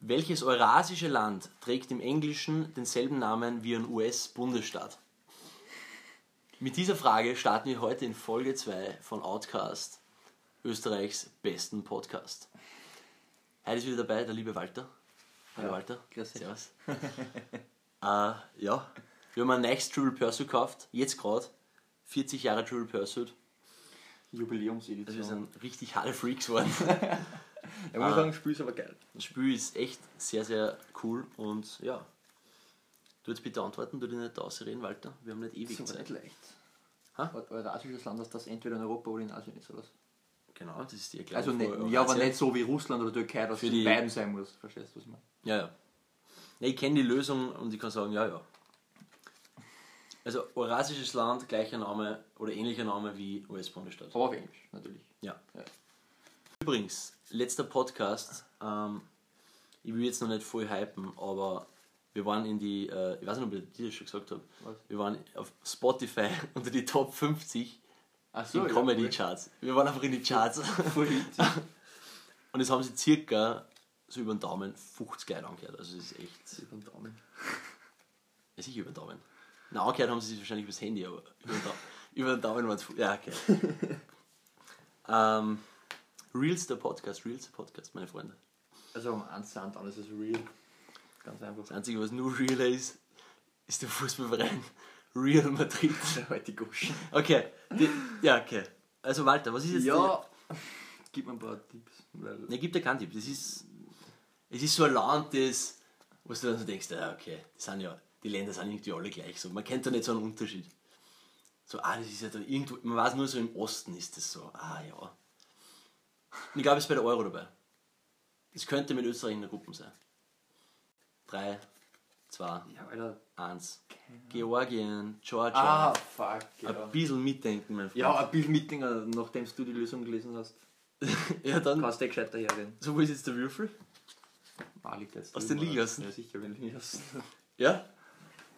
Welches eurasische Land trägt im Englischen denselben Namen wie ein US-Bundesstaat? Mit dieser Frage starten wir heute in Folge 2 von Outcast, Österreichs besten Podcast. Heute ist wieder dabei der liebe Walter. Hallo Ja, Walter. grüß dich. Servus. äh, ja, wir haben ein nice Triple Pursuit gekauft, jetzt gerade. 40 Jahre Triple Pursuit. Also wir Jubiläumsedition. sind richtig harte Freaks geworden. Ich Ah. muss sagen, das Spiel ist aber geil. Das Spiel ist echt sehr, sehr cool und ja. Du jetzt bitte antworten, du dich nicht ausreden, Walter. Wir haben nicht ewig Das ist aber nicht Zeit. leicht. Ha? Eu- Eurasisches Land, das das entweder in Europa oder in Asien ist, oder? was? Genau, das ist die Erklärung. für Also, nicht, ja, aber Eurasien. nicht so wie Russland oder Türkei, dass Für es die- in beiden sein muss. Verstehst du, was ich meine? Ja, ja. ja ich kenne die Lösung und ich kann sagen, ja, ja. Also Eurasisches Land, gleicher Name oder ähnlicher Name wie US-Bundesstaat. Aber auf Englisch, natürlich. Ja. Ja. Übrigens, letzter Podcast. Ähm, ich will jetzt noch nicht voll hypen, aber wir waren in die, äh, ich weiß nicht, ob ich dir das schon gesagt habe, Was? wir waren auf Spotify unter die Top 50 Ach in ja, Comedy Charts. Wir waren einfach in die Charts. voll- voll witzig. Und es haben sie circa so über den Daumen 50 Leute angehört. Also es ist echt, Über den Daumen. ja, sicher über den Daumen. Na, angehört haben sie sich wahrscheinlich übers Handy, aber über den, Dau über den Daumen waren es, ja, okay. ähm, Reels der Podcast, Reels der Podcast, meine Freunde. Also, um eins zu dann ist es real. Ganz Das einfach. Einzige, was nur real ist, ist der Fußballverein Real Madrid. Halt die Gusche. Okay, die, ja, okay. Also Walter, was ist jetzt... Ja, gib mir ein paar Tipps. Weil Ne, gibt ja keinen Tipp. Das ist, es ist so ein Land, das, wo du dann so denkst, ah, okay, das sind ja, die Länder sind irgendwie alle gleich. So. Man kennt da nicht so einen Unterschied. So, ah, das ist ja da irgendwo, man weiß nur so im Osten ist das so, ah ja. Und ich glaube, es ist bei der Euro dabei. Es könnte mit Österreich in der Gruppe sein. Drei, zwei, Ja, Alter. eins. Georgien, Georgia. Ah, fuck. Ja, Ein bisschen mitdenken, mein Freund. ja ein bisschen Mittinger, nachdem du die Lösung gelesen hast. ja dann. Kannst du eh gescheiter hergehen. So, wo ist jetzt der Würfel? Ah, liegt jetzt Aus drüben, den oder? Ligasen. Ja, sicher, wenn Ligasen. Ja?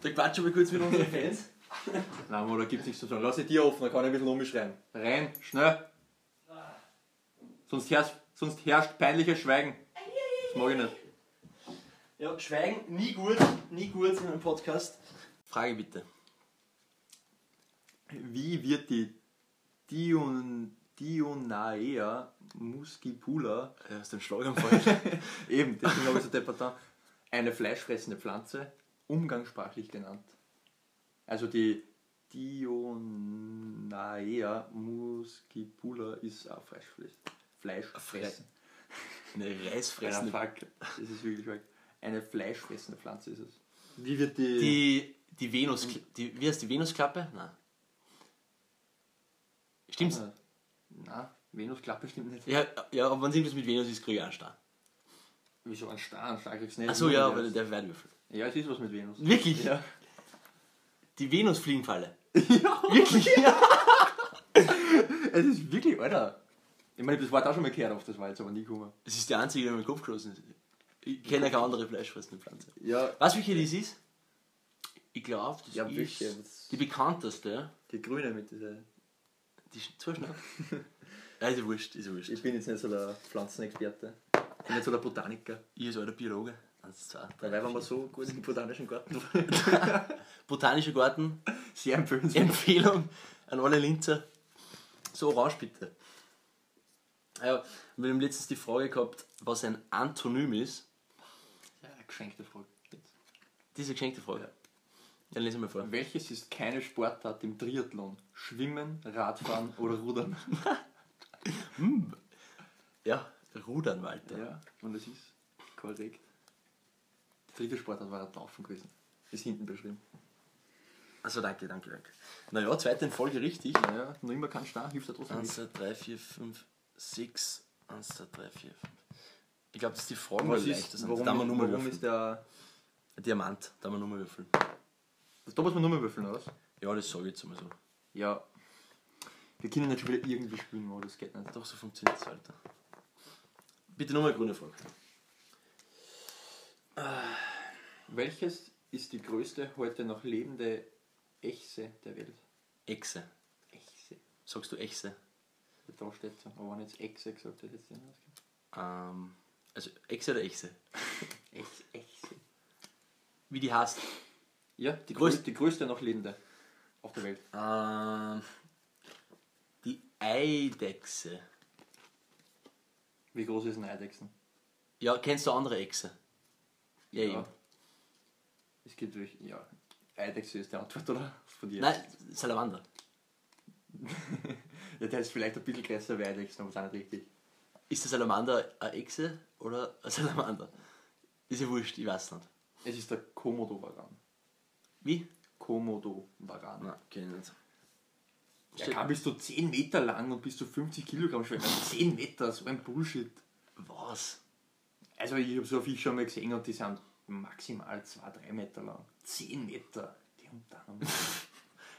Da quatschen wir kurz mit unseren Fans. Nein, Mann, da gibt's nichts zu sagen. Lass ich dir offen, dann kann ich ein bisschen umschreien. Rein, schnell. Sonst herrscht, sonst herrscht peinliches Schweigen. Das mag ich nicht. Ja, Schweigen, nie gut, nie gut in einem Podcast. Frage bitte. Wie wird die Dion, Dionaea muscipula, Ja, Äh, hast du einen Schlaganfall? eben, deswegen habe ich so debattant, eine fleischfressende Pflanze, umgangssprachlich genannt. Also die Dionaea muscipula ist auch Fleischfress. Fleischfressen. Eine Alter, Reisfressende. fuck. Das ist wirklich wack. Eine fleischfressende Pflanze ist es. Wie wird die. Die, die Venus, die, wie heißt die Venusklappe? Nein. Stimmt's? Ah, Na, Venusklappe stimmt nicht. Ja, ja aber wenn irgendwas mit Venus ist, kriege ich einen Star. Wieso ein Star? Ein Star kriegst du nicht. Achso, ja, aber Ja, der Weitwürfel. ja, es ist was mit Venus. Wirklich? Ja. Die Venusfliegenfalle. Wirklich? Es ist wirklich, Alter. Ich meine, ich hab das Wort auch schon mal gehört auf das war jetzt aber nie gekommen. Das ist der einzige, der mir in den Kopf geschossen ist. Ich kenne keine andere fleischfressende Pflanze. Ja. Weißt du, welche das ist? Ich glaube, das Ja, welche? ist die bekannteste. Die Grüne mit dieser. Die Sch- Zuschnitt? ja, ist ja wurscht, ist ja wurscht. bin jetzt nicht so der Pflanzenexperte. Ich bin nicht so der Botaniker. Ich als alter Biologe. Eins, zwei, drei, Dabei waren wir vier. so gut im botanischen Garten. Botanischer Garten, Sehr empfehlenswert. Empfehlung an alle Linzer. So orange bitte. Ja, wir haben letztens die Frage gehabt, was ein Antonym ist. Ja, geschenkte Frage. Diese geschenkte Frage. Dann lesen wir vor. Welches ist keine Sportart im Triathlon? Schwimmen, Radfahren oder Rudern? Ja, Rudern, Walter. Ja, und das ist korrekt. Die dritte Sportart war Laufen gewesen. Ist hinten beschrieben. Also danke, danke, danke. Naja, zweite in Folge richtig. Naja, noch immer kein Star, hilft da trotzdem Eins, nicht. zwei, drei, vier, fünf, sechs. Eins, zwei, drei, vier, fünf. Ich glaube, das ist die Frage warum, da haben wir warum, Nummer würfeln. ist der... Diamant, da haben wir Nummer würfeln. Da muss man Nummer würfeln, oder was? Ja, das sage ich jetzt mal so. Ja. Wir können nicht schon wieder irgendwie spielen, aber das geht nicht. Doch, so funktioniert es, Alter. Bitte nochmal grüne Frage. Welches ist die größte heute noch lebende Echse der Welt? Echse. Echse. Sagst du Echse? Da steht so. Aber wenn jetzt Echse gesagt hätte, hätte ich es nicht rausgekriegt. Ähm, also Echse oder Echse? wie die heißt. Ja, die, Größ- größte, die größte noch lebende auf der Welt. Ähm, die Eidechse. Wie groß ist ein Eidechsen? Ja, kennst du andere Echse? Ja, eben. Es gibt welche, ja. Eidechse ist die Antwort, oder? Von dir. Nein, Salamander. Ja, der ist vielleicht ein bisschen größer wie Eidechsen, aber ist auch nicht richtig. Ist der Salamander eine Echse oder ein Salamander? Ist ja wurscht, ich weiß nicht. Es ist der Komodo-Varan. Wie? Komodo-Varan. Nein, kenn ich nicht. Der kann bis zu 10 Meter lang und bis zu 50 Kilogramm schwer. 10 Meter, so ein Bullshit. Was? Also ich habe so einen Fisch schon mal gesehen und die sind maximal 2-3 Meter lang. 10 Meter. Die haben da noch-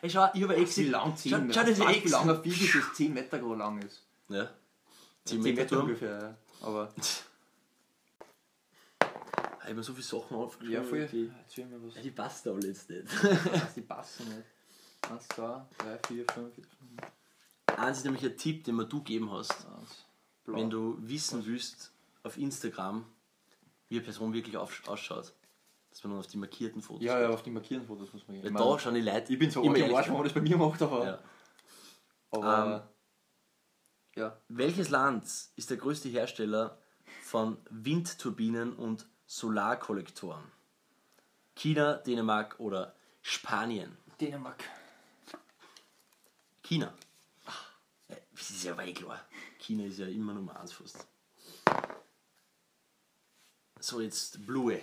Ey, schau, ich habe eine Echse. Wie lang 10 schau, Meter? schau, das ist eine Wie lang Echse. ein Fisch ist, das 10 Meter groß lang ist. Ja. 10 Meter, ungefähr, ja. Aber... Ich habe mir so viele Sachen aufgeschrieben. Ja, voll. Die, Erzähl mir was. die passt alle jetzt nicht. Was, die passen nicht. 1, 2, 3, 4, 5, 6, Eins ist nämlich ein Tipp, den mir du gegeben hast. 1. Blau. Wenn du wissen willst, auf Instagram, wie eine Person wirklich aufsch- ausschaut, dass man dann auf die markierten Fotos ja, geht. ja, auf die markierten Fotos muss man gehen. Weil Ich da meine, schauen die Leute ich bin ne? so immer arg im ehrlich Arsch, wenn man das bei mir macht, aber... Ja. aber Ähm, ja. Welches Land ist der größte Hersteller von Windturbinen und Solarkollektoren? China, Dänemark oder Spanien? Dänemark. China. Ja, Das ist ja weit klar. China ist ja immer Nummer 1 fast. So, jetzt Blue.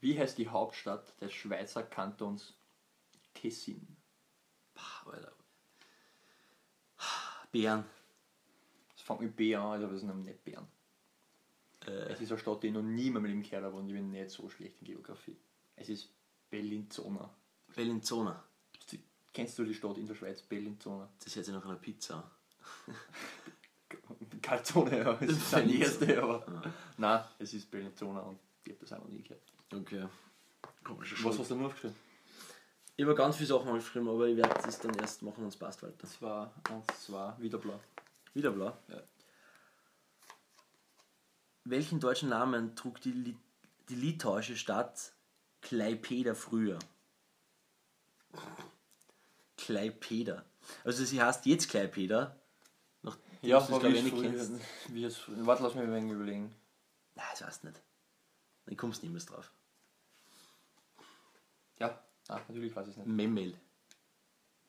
Wie heißt die Hauptstadt des Schweizer Kantons Tessin? Pah, Alter. Ah, Bären. Das fängt mit B an, also wir sind nicht Bern. Äh, Es ist eine Stadt, die ich noch nie in meinem Leben gehört habe und ich bin nicht so schlecht in Geografie. Es ist Bellinzona. Bellinzona. Die- Kennst du die Stadt in der Schweiz, Bellinzona? Das hört sich nach einer Pizza an. Calzone, ja, es ist die Bellinzona. erste, aber. Nein, es ist Bellinzona und ich habe das auch noch nie gehört. Okay. Komische Was Schuld. hast du nur aufgeschrieben? Ich habe ganz viele Sachen aufgeschrieben, aber ich werde es dann erst machen, wenn es passt weiter. Das war, das war wieder blau. Wieder blau? Ja. Welchen deutschen Namen trug die, Lit die litauische Stadt Klaipeda früher? Klaipeda. Also sie heißt jetzt Klaipeda. Nach Ja, du es, aber glaub wie ich, es nicht früher, kennst. wie es früher. Warte, lass mich ein wenig überlegen. Nein, das heißt nicht. Dann kommst du niemals drauf. Ja, ah, natürlich weiß ich es nicht. Memel.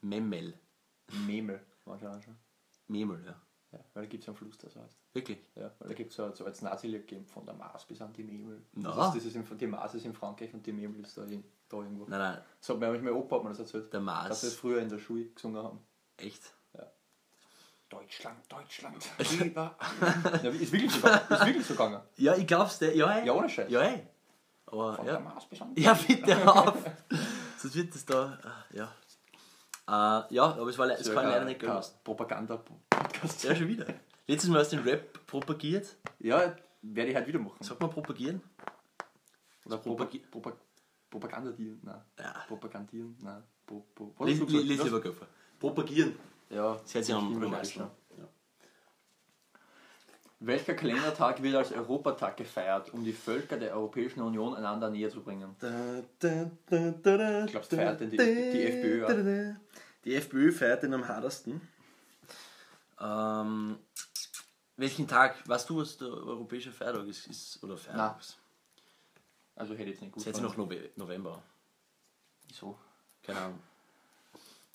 Memel. Memel war schon auch schon. Memel, ja. Ja, weil da gibt es einen Fluss, der so heißt. Wirklich? Ja, weil da gibt es so, so als Nazi gegeben, von der Mars bis an die Memel. Na. Das ist, das ist in, die Mars ist in Frankreich und die Memel ist da, in, da irgendwo. Nein, nein, Das hat mir manchmal Opa hat mir das erzählt. der Dass wir das Mars. früher in der Schule gesungen haben. Echt? Deutschland, Deutschland, lieber. ja, ist wirklich so gegangen. Ist wirklich so gegangen. Ja, ich glaub's dir. Ja, ey. Ja, ohne Scheiß. Ja, ey. Aber, Von ja. der Mars bis an die Ja, bitte auf! Sonst wird das da. ah, Ja. Äh, ja, aber es, war, le- es kann leider nicht gelöst. Propaganda-Podcast. Ja, schon wieder. Letztes Mal hast du den Rap propagiert. Ja, werde ich halt wieder machen. Sagt man propagieren? Oder Propagi- Propag Propag Propagandieren, nein. Ja. Propagandieren, nein. Pro Pro Les, Was hast du les, gesagt? les lieber Köpfer. Propagieren. Ja, Das hört sich am am meisten an. Überraschung. Welcher Kalendertag wird als Europatag gefeiert, um die Völker der Europäischen Union einander näher zu bringen? Ich glaub, es feiert denn die- die FPÖ auch. Die FPÖ feiert den am härtesten. Ähm, welchen Tag? Weißt du, was der europäische Feiertag ist? ist oder Feiertag Nein. ist? Also hätte ich jetzt nicht gut Das hätte sich gefallen. noch Nove- November. an. Wieso? Keine Ahnung.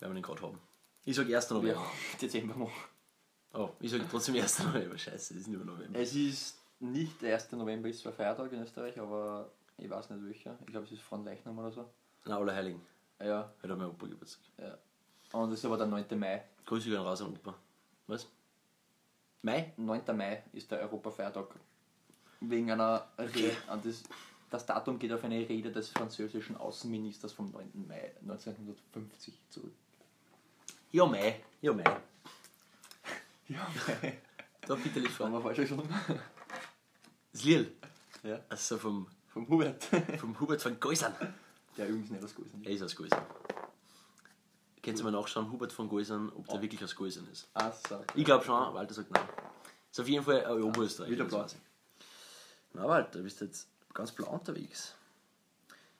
Werden wir den gerade haben. Ich sag 1. November. Ja, Dezember machen. Oh, ich sag trotzdem 1. November. Scheiße, das ist nicht mehr November. Es ist nicht der 1. November, ist zwar Feiertag in Österreich, aber ich weiß nicht welcher. Ich glaube, es ist von Leichnam oder so. Na, Allerheiligen. Ja, Heute hat mein Opa Geburtstag. ja. Und es ist aber der 9. Mai. Grüße gehen raus an Opa. Was? Mai? 9. Mai ist der Europafeiertag. Wegen einer Rede. Und das, das Datum geht auf eine Rede des französischen Außenministers vom 9. Mai 1950 zurück. Ja, Mai. Ja, Mai. Ja, Da bitte nicht haben fahren. wir falsch gesungen. Das Lied. Ja. Also vom, Vom Hubert. vom Hubert von Geusern. Der übrigens nicht aus Gäusern ist. Er ist aus Geusern. Könnt ihr mal nachschauen, Hubert von Geusern, ob der wirklich aus Geusern ist? Ach so. Ich glaube schon, Walter sagt nein. Ist auf jeden Fall ein Oberösterreich. Wieder blau. Na, Walter, du bist jetzt ganz blau unterwegs.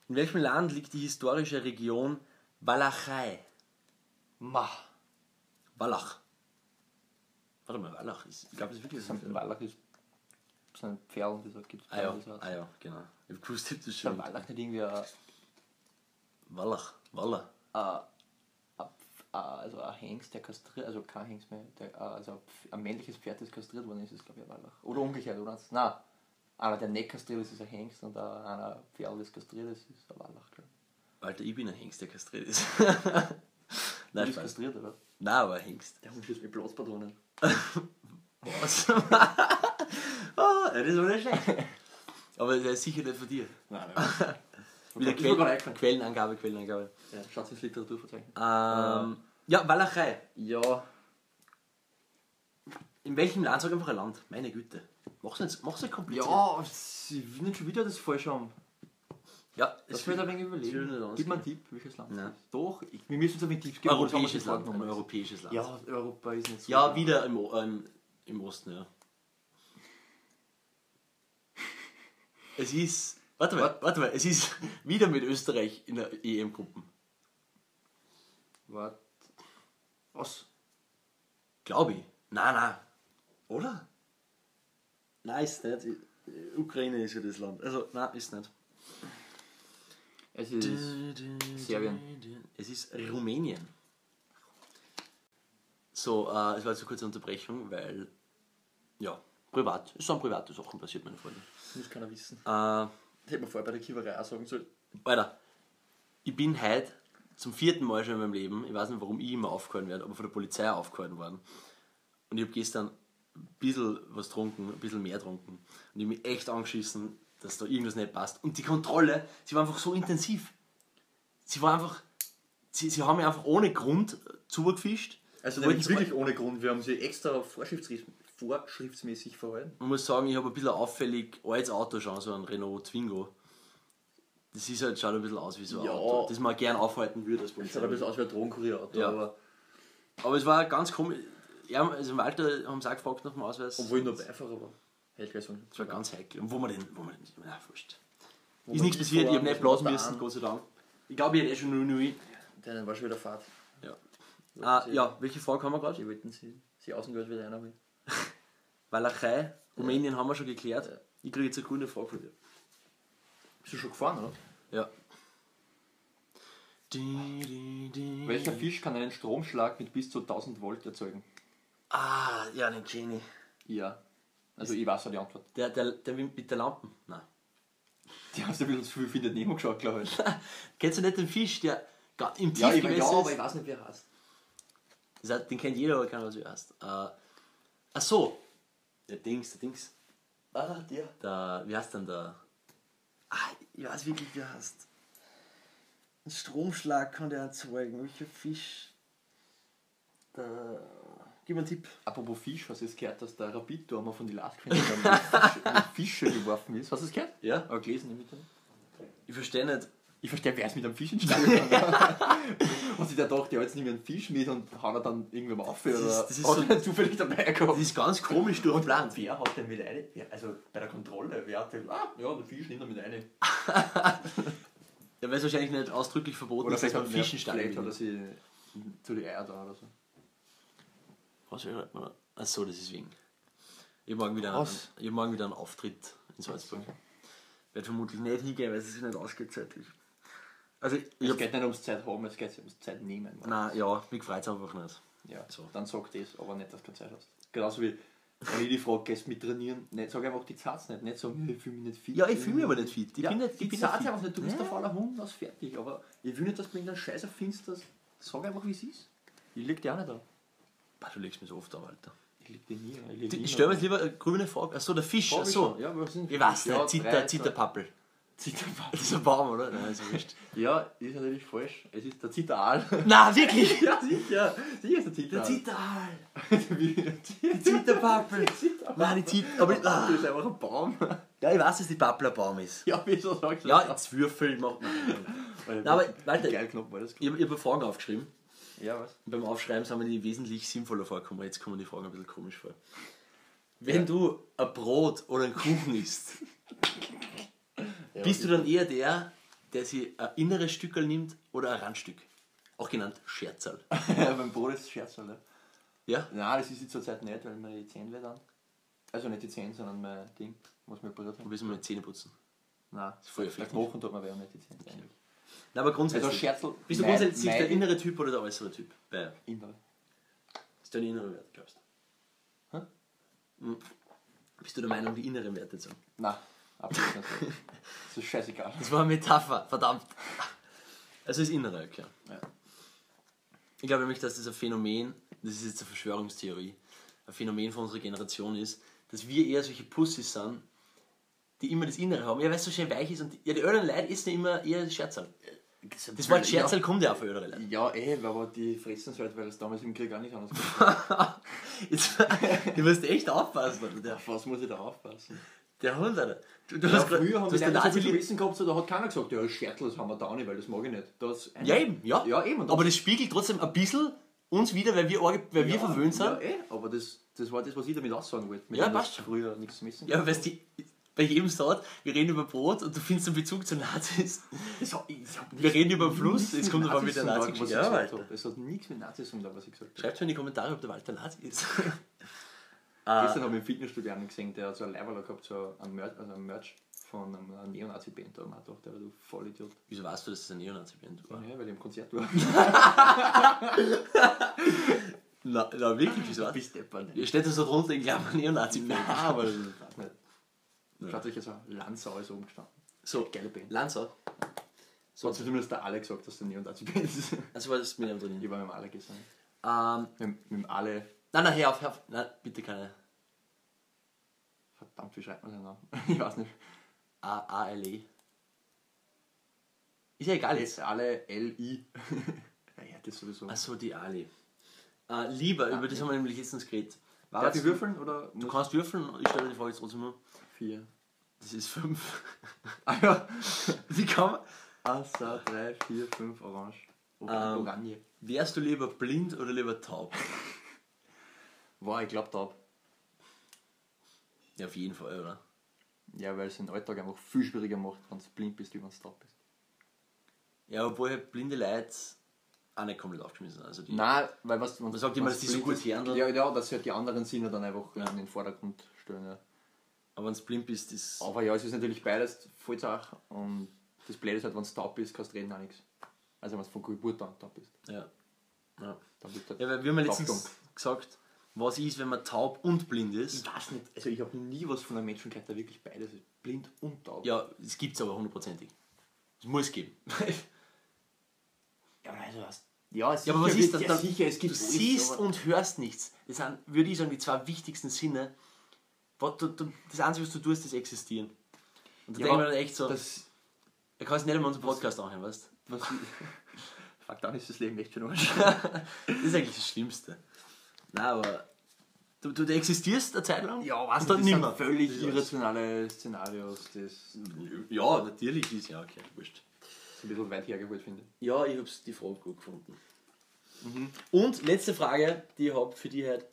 In welchem Land liegt die historische Region Walachei? Ma. Wallach. Warte mal, Wallach ist. Ich glaube, es ist wirklich Das so. sind Wallach ist so ein Pferd und das gibt Ah ja, Ist ah ja, genau. Ich hab gewusst, das ist der schon. Wallach nicht irgendwie ein, Wallach, Wallach. ein, ein, also ein Hengst, der kastriert, also kein Hengst mehr, der, also ein, Pf- ein männliches Pferd, das kastriert worden ist, ist glaube ich ein Wallach. Oder umgekehrt, oder? Nein. Einer, der nicht kastriert ist, ist ein Hengst und ein- einer Pferd, das kastriert ist, ist ein Wallach. glaub ich. Walter, ich bin ein Hengst, der kastriert ist. Du Nein, bist Spaß. kastriert, oder? Nein, aber ein Hengst. Der Hund ist mit Blasepatronen. Was? oh, das ist aber nicht schlecht. Aber der ist sicher nicht von dir. Nein, nein. Wieder Ist mir gerade Quellen, eingefallen. Quellenangabe, Quellenangabe. Ja, Schaut ins Literaturverzeichnis. Ähm, ja, Walachei. Ja, In welchem Land? Sag einfach ein Land. Meine Güte. Mach's nicht, mach's nicht kompliziert. Ja, sie will nicht schon wieder das falsch haben. ja Das, es wird wird ein wenig will nicht überlegen. anders Gib mir einen gehen. Tipp, welches Land Nein. es ist. Doch, ich, wir müssen uns ein Tipps ein geben. sonst haben wir europäisches Land. die Frage Ein noch europäisches Land. mal. Ja, Europa ist nicht so. genau. Ja, wieder im, O- ähm, im Osten, ja. Es ist. Warte mal, warte mal, es ist wieder mit Österreich in der E EM-Gruppen. Wart. Was? Glaube ich. Nein, nein. Oder? Nein, ist nicht. Ukraine ist ja das Land. Also, nein, ist nicht. Es ist. Serbien. Es ist Rumänien. So, äh, es war jetzt eine kurze Unterbrechung, weil. Ja, privat. Es sind private Sachen passiert, meine Freunde. Muss keiner wissen. Äh, Das hätte man vorher bei der Kiewerei auch sagen sollen. Alter, ich bin heute zum vierten Mal schon in meinem Leben, ich weiß nicht, warum ich immer aufgehalten werde, aber von der Polizei aufgehalten worden. Und ich habe gestern ein bisschen was getrunken, ein bisschen mehr getrunken. Und ich habe mich echt angeschissen, dass da irgendwas nicht passt. Und die Kontrolle, sie war einfach so intensiv. Sie war einfach, sie, sie haben mich einfach ohne Grund zugefischt. Also, Wollten nämlich sie- wirklich ohne Grund. Wir haben sie extra vorschriftsmäßig, vorschriftsmäßig verhalten. man muss sagen, ich habe ein bisschen auffällig altes Auto schon, so ein Renault Twingo. Das ist halt, schaut ein bisschen aus wie so ein Ja. Auto, das man gern aufhalten würde als Das Polizei. schaut ein bisschen aus wie ein Drogenkurier-Auto, Ja. aber Aber es war halt ganz komisch. Ja, also Walter haben sie auch gefragt nach dem Ausweis. obwohl ich nur Beifahrer war. Hätte ich gleich sagen. Es war ganz heikel. Und wo man den, wo man den, na, wurscht. Wo Ist man nichts passiert, ich hinfahren, habe nicht wo man blasen müssen, fahren. Gott sei Dank. Ich glaube, ich hätte eh schon 0 0 Dann war schon wieder Fahrt. Ja. Ah, ja, welche Frage haben wir Sie gerade? wollten sie. Sie Außengehört wieder einer will. Walachei, Rumänien haben wir schon geklärt. Ich kriege jetzt eine grüne Frage von dir. Bist du schon gefahren, oder? Ja. Welcher Fisch kann einen Stromschlag mit bis zu 1000 Volt erzeugen? Ah, ja, den Genie. Ja. Also ich weiß ja die Antwort. Der, der, der mit der Lampen. Nein. Die hast du ein bisschen zu viel findet Nemo geschaut, glaube ich. Kennst du nicht den Fisch, der ga- im ja, ich, Tiefgewässer ja, ist? aber ich weiß nicht, wie er heißt. Das hat, den kennt jeder, aber keiner weiß, wie er heißt. Äh, ach so. Der Dings, der Dings. Ah, der. Der, wie heißt denn der? Ah, ich weiß wirklich, wie er heißt. Ein Stromschlag kann der erzeugen. Welcher Fisch? Da. Gib mir einen Tipp. Apropos Fisch, hast du jetzt gehört, dass der Rapid-Dormer von die Last gefunden hat, mit Fisch- mit Fische geworfen ist? Hast du es gehört? Ja? Aber gelesen im Internet? Ich verstehe nicht. Ich verstehe, wer ist mit einem Fisch entstanden Und sich der dachte, der hat jetzt nicht mehr einen Fisch mit und haut er dann irgendwem auf. Oder ist- das ist hat so- er zufällig dabei gehabt. Das ist ganz komisch durchgeplant. Wer hat denn mit eine? Wer- Also bei der Kontrolle, wer hat denn. Ah, ja, der Fisch nimmt er mit eine. Ja, weil es wahrscheinlich nicht ausdrücklich verboten Oder ist, dass vielleicht man hat Fischen starten Vielleicht hat er will. sie zu die Eier da oder so. Was hört man? Ach so, das ist wegen. Ich hab morgen wieder, einen, Was? ich hab morgen wieder einen Auftritt in Salzburg. Werd vermutlich nicht hingehen, weil es sich nicht ausgeht zeitlich. Also, ich Es hab, geht nicht ums Zeit haben, es geht ums Zeit nehmen. Nein, ja, mich freut es einfach nicht. Ja, So. Dann sag das, aber nicht, dass du keine Zeit hast. Genauso wie, wenn ich die frage, gehst du mit trainieren? Nicht, sag einfach die Zeit nicht. Nicht sagen, ich fühle mich nicht fit. Ja, ich fühle mich aber nicht fit. Ich Ja, bin nicht, ich die bin Zeit nicht einfach nicht, du bist Ja. ein fauler Hund, das fertig. Aber ich will nicht, dass du mir irgendeinen Scheiß erfindest. dass- Sag einfach, wie es ist. Ich lieg dir auch nicht da. Bah, du legst mich so oft an, Alter. Ich lieg dir nie. Ich lieg Die- nie Ich stelle mir an. jetzt lieber eine grüne Frage. Achso, der Fisch. Hab ich Achso. schon. Ja, was sind Ich weiß nicht. Ja, drei, Zitter, Zitterpappel. Zitterpapel. Das ist ein Baum, oder? Nein, ist ja wurscht. Ja, ist natürlich falsch. Es ist der Zitteraal. Nein, wirklich? ja, sicher. Sicher ist der Zitteraal. Zitterhal. Zitterpapel. Zitterpappel. Nein, die Zitter. Aber Das ah. ist einfach ein Baum. Ja, ich weiß, dass die Pappel ein Baum ist. Ja, wieso sagst du Ja, das? jetzt Würfel macht man. Nein, aber warte. Geil knapp war das. Ich habe eine Frage aufgeschrieben. Ja, was? Und beim Aufschreiben sind mir die wesentlich sinnvoller vorgekommen. Jetzt kommen die Fragen ein bisschen komisch vor. Wenn du ein Brot oder einen Kuchen isst, bist du dann eher der, der sich ein inneres Stückel nimmt oder ein Randstück? Auch genannt Scherzerl. Beim Brot ist es Scherz, oder? Ja? Nein, das ist jetzt zurzeit nicht, weil meine Zähne weh dann. Also nicht die Zähne, sondern mein Ding, was mir berührt Wo haben. müssen wir Zähne putzen? Nein, voll der effektiv. Knochen tut mir weh und nicht die Zähne. eigentlich. Na, aber grundsätzlich. Also Scherzl. bist du mein- grundsätzlich mein der innere Typ oder der äußere Typ? Bei, Innere. ist dein innere Wert, glaubst du? Hä? Hm. Bist du der Meinung, die inneren Werte zu haben? Nein, absolut nicht. so. Das ist scheißegal. Das war eine Metapher, verdammt. Also das Innere, okay. Ja. Ich glaube nämlich, dass das ein Phänomen, das ist jetzt eine Verschwörungstheorie, ein Phänomen von unserer Generation ist, dass wir eher solche Pussys sind, die immer das Innere haben. Ja, weil es so schön weich ist und ja, die öderen Leute essen ja immer eher Scherzerl. Das Wort Scherzerl kommt ja auch von öderen Leuten. Ja, eh, aber die fressen es halt, weil es damals im Krieg auch nicht anders ging. Jetzt, du musst echt aufpassen, Alter. Der, Auf was muss ich da aufpassen? der Hund, Alter. Du, du Ja, hast grad- früher du haben hast wir den nicht so viel Nazi- Wissen gehabt, so, da hat keiner gesagt, ja, das Schertl, das haben wir da nicht, weil das mag ich nicht. Das Ja, eben, ja. Ja, eben. Und Aber das spiegelt trotzdem ein bisschen uns wieder, weil wir, arg- weil wir verwöhnt sind. Ja, eh, aber das, das war das, was ich damit aussagen wollte. mit Ja, dem, dass passt schon. Früher nichts messen. Ja, weißt du, bei jedem Sort, wir reden über Brot und du findest einen Bezug zu Nazis. ich hab, ich hab Wir reden über den Fluss, jetzt kommt aber wieder Nazi. Nazi. Was ich Ja, gesagt Alter. hab. Es hat nichts mit Nazis zu tun, was ich gesagt habe. Schreibt schon in die Kommentare, ob der Walter Nazi ist. Gestern habe ich einen Fitnessstudio einen gesehen, der hat so ein Leiberler gehabt, so ein Merch, also ein Merch von einem äh, Neonazi-Band. Da hab ich mir gedacht, der war du Vollidiot. Wieso weißt du, dass es ein Neonazi-Band war? Ja, weil ich im Konzert war. Na, na wirklich, wieso weißt Bist deppert. du? ne? Ihr steht das so drunter, ich glaube, ein Ja, Neonazi-Band. aber das weiß nicht. Schaut euch jetzt an, Lanzau ist oben gestanden. So, Geile Band. Lanzau. So hat zumindest der Alle gesagt, dass der Neonazi-Band ist. Also war das mit dem drin. Ich war mit dem Alle gestern. Ähm, Mit, mit dem Alle. nein, nein, hör auf, hör auf. Nein, bitte keine. Verdammt, wie schreibt man den Namen? Ich weiß nicht. A- E. A-L-E. Ist ja egal jetzt. Alles, alle, L-I. naja, das sowieso. Achso, die Ali. Äh, lieber, über das haben wir nämlich letztens geredet. Darf Was- ich würfeln oder Du muss kannst würfeln, ich stelle die Frage jetzt trotzdem mal. vier? Das ist 5. Ah ja. Wie kann man. Eins, zwei, drei, vier, fünf, orange. Orange. Ähm. Oranje. Wärst du lieber blind oder lieber taub? Wow, ich glaub da. Ja, auf jeden Fall, oder? Ja, weil es den Alltag einfach viel schwieriger macht, wenn du blind bist, wie wenn du taub bist. Ja, obwohl halt blinde Leute auch nicht komplett aufgeschmissen sind. Also die Nein, weil was man sagt immer, dass die so gut handeln. Ja, ja, dass halt die anderen Sinne dann einfach in den Vordergrund stellen. Ja. Aber wenn du blind bist, ist. Aber ja, es ist natürlich beides Vollsache und das Blöde ist halt, wenn du taub bist, kannst du reden auch nichts. Also wenn du von Geburt an taub bist. Ja. Ja. Dann halt bist du ja, weil wir haben ja taub letztens dumm. gesagt, was ist, wenn man taub und blind ist. Ich weiß nicht, also ich habe nie was von einem Menschen gehört, der wirklich beides ist. Blind und taub. Ja, es gibt es aber hundertprozentig. Es muss geben. ja aber also was. Ja, Ja, aber was ist das Ja, dann? sicher, es gibt du alles, siehst aber- und hörst nichts. Das sind, würde ich sagen, die zwei wichtigsten Sinne. Was du, du, das Einzige, was du tust, ist existieren. Und da Ja, denkt aber man dann echt so, Das, er kann es nicht einmal unseren Podcast anhören, weißt du? was Fuck, dann ist das Leben echt schon Arsch. Das ist eigentlich das Schlimmste. Nein, aber du, du, du existierst eine Zeit lang Ja, was und dann das sind nimmer. völlig Ja. irrationale Szenarios, das ist ein Ja, natürlich ist ja okay, wurscht. bisschen weit hergeholt finde. Ja, ich habe die Frage gut gefunden. Mhm. Und letzte Frage, die ich habe für die heute.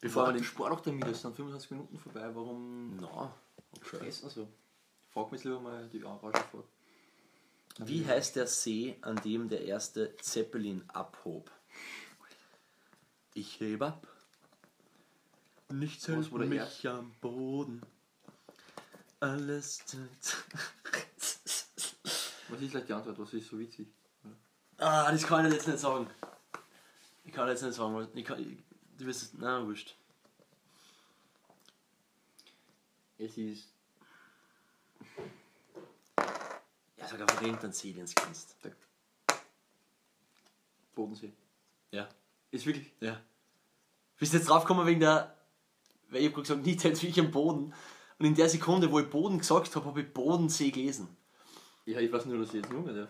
Bevor wir den. Sport auch damit, es sind 25 Minuten vorbei, warum Na, okay. Stress? Also, frag mich lieber mal die Orange vor. Wie heißt der See, an dem der erste Zeppelin abhob? Ich hebe ab. Nichts Was hält wurde mich erst? am Boden. Alles. tut- Was ist gleich die Antwort? Was ist so witzig? ah, das kann ich jetzt nicht sagen. Ich kann jetzt nicht sagen, was. Ich kann, ich, du wirst es. Na, wurscht. Es ist Ja, sag einfach irgendeinen See, den du kennst. der Bodensee. Ja. Ist wirklich. Ja. Bist du jetzt draufgekommen wegen der. Weil ich hab grad gesagt, nicht hält mich am Boden. Und in der Sekunde, wo ich Boden gesagt habe, habe ich Bodensee gelesen. Ja, ich weiß nur, dass ich jetzt nur mehr darf.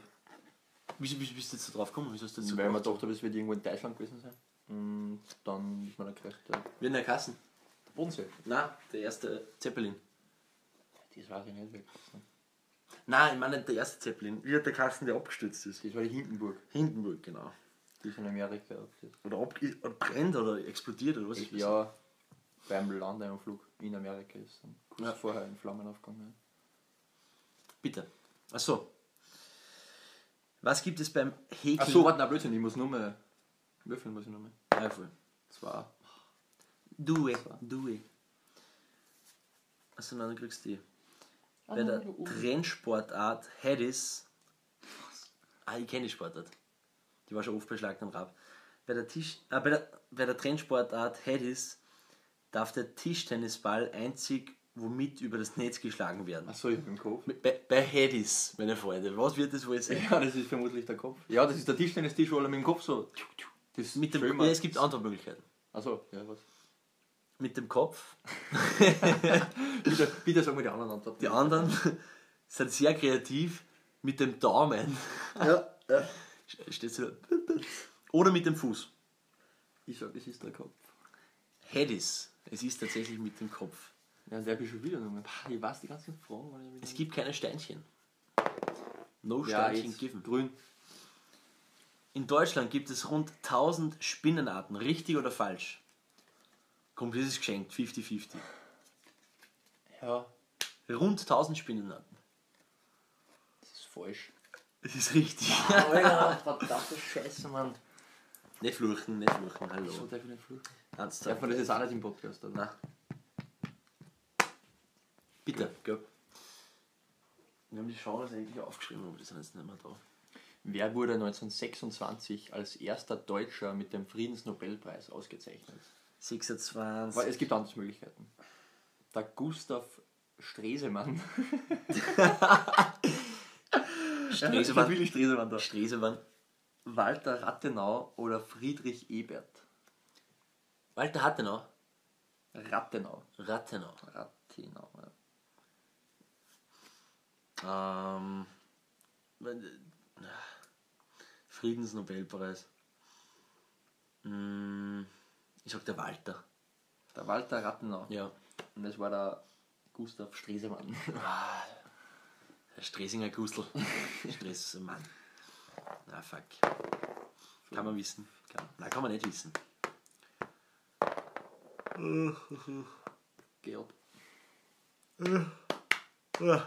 Wieso bist, bist du jetzt da drauf gekommen? Wieso hast du jetzt so Weil Also, man gemacht? dachte, es wird irgendwo in Deutschland gewesen sein. Und dann ist man dann gerecht. Der Wir in der Kassen. Bodensee. Na, der erste Zeppelin. Das war ich nicht wirklich. Nein, ich meine nicht der erste Zeppelin. Wie hat der Kassen, der abgestürzt ist? Das war die Hindenburg. Hindenburg, genau. Die ist in Amerika. äh, Oder, ab, oder brennt oder explodiert oder was? Ja, beim Landeinflug in Amerika ist. Und kurz Ja. vorher in Flammen aufgegangen. Bitte. Achso. Was gibt es beim Häkeln? Achso, warte, na Blödsinn, ich muss nur mal. Würfeln muss ich nur mal. Ja, voll. Zwei. Du, eh, So. du. eh. Achso, nein, du kriegst die. Bei der Trendsportart Harris. Ah, ich kenne die Sportart. Die war schon oft bei Schlag am Rab. Bei der, Tisch, ah, bei der, bei der Trendsportart Harris darf der Tischtennisball einzig womit über das Netz geschlagen werden. Achso, ich hab im Kopf. Bei, bei Harris, meine Freunde, was wird das wohl sein? Ja, das ist vermutlich der Kopf. Ja, das ist der Tischtennis-Tisch, wo alle mit dem Kopf so. Das Mit dem, ja, Schwimmer. es gibt andere Möglichkeiten. Achso, Also, ja, was? Mit dem Kopf. Bitte, bitte sag mal die anderen Antworten. Die anderen sind sehr kreativ mit dem Daumen. Ja, ja. Steht so. Oder mit dem Fuß. Ich sag, das ist der Kopf. Hedis. Es ist tatsächlich mit dem Kopf. Ja, der bin ich schon wieder nochmal. Pah, Ich weiß die ganzen Fragen, weil ich mit Es gibt keine Steinchen. No ja, Steinchen jetzt given. grün. In Deutschland gibt es rund 1000 Spinnenarten. Richtig oder falsch? Komm, das ist geschenkt. 50-50. Ja, Rund 1000 Spinnenarten. das ist falsch. Das ist richtig. Alter, verdammte Scheiße, Mann. nicht fluchen, nicht fluchen. So Hallo. darf ich nicht fluchen. Darf Ernsthaft. man das jetzt auch nicht im Podcast, oder? Nein. Bitte. Gell. Wir haben die Chance eigentlich aufgeschrieben, aber das sind jetzt nicht mehr da. Wer wurde 1926 als erster Deutscher mit dem Friedensnobelpreis ausgezeichnet? 26. Weil es gibt andere Möglichkeiten. Der Gustav Stresemann. Stresemann. Willi Stresemann da. Stresemann. Walter Rathenau oder Friedrich Ebert? Walter Hattenau. Rathenau. Rattenau. Rathenau, ja. Ähm, wenn- äh, Friedensnobelpreis. Mm, Ich sag der Walter. Der Walter Rathenau. Ja. Und das war der Gustav Stresemann. Der Stresinger Gustl. Stressmann. Na fuck. Kann man wissen. Kann. Na, kann man nicht wissen. Gelb. Ah.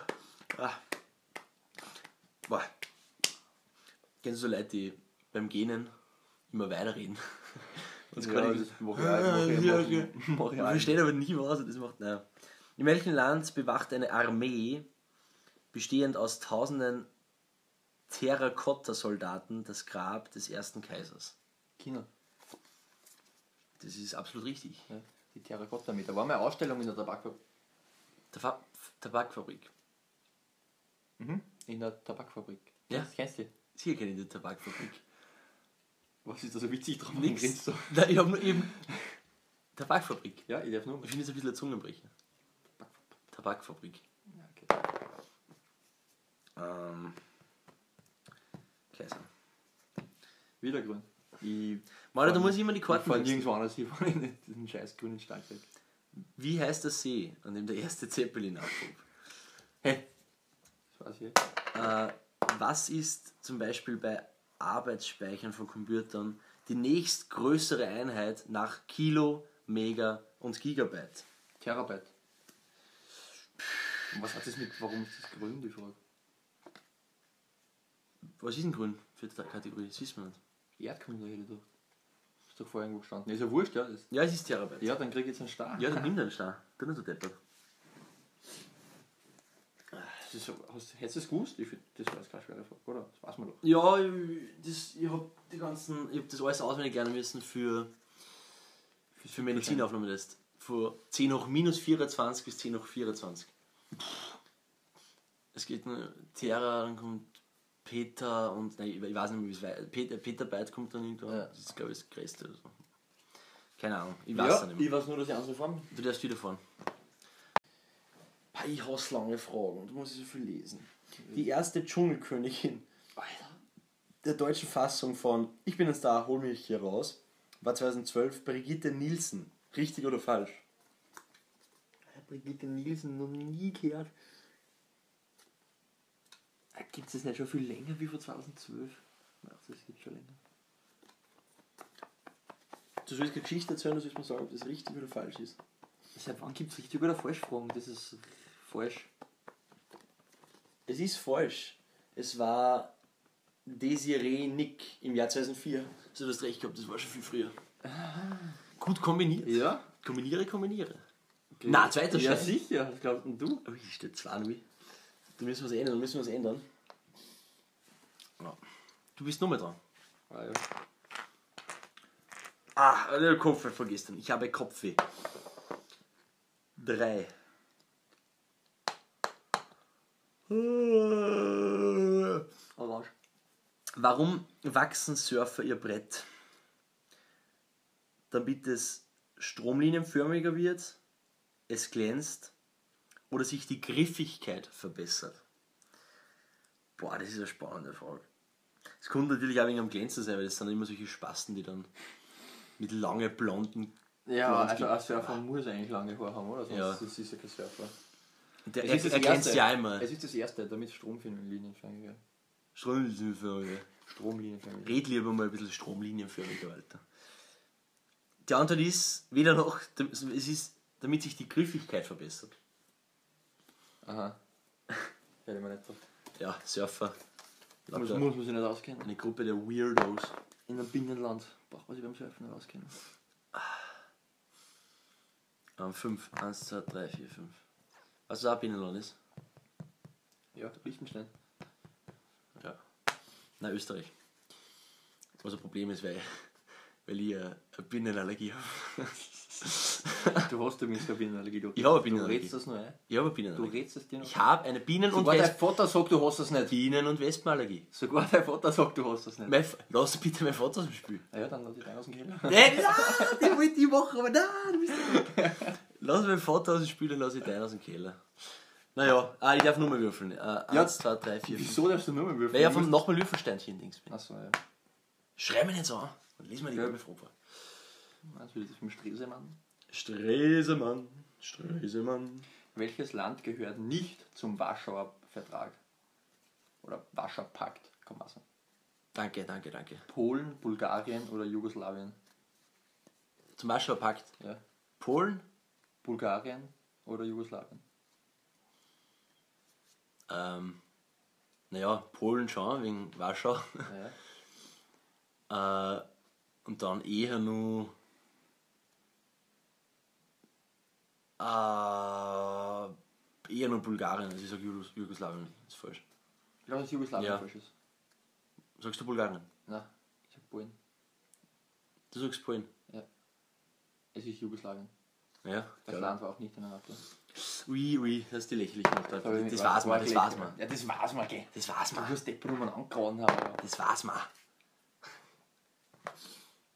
Boah. Kennst du so Leute, die beim Gähnen immer weiterreden? Das kann ich- mache Ja, ich Äh, okay. auch. Mach ich Man auch. versteht aber nie was und das macht, naja. In welchem Land bewacht eine Armee, bestehend aus tausenden Terrakotta-Soldaten, das Grab des ersten Kaisers? China. Das ist absolut richtig. Ja, die Terrakotta mit. Da war mal eine Ausstellung in der Tabakfabrik. Der Fa Tabakfabrik. Mhm. In der Tabakfabrik. Ja. Kennst- Kennst du? Sicher kenne ich die Tabakfabrik. Was ist da so witzig dran? Nix. Nein, ich habe nur eben. Tabakfabrik. Ja, ich darf nur. Ich finde es ein bisschen ein Zungenbrecher. Tabakfabrik. Ja, okay. Ähm. Kaiser. Wieder grün. Ich Maler, du fahr musst nie- immer die Karten Ich fahr wechseln. nirgendwo anders hin, fahr in diesen scheiß grünen Steinweg. Wie heißt der See, an dem der erste Zeppelin abhob? Hä? Das weiß ich. Äh, was ist zum Beispiel bei Arbeitsspeichern von Computern die nächstgrößere Einheit nach Kilo, Mega und Gigabyte? Terabyte. Und was hat das mit, warum ist das grün, die Frage? Was ist denn grün für die Kategorie? Das wissen wir nicht. Erdkunde hätte ich doch. Ist doch vorher irgendwo gestanden. Ist ja wurscht, ja. Das, Ja, es ist Terabyte. ja, dann krieg ich jetzt einen Star. Ja, dann nimm den Star. Dann ist du deppert. Das ist, so- hast, hättest du es gewusst? Ich find, das war jetzt keine schwere Frage, oder? Das weiß man doch. Ja, ich- das, ich habe die ganzen, ich hab das alles auswendig lernen müssen für, für Medizinaufnahmetest. Von 10 hoch minus 24 bis 10 hoch 24. Es geht nur Terra, dann kommt Peter und nein, ich ich weiß nicht mehr, wie es weiter. Peter, Peter Byte kommt dann irgendwann. Ja. Das ist, glaube ich, das Größte oder so. Keine Ahnung, ich weiß es Ja, nicht mehr. ich weiß nur, dass ich andere Farben. Du darfst wieder fahren. Ich hasse lange Fragen und du musst so viel lesen. Die erste Dschungelkönigin Alter. der deutschen Fassung von Ich bin ein Star, hol mich hier raus, war 2012 Brigitte Nielsen. Richtig oder falsch? Brigitte Nielsen noch nie gehört. Gibt es Äh, das nicht schon viel länger wie vor 2012? Ach, das gibt schon länger. Du sollst keine Geschichte erzählen, du sollst mir sagen, ob das richtig oder falsch ist. Seit wann gibt es richtig oder Falschfragen? Das ist falsch. Es ist falsch. Es war Desiree Nick im Jahr 2004. Also, du hast recht gehabt, das war schon viel früher. Gut kombiniert. Ja? Kombiniere, kombiniere. Na, zweiter Ja, Schein. sicher. Was glaubst denn du? Ui, steht 2 Louis. Da müssen wir was ändern, da müssen wir was ändern. Ja. Du bist nochmal dran. Ah, ja. Ah, der Kopfweh von gestern. Ich habe Kopfweh. Drei. Orange. Warum wachsen Surfer ihr Brett? Damit es stromlinienförmiger wird, es glänzt oder sich die Griffigkeit verbessert? Boah, das ist eine spannende Frage. Es konnte natürlich auch wegen am Glänzen sein, weil das sind immer solche Spasten, die dann mit lange blonden. Ja, Blond also gibt- ein Surfer muss eigentlich lange Haare haben, oder? Sonst Ja. ist es ist ja kein Surfer. Der er, er glänzt ja immer. Es ist das Erste, damit Stromlinien fangen wir. Stromlinienförmiger. Stromlinien fangen Red lieber mal ein bisschen stromlinienförmiger, Alter. Die Antwort ist, weder noch, es ist, damit sich die Griffigkeit verbessert. Aha. Hätte man nicht drauf. Ja, Surfer. Muss, Lauter muss man sich nicht auskennen. Eine Gruppe der Weirdos. In einem Binnenland braucht man sich beim Surfen nicht auskennen. Ähm, fünf. Eins, zwei, drei, vier, fünf. Was da Binnenland ist? Ja, Liechtenstein. Ja. Na, Österreich. Was ein Problem ist, weil, weil ich äh, eine Binnenallergie habe. Du hast übrigens keine Binnenallergie. Du, Ich habe eine du Binnenallergie. redest das nur ein. Ich habe eine Du Binnenallergie. redest es dir noch. Ich habe eine Bienen- und, Sogar dein Wesp Vater sagt, du hast das nicht. Bienen und Wespenallergie. Sogar dein Vater sagt, du hast das nicht. Mein F- Lass bitte mein Vater aus dem Spiel. Na ja, dann lass ich deinen aus dem Keller. Nein, nein, ich wollte die machen, aber nein, du bist Lass meinen Vater aus dem Spiel und lass ich deinen aus dem Keller. Naja, ah, ich darf nur mal würfeln. Äh, eins, zwei, drei, vier, fünf. Wieso darfst du nur mehr würfeln? Weil ich auf dem nochmal Würfelsteinchen-Dings bin. Achso, ja. Schreib mir nicht so an und lies mir die Ja. gelbe Frau vor. Was will das für ein Stresemann? Stresemann, Stresemann. Welches Land gehört nicht zum Warschauer Vertrag? Oder Warschauer Pakt, kann man sagen. Danke, danke, danke. Polen, Bulgarien oder Jugoslawien? Zum Warschauer Pakt. Ja. Polen, Bulgarien oder Jugoslawien? ähm, naja, Polen schon, wegen Warschau. Ja. Äh, und dann eher nur. Äh, eher nur Bulgarien, also ich sage Jugos Jugoslawien, ist falsch. Ich glaube, dass Jugoslawien Ja. falsch ist. Sagst du Bulgarien? Na, ich sag Polen. Du sagst Polen. Es ist Jugoslawien. Ja, Das Land war auch nicht in der NATO. Ui, ui, das hast du lächerlich gemacht. Alter. Das, das war's mal, das war's mal. Ja, das war's mal, gell. Das war's Du mal, hast Deppen um angehauen, aber das war's mal.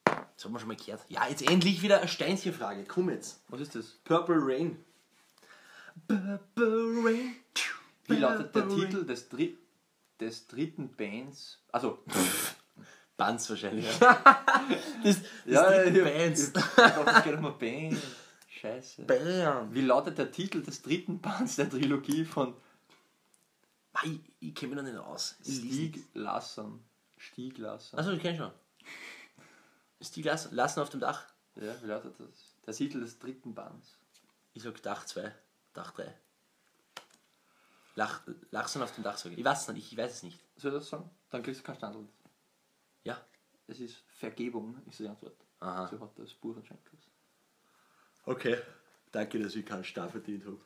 Das haben wir schon mal gehört. Ja, jetzt endlich wieder eine Steinchenfrage. Komm jetzt. was ist das? Purple Rain. Purple Rain. Wie lautet der Purple Rain. Titel des, dri des dritten Bands? Also, Bands wahrscheinlich. das das Ja, ja, sind ja. Bands. ich dachte, es geht um eine Band. Scheiße. Bam. Wie lautet der Titel des dritten Bands der Trilogie von Mei, Ich, ich kenne mich noch nicht aus. Stieg Larsson? Stieg Larsson. Achso, ich kenne schon. Stieg lassen, lassen auf dem Dach. Ja, wie lautet das? Der Titel des dritten Bands. Ich sag Dach 2, Dach 3. Lach, Lachsen auf dem Dach, sag ich. Ich weiß es nicht, ich weiß es nicht. Soll ich das sagen? Dann kriegst du keinen Standard. Ja. Es ist Vergebung, ist die Antwort. Aha. So hat das Buch anscheinend gewusst. Okay. Danke, dass ich keinen Star verdient habe.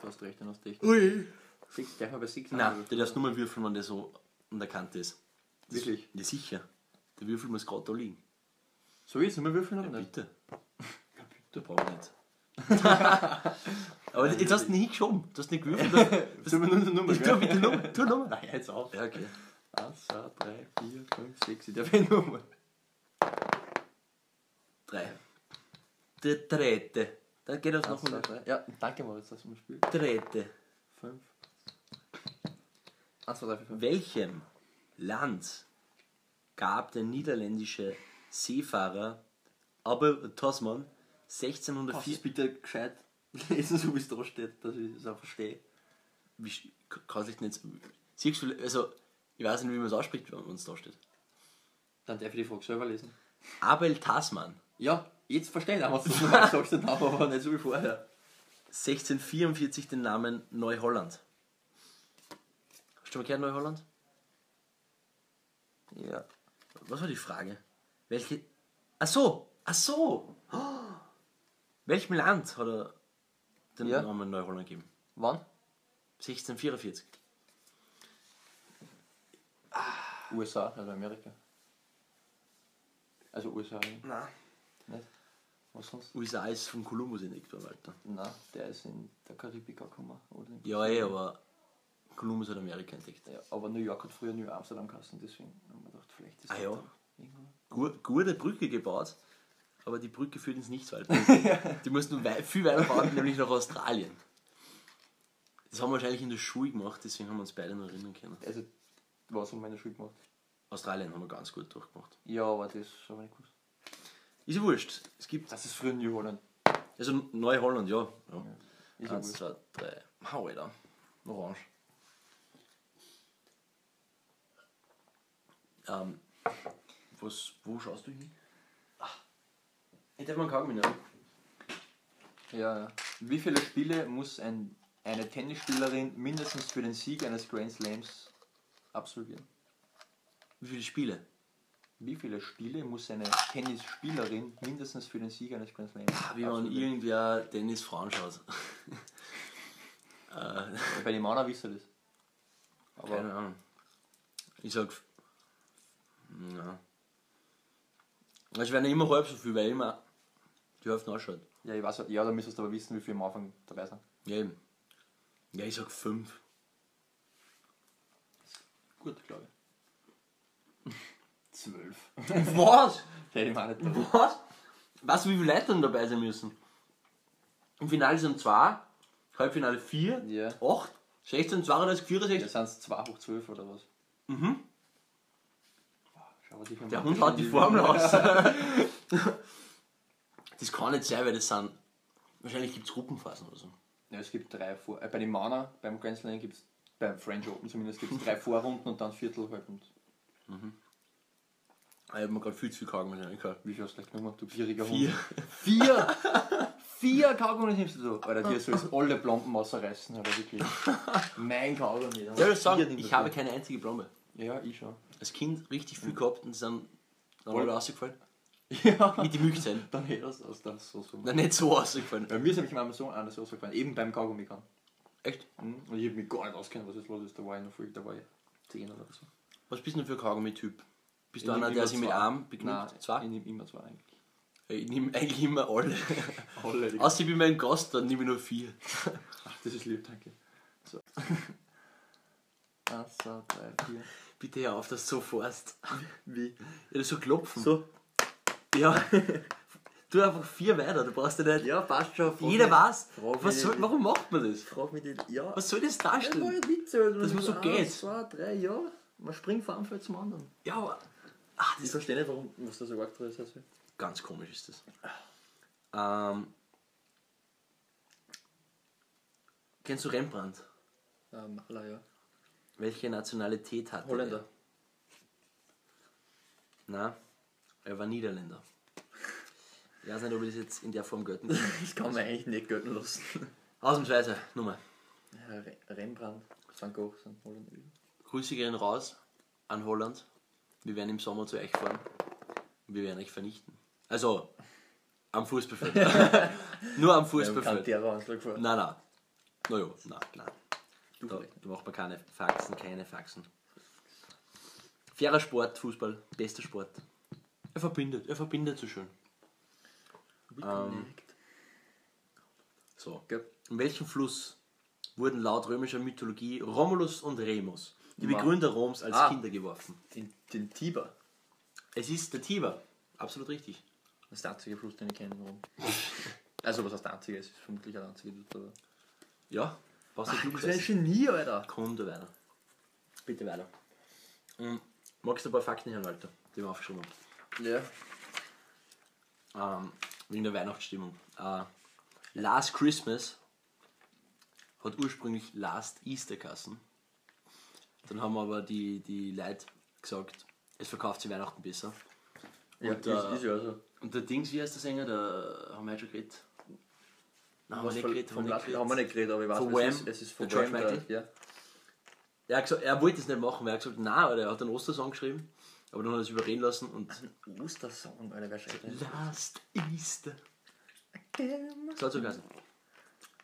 Du hast recht, dann hast du recht. Ui. Six, gleich mal bei Six Nein, anrufen. der darfst nur mal würfeln, wenn der so an der Kante ist. Das- Wirklich? Ja, sicher. Der Würfel muss gerade da liegen. So, jetzt nur mal würfeln oder Ja, nicht? bitte. Da brauchen wir nicht. Aber jetzt hast du ihn hingeschoben. Du hast nicht gewürfelt. Sollen wir nur eine Nummer, Tu gell? bitte Nummer. Tu Nummer. Nein, jetzt auf. Ja, okay. 1, 2, 3, 4, 5, 6. Ich darf eh nur mal. Drei. Der dritte. Dann geht das Eins, zwei, nochmal. drei. ne? Ja, danke Moritz, dass du mir spielst. Dritte. 5. 1, 2, 3, 4, 5. Welchem Land gab der niederländische Seefahrer Abel Tasman Kannst du es 1604? bitte gescheit lesen, so wie es da steht, dass ich es auch verstehe? Wie sch- Kannst du dich nicht. Siehst du, also, ich weiß nicht, wie man es ausspricht, wenn es da steht. Dann darf ich die Frage selber lesen. Abel Tasman. Ja, Jetzt verstehe ich auch, was du mal sagst, dann aber nicht so wie vorher. 1644 den Namen Neuholland. Hast du mal gehört, Neuholland? Ja. Was war die Frage? Welche. Ach so! Ach so! Welchem Land hat er den Ja. Namen Neuholland gegeben? Wann? 1644. USA, also Amerika. Also USA, nicht? Nein. Was sonst? USA ist von Kolumbus entdeckt worden, Alter. Nein, der ist in der Karibik gekommen. Oder in Ja, eh, aber Kolumbus hat Amerika entdeckt. Ja, aber New York hat früher New Amsterdam geheißen, deswegen haben wir gedacht, vielleicht ist Ah das ja. da irgendwo. Gu- Gute Brücke gebaut, aber die Brücke führt ins Nichtswald. Die mussten wei viel weiter fahren, nämlich nach Australien. Das haben wir wahrscheinlich in der Schule gemacht, deswegen haben wir uns beide noch erinnern können. Also, was haben meine Schule gemacht? Australien haben wir ganz gut durchgemacht. Ja, aber das habe ich nicht gewusst. Ist ja wurscht. Es gibt. Das ist früher New Holland. Also Neuholland, ja. ja. Ist ja Eins, wurscht. zwei, drei. Hau, Alter. eh, Orange. Ähm, was, wo schaust du hin? Ah. Ich darf mal einen Kaugummi nehmen. Ja, ja. Wie viele Spiele muss ein, eine Tennisspielerin mindestens für den Sieg eines Grand Slams absolvieren? Wie viele Spiele? Wie viele Spiele muss eine Tennisspielerin mindestens für den Sieg eines Grand Slams Wie man absolvieren? irgendwer Dennis Frauen schaut. äh, Bei den Männern wisst ihr das. keine Aber Ahnung. Ich sag. Ja. Es werden immer halb so viel, weil immer die Hälfte ausschaut. ja, ich weiß, halt- ja, da müsstest du aber wissen, wie viel am Anfang dabei sind. Ja, eben. Ja, ich sag fünf. Gut, glaube ich. Zwölf. Was? Hätte ich mir auch nicht gedacht. Was? Weißt du, wie viele Leute dann dabei sein müssen? Im Finale sind zwei, Halbfinale vier, Ja. acht, 16, 32, 64. Ja, sind es 2 hoch 12 oder was? Mhm. Schau, was ich mir Der mal- Hund haut die Formel aus. das kann nicht sein, weil das sind. Wahrscheinlich gibt es Gruppenphasen oder so. Ja, es gibt drei Vor. Äh, bei den Mana, beim Grand Slam gibt es, beim French Open zumindest, gibt es drei Vorrunden und dann Viertel, Halb und. Ah, Ich hab mir gerade viel zu viel Kaugummi reingehört. Wie viel hast du gleich genommen? Du gieriger Hund. Vier. Vier! Vier Kaugummis nimmst du da. Alter, dir sollst alle Plomben rausreißen, aber wirklich. Mein Kaugummi. Ja, das sagen, ich habe keine einzige Blombe. Ja, ich schon. Als Kind richtig viel gehabt und sind dann alle rausgefallen. Ja. Mit den Milchzähnen. Dann hätte das aus der Soße. Nein, nicht so rausgefallen. Bei mir ist nämlich einmal so eine Soße gefallen, eben beim Kaugummi kann. Echt? Mhm. Und ich habe mich gar nicht auskennen, was jetzt los ist. Da war ich noch früh, da war ich 10 oder so. Was bist du denn für ein Kaugummi-Typ? Bist Ich du nehm einer, der immer sich mit zwei. Arm Nein, begnügt? Zwei? Ich nehme immer zwei eigentlich. Ich nehme eigentlich immer alle. Alle, die- Außer ich bin mein Gast, dann nehme ich nur vier. Ach, das ist lieb, danke. So. Eins, zwei, drei, vier. Bitte hör auf, dass du so forst. Wie? Ja, das so klopfen. So. Ja. Tu einfach vier weiter, du brauchst ja nicht. Ja, passt schon. Jeder weiß, Frag was mich soll, nicht. warum macht man das? Frag mich den. Ja. Was soll das darstellen? Witz, also Das muss so gehen. zwei, drei, ja. Man springt von einem Feld zum anderen. Ja, aber. Ach, das Ich verstehe nicht, warum was da so arg drin ist. Also. ganz komisch ist das. Ähm, kennst du Rembrandt? Äh, Maler, ja. Welche Nationalität hatte Holländer. er? Na, er war Niederländer. Ich weiß nicht, ob ich das jetzt in der Form götten kann. Ich kann mir eigentlich nicht gönnen lassen. Ausnahmsweise, Nummer. Ja, Re Rembrandt, Van Gogh sind Holländer. Grüße gehen raus an Holland. Wir werden im Sommer zu euch fahren. Und wir werden euch vernichten. Also, am Fußballfeld. Nur am Fußballfeld. der Anschlag vor. Nein, nein. Naja, na klar. Du Da, vielleicht. da macht man keine Faxen, keine Faxen. Fairer Sport, Fußball, bester Sport. Er verbindet, er verbindet so schön. Ähm. So. Gell? In welchem Fluss wurden laut römischer Mythologie Romulus und Remus, die Ma- Begründer Roms, als Ah. Kinder geworfen? Den, den Tiber. Es ist der Tiber. Absolut richtig. Das ist der einzige Fluss, den ich kenne. Warum? also, was heißt der einzige? Es ist vermutlich der einzige. dort, aber- Ja, was ein Du bist Klugscheißer. ein Genie, Alter. Komm, du weiter. Bitte weiter. Und magst du ein paar Fakten hören, Walter, die wir aufgeschrieben haben? Ja. ähm, wegen der Weihnachtsstimmung. Äh, Last Christmas hat ursprünglich Last Easter kassen. Dann haben aber die, die Leute gesagt, es verkauft sich Weihnachten besser. Ja, Und, äh, ja so. Und der Dings, wie heißt der Sänger? Der haben wir ja schon geredet. Nein, haben wir nicht geredet. Haben Vom wir nicht Lachen geredet. haben wir nicht geredet, aber ich weiß, Von es Wham? ist, es ist von Der George Wham, der- Michael? Ja. Er, hat gesagt, er wollte es nicht machen, weil er hat gesagt nein, oder er hat einen Ostersong geschrieben. Aber dann hat er es überreden lassen und. Ostersong, Alter, wer schreibt denn? Last Easter. So hat's auch geheißen.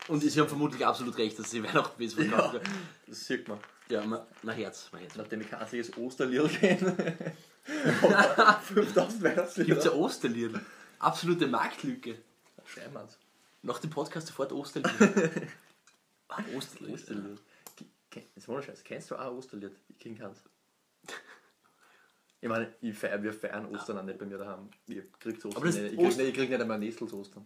Und sie haben vermutlich absolut recht, dass sie Weihnachten bis verkauft Ja, haben. das sieht man. Ja, mein, mein Herz, mein Herz. Nachdem ich kein einziges Osterlied kenne. 5000 Weihnachtslieder. Gibt's ja Osterlieder. Absolute Marktlücke. Schreiben wir uns. Nach dem Podcast sofort Osterlieder. ah, Osterlieder. Osterlied. Ge- Äh, ke- Das ist ohne Scheiß. Kennst du auch ein Osterlied? Ich kenn keins. Ich meine, ich feier, wir feiern Ostern auch nicht bei mir daheim. Ich krieg zu Ostern Aber das nicht. Ich krieg, Ost- nicht, ich krieg nicht einmal ein Nestel zu Ostern.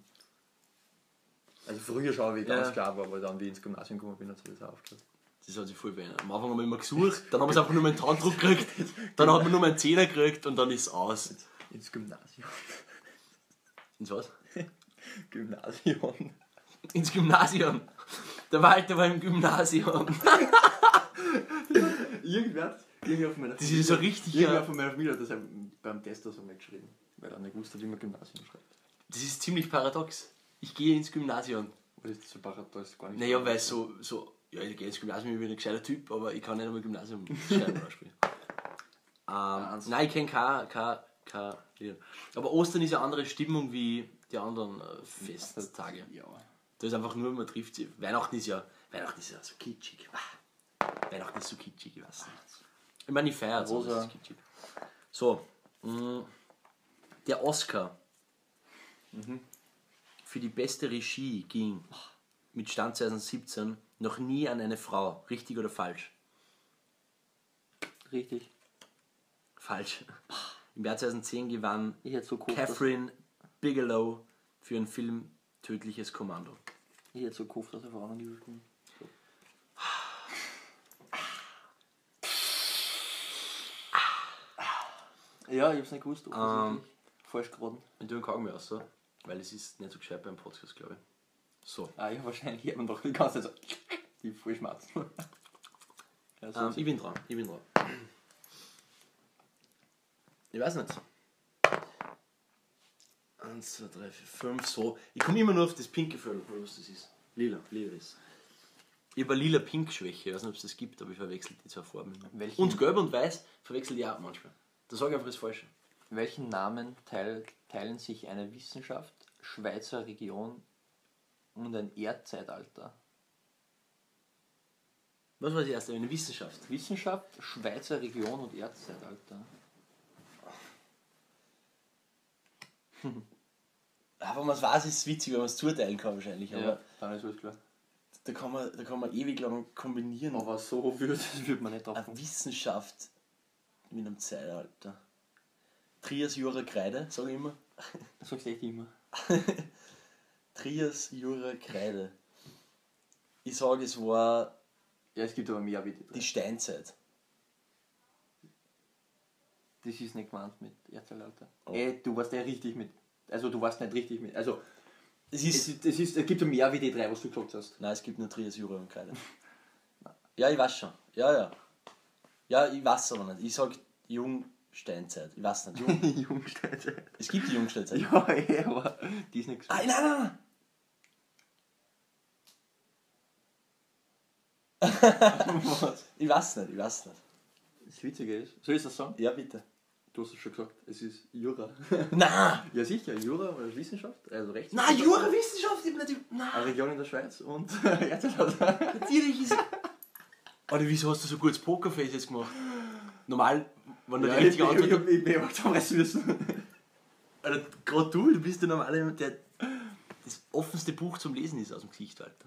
Also früher schaue ich Ja. ganz klar, aber dann, wie ich ins Gymnasium gekommen bin, hat sich das auch aufgehört. Das hat sich voll verändert. Am Anfang haben wir immer gesucht, dann haben wir es einfach nur mit dem Handdruck gekriegt, dann haben wir nur einen Zehner gekriegt und dann ist es aus. Ins Gymnasium. Ins was? Gymnasium. Ins Gymnasium. Der Walter war im Gymnasium. Irgendwer, irgendwer von meiner Das ist so richtig, Irgendwer ja. von meiner Familie hat das beim Test so mitgeschrieben, weil er nicht wusste, wie man Gymnasium schreibt. Das ist ziemlich paradox. Ich gehe ins Gymnasium. Was ist so paradox? Gar nicht. Naja, weil so, so, ja, ich gehe ins Gymnasium, ich bin ein gescheiter Typ, aber ich kann nicht einmal Gymnasium schreiben, zum Beispiel. ähm, Wahnsinn. nein, ich kenne kein, kein, kein Lied. Aber Ostern ist eine andere Stimmung wie die anderen äh, Festtage. Ja. Da ist einfach nur, man trifft sie. Weihnachten ist ja, Weihnachten ist ja so kitschig. Ah, Weihnachten ist so kitschig, ich weiß nicht. Ich meine, ich feiere es, aber Rosa. es ist kitschig. So, mh, der Oscar Mhm. für die beste Regie ging mit Stand 2017 noch nie an eine Frau. Richtig oder falsch? Richtig. Falsch. Im Jahr 2010 gewann Ich hätte so gehofft, Catherine Bigelow für ihren Film Tödliches Kommando. dass, ich hätte so gehofft, dass er Frauen die kommt. Ja, ich hab's nicht gewusst, offensichtlich. Falsch geraten. Und du kaum mehr aus, so, weil es ist nicht so gescheit beim Podcast, glaube ich. So. Ah ja, wahrscheinlich hat man doch die ganze Zeit so die Vollschmerzen. ja, so Ähm, ich bin dran, ich bin dran. Ich weiß nicht. Eins, zwei, drei, vier, fünf, so. Ich komme immer nur auf das pinke Vögel, was das ist. Lila, lila ist. Ich habe eine lila-pink-Schwäche, ich weiß nicht, ob es das gibt, aber ich verwechsel die zwei Farben. immer. Welchen? Und gelb und weiß verwechsel ich auch manchmal. Da sage ich einfach das Falsche. Welchen Namen teil, teilen sich eine Wissenschaft, Schweizer Region und ein Erdzeitalter? Was war das erste? Eine Wissenschaft. Wissenschaft, Schweizer Region und Erdzeitalter. Aber wenn man es weiß, ist es witzig, wenn man es zuteilen kann wahrscheinlich. Aber dann ist alles klar. da, kann man, da kann man ewig lang kombinieren. Aber so würde würd man nicht drauf Eine kommen. Wissenschaft mit einem Zeitalter. Trias Jura Kreide, sage ich immer. Das sagst du echt immer. Trias Jura Kreide. Ich sage, es war Ja, es gibt aber mehr bitte. die Steinzeit. Das ist nicht gemeint mit Erdzeitalter. Oh. Ey, du warst ja richtig mit. Also du warst nicht richtig mit. Also Es es, ist. ist, es, ist, es gibt ja mehr wie die drei, was du gesagt hast. Nein, es gibt nur Trias Jura und Kreide. ja, ich weiß schon. Ja, ja. Ja, ich weiß aber nicht. Ich sage Jungsteinzeit. Ich weiß nicht. Jung. Jungstädte. es gibt die Jungsteinzeit. Ja, ey, aber die ist nicht gesagt. Ah, nein, nein, nein. Ich weiß nicht, ich weiß nicht. Das Witzige ist, soll ich das sagen? Ja, bitte. Du hast es schon gesagt, es ist Jura. Nein! ja sicher, Jura als Wissenschaft, also Rechts. Nein, Jura Wissenschaft, ich hab nicht. Nein! Eine Region in der Schweiz und Erzähler. Natürlich ist. Alter, wieso hast du so gutes Pokerface jetzt gemacht? Normal, wenn du die richtige Antwort ich, ich, ich, ich am Rest wissen. Alter, gerade du, du bist der normale, der das offenste Buch zum Lesen ist aus dem Gesicht, Alter.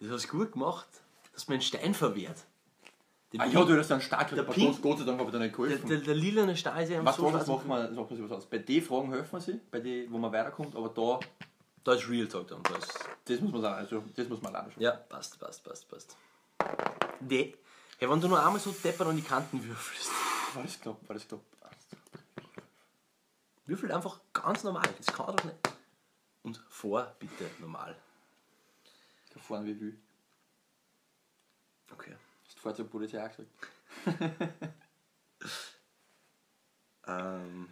Das hast du gut gemacht. Du hast mir einen Stein verwehrt. Den Ah, ja, du hast dann stark Der aber Pink- Gott, Gott sei Dank habe ich da nicht der, geholfen. der, der lilane Stein ist ja einfach was so so das schwarz. machen wir, machen wir sich was aus. Bei den Fragen helfen wir sie, bei denen, wo man weiterkommt, aber da, Da ist Real Talk dann. Da ist, das muss man sagen, also das muss man lernen. schon. ja, passt, passt, passt, passt. De hey, wenn du nur einmal so deppert an die Kanten würfelst. War das knapp, war das knapp. Würfel einfach ganz normal. Das kann doch nicht. Und vor, bitte, normal. Ich kann fahren wie will. Okay. Hast du vorher zur Polizei auch gesagt. Ähm,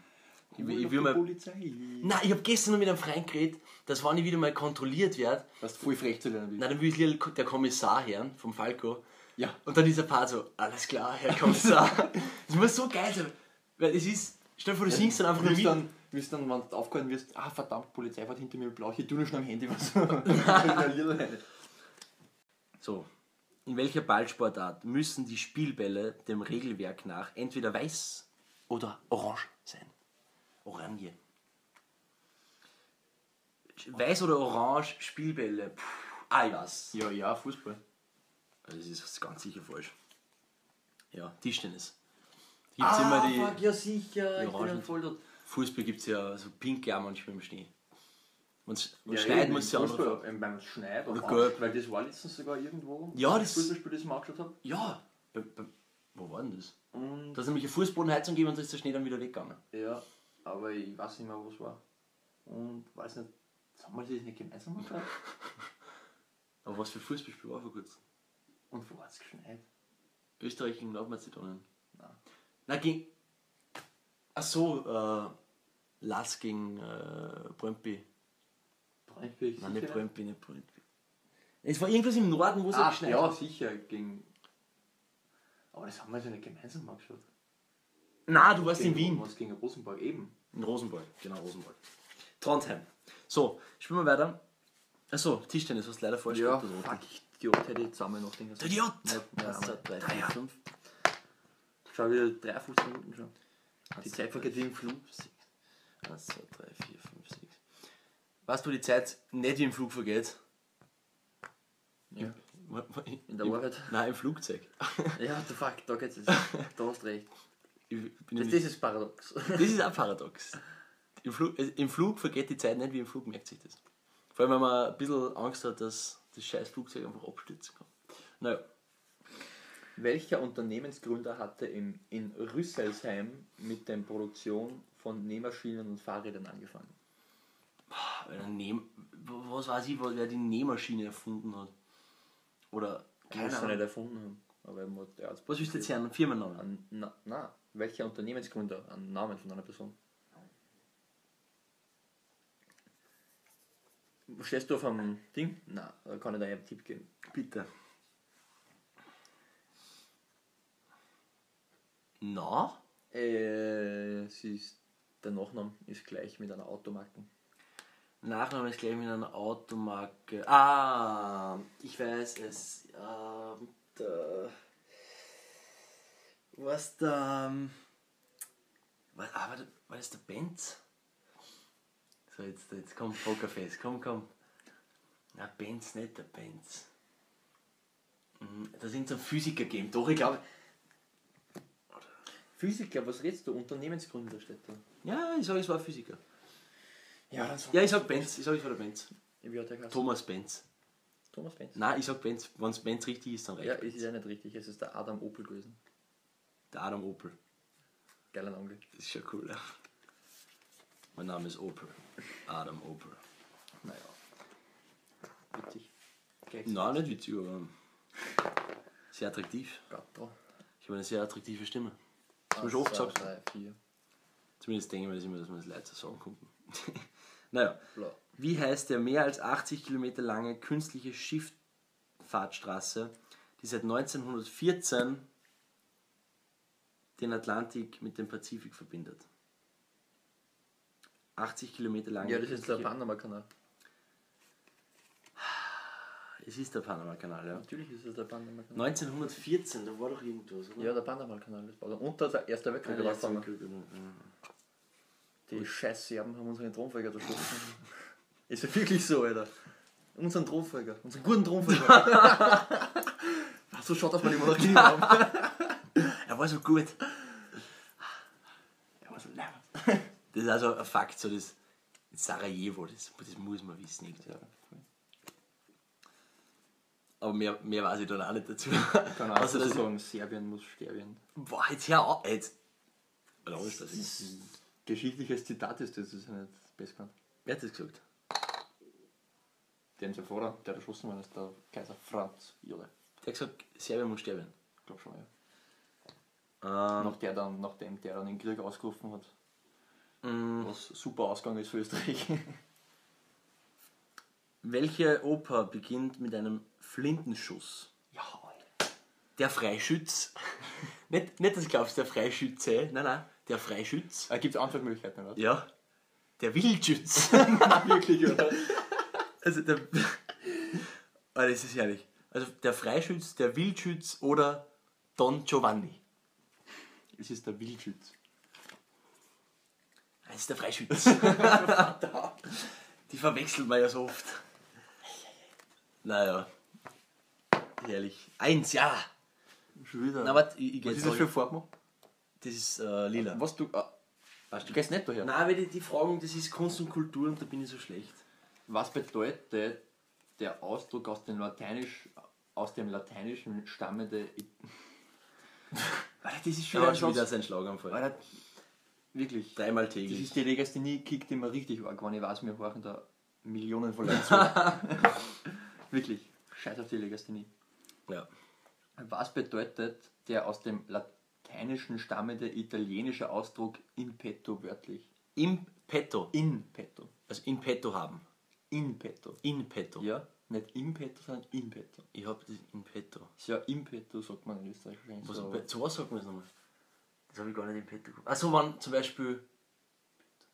Ich, will- ich will mal. Polizei. Nein, ich habe gestern noch mit einem Freund geredet, dass wenn ich wieder mal kontrolliert werde, Was voll frech zu lernen bist. na, dann will ich lieber Ko- der Kommissar hören vom Falco. Ja. Und dann ist der Paar so, alles klar, Herr Kommissar. das muss so geil sein. Weil es ist, stell dir vor, du singst dann einfach nur wirst mit. dann, wirst dann, wenn du aufgehört wirst, ah verdammt, Polizei fährt hinter mir im Blau, ich tue nur schon am Handy was. Nein, So. In welcher Ballsportart müssen die Spielbälle dem Regelwerk nach entweder weiß oder orange sein? Orange. Weiß oder orange Spielbälle? Puh, ah, ich weiß. ja, ja, Fußball. Also das ist ganz sicher falsch. Ja, Tischtennis. Gibt's immer die, Ah, ja sicher, die Orangen. voll dort. Fußball gibt es ja so pinke auch manchmal im Schnee. Und, und Ja, schneiden muss ja auch noch. Fußball, beim Schneiden Oder oder gelb. Weil das war letztens sogar irgendwo. Ja, das- Fußballspiel, das ich mal angeschaut habe. Ja! Bei- bei- Wo war denn das? Und Da ist nämlich eine Fußbodenheizung gegeben und da ist der Schnee dann wieder weggegangen. ja, aber ich weiß nicht mehr, wo es war. Und weiß nicht, haben wir das nicht gemeinsam gemacht? Aber was für ein Fußballspiel war vor kurzem? Und wo hat es geschneit? Österreich gegen Nordmazedonien. Nein. Na, gegen. Ach so, äh, Lass gegen äh, Brömpi. Brennberg, Nein, nicht sicher. Brömpi, nicht Brömpi. Es war irgendwas im Norden, wo es Ah, geschneit ja, hat. sicher, gegen. Aber das haben wir uns ja nicht gemeinsam angeschaut. Nein, du warst in Gegen- Wien. Was gegen Rosenborg eben. In Rosenborg, genau, Rosenborg. Trondheim. So, spielen wir weiter. Achso, Tischtennis, was leider falsch Ja, gehabt, das fuck, rote. ich Idiot hätte ich zweimal noch den Du Idiot! Ja, Eins, zwei, drei, vier, fünf. Schau wieder 53 Minuten schon. Die Zeit vergeht wie im Flug. 1, 2, 3, 4, 5, 6. Weißt du, wo die Zeit nicht wie im Flug vergeht? Ja. In der Arbeit. Nein, im Flugzeug. Ja, the fuck, da geht's jetzt. Da hast du recht. Ich bin Das, nämlich- das ist paradox. Das ist auch paradox. Im Flug, äh, Im Flug vergeht die Zeit nicht, wie im Flug merkt sich das. Vor allem, wenn man ein bisschen Angst hat, dass das scheiß Flugzeug einfach abstürzen kann. Naja, Welcher Unternehmensgründer hatte im, in Rüsselsheim mit der Produktion von Nähmaschinen und Fahrrädern angefangen? weil dann Nähm, was weiß ich, wer die Nähmaschine erfunden hat. Oder, keine Muss er nicht Ahnung. erfunden haben. Aber er hat- er hat's Was ist jetzt hier ein Firmennamen? An, na, na, welcher Unternehmensgründer? Ein Namen von einer Person. Stehst du auf einem Ding? Na, da kann ich dir einen Tipp geben. Bitte. Na? Äh, es ist, der Nachname ist gleich mit einer Automarke. Nachname ist gleich mit einer Automarke. Ah, ich weiß es. Ähm, der, was da. ähm, Was, ah, war, das- war das der Benz? So, jetzt, jetzt komm, Pokerface, komm, komm. Na, Benz, nicht der Benz. Mhm, Da sind so Physiker gegeben. Doch, ich glaube. Physiker, was redest du? Unternehmensgründer steht da. Ja, ich sag, es war ein Physiker. Ja, dann sag Ja, ich sag Benz, ich sag, es war der Benz. Wie hat der geheißen? Thomas Benz. Thomas Benz. Nein, ich sag Benz, wenn es Benz richtig ist, dann recht. Ja, es ist ja nicht richtig. Es ist der Adam Opel gewesen. Der Adam Opel. Geiler Name. Das ist ja cool. ja. Mein Name ist Opel. Adam Opel. Naja. Witzig. Gleich. Nein, nicht witzig, aber sehr attraktiv. Gatto. Ich habe eine sehr attraktive Stimme. Das habe ich schon oft Eins, zwei, gesagt. drei, vier. Zumindest denke ich mir das immer, dass man das Leute so sagen konnten. naja. Blau. Wie heißt der mehr als 80 Kilometer lange künstliche Schifffahrtstraße, die seit 1914 den Atlantik mit dem Pazifik verbindet? 80 Kilometer lang. Ja, das ist der Panama-Kanal. Es ist der Panama-Kanal, ja. Natürlich ist es der Panama-Kanal. 1914, da war doch irgendwas, oder? Ja, der Panama-Kanal ist baut. Und der Erste Weltkrieg Ja, oder ja, was? ja. Die scheiß Serben haben unseren Thronfolger zerschossen. ist ja wirklich so, Alter. Unseren Thronfolger. Unseren guten Thronfolger. Ach, so schaut das mal immer noch hin. Ja, Er war so gut. was ein Lärm. Das ist also ein Fakt, so das in Sarajevo, das, das muss man wissen. Irgendwie. Aber mehr, mehr weiß ich dann auch nicht dazu. Kann auch Außer, also, dass ich, sagen, Serbien muss sterben. boah, jetzt hör auf, jetzt. Oder was ist das? jetzt? Geschichtliches Zitat ist das, das ist ja nicht bestkannt. Wer hat das gesagt? Der Sephora, der erschossen worden ist, der Kaiser Franz. Jule. Der hat gesagt, Serbien muss sterben. Ich glaube schon, ja. Ähm, Nach der dann, nachdem der dann den Krieg ausgerufen hat. was super Ausgang ist für Österreich. Welche Oper beginnt mit einem Flintenschuss? ja, Der Freischütz. nicht, nicht, das glaubst du, der Freischütze. Nein, nein, der Freischütz. äh, gibt es Antwortmöglichkeiten, oder? Ja. Der Wildschütz. Wirklich, oder? Also der. Ah, das ist herrlich. Also der Freischütz, der Wildschütz oder Don Giovanni. es ist der Wildschütz. Das ist der Freischütz. Die verwechselt man ja so oft. Naja. Herrlich. Eins, ja. Schon wieder. Na, warte, ich, ich geh was jetzt ist das für zurück. ein Fortmann? Das ist äh, lila. Was du. ah, Weißt du gehst nicht daher. Nein, weil die, die Fragen, das ist Kunst und Kultur und da bin ich so schlecht. Was bedeutet der Ausdruck aus dem Lateinisch, aus dem Lateinischen stammende. Alter, das ist Da war schon wieder sein Schlaganfall. Alter, wirklich. Das Dreimal täglich. ist die Legasthenie, kickt immer richtig arg, wenn ich weiß, wir horchen da Millionen von Leuten zu. wirklich. Scheiß auf die Legasthenie. ja. Was bedeutet der aus dem Lateinischen stammende italienische Ausdruck in petto wörtlich? Im petto. In petto. Also in petto haben. In petto. In petto. Ja, nicht im petto, sondern in petto. Ich hab das in petto. Ist ja im petto, sagt man in Österreich wahrscheinlich. Was, so. Pe- Zu was sagt man das nochmal? Das habe ich gar nicht im Petto gehabt. Achso, wenn zum Beispiel,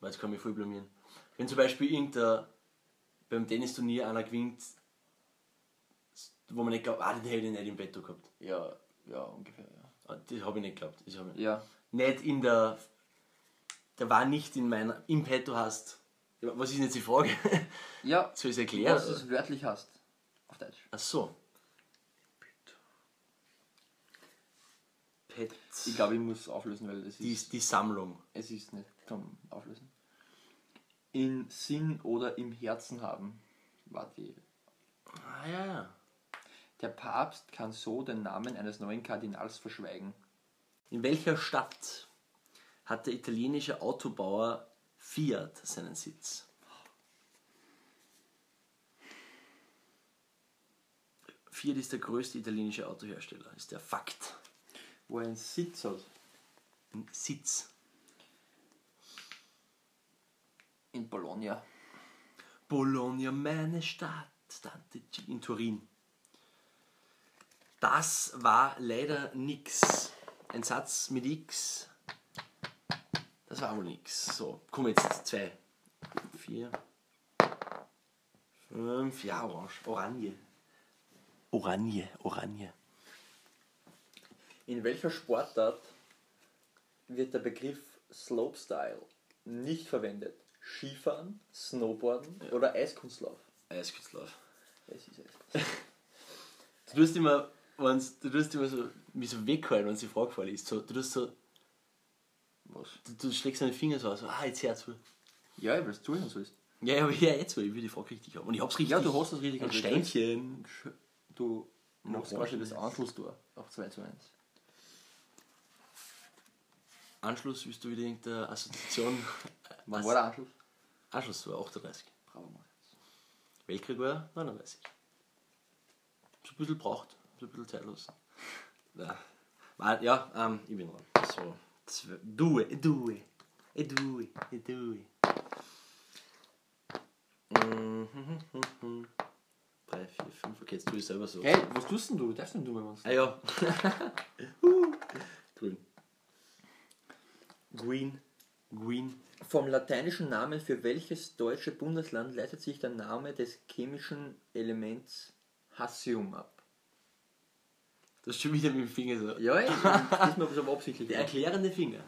weil jetzt kann ich mich voll blamieren, wenn zum Beispiel irgendein beim Tennisturnier einer gewinnt, wo man nicht glaubt, ah, den hätte ich nicht im Petto gehabt. Ja, ja, ungefähr, ja. Ah, Das habe ich nicht geglaubt. Das hab ich Ja, Nicht in der. Der war nicht in meiner. Im Petto hast. Ja, Was ist denn jetzt die Frage? ja Soll ich es erklären? was du es wörtlich hast. Auf Deutsch. Ach so. Pet. Ich glaube, ich muss auflösen, weil es die, ist, ist die Sammlung. es ist nicht. Komm, auflösen. In Sinn oder im Herzen haben war die Ah ja, ja. Der Papst kann so den Namen eines neuen Kardinals verschweigen. In welcher Stadt hat der italienische Autobauer Fiat seinen Sitz? Fiat ist der größte italienische Autohersteller, ist der Fakt. Wo er einen Sitz hat. Ein Sitz. In Bologna. Bologna, meine Stadt, Dante G- in Turin. Das war leider nix. Ein Satz mit X. Das war wohl nix. So, komm jetzt, zwei. Vier. Fünf, ja, orange. Oranje. Oranje, Oranje. In welcher Sportart wird der Begriff Slopestyle nicht verwendet? Skifahren, Snowboarden oder Eiskunstlauf? Ah, Eiskunstlauf. Es ist Eiskunstlauf. Du tust immer, wenn's, du tust immer so, mich so weghalten, wenn es die Frage vorliest. So, du tust so, Was? du, du schlägst deine Finger so aus, so, ah, jetzt hör zu. Ja, weil es zuhören sollst. Ja, ja, aber ja, jetzt will ich will die Frage richtig haben. Und ich hab's richtig. Ja, du hast es richtig Also Ein gekriegt. Steinchen. Du machst Noch quasi was? das Anschlusstor auf 2 zu 1. Anschluss bist du wieder irgendeine Assoziation. Wann war der Anschluss? Anschluss war 38. Bravo, Max. Weltkrieg war 39. So ein bisschen braucht, so ein bisschen zeitlos. Ja, War- ja ähm, ich bin dran. So, zw- du, du, du, du. Drei, vier, fünf. Okay, jetzt tu ich selber so. Hey, was tust denn du? Du darfst denn du mal was? Ah ja. Uh, Grün. Green. Green. Vom lateinischen Namen für welches deutsche Bundesland leitet sich der Name des chemischen Elements Hassium ab? Das ist schon wieder mit dem Finger so. Ja, ich das ist mir aber absichtlich. Der erklärende Finger.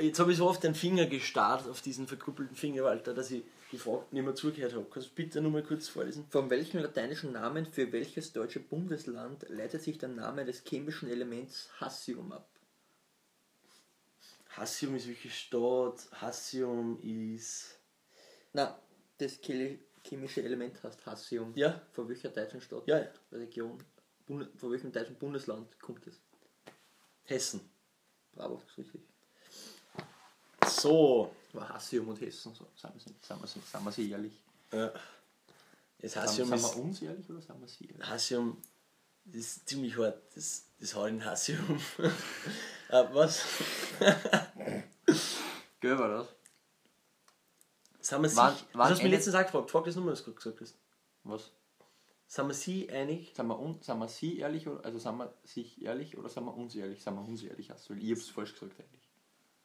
Jetzt habe ich so oft den Finger gestarrt auf diesen verkrüppelten Finger, Walter, dass ich gefragt nicht mehr zugehört habe. Kannst du bitte nur mal kurz vorlesen? Von welchem lateinischen Namen für welches deutsche Bundesland leitet sich der Name des chemischen Elements Hassium ab? Hassium ist wirklich Stadt. Hassium ist. Na, das chele- chemische Element heißt Hassium. Ja. Von welcher deutschen Stadt? Ja, ja. Region? Bund von welchem deutschen Bundesland kommt es? Hessen. Bravo, das ist richtig. So. War Hassium und Hessen, so. Sagen wir es sagen wir's nicht, sagen wir's ehrlich. Ja. Jetzt Hassium Hassium sind ist. wir uns ehrlich oder sind wir sie ehrlich? Hassium ist ziemlich hart. Das, das haut in Hassium. Ah, was? Gell, war das? Sind wir sich, Wann- wann das hast du mir endet- letzten Tag gefragt. Frag das nochmal, was du gerade gesagt hast. Was? Sind wir sie einig? Sind wir, un, sind wir sie ehrlich oder also sind wir sich ehrlich oder sind wir uns ehrlich? Sind wir uns ehrlich? Also, ich hab's falsch gesagt eigentlich.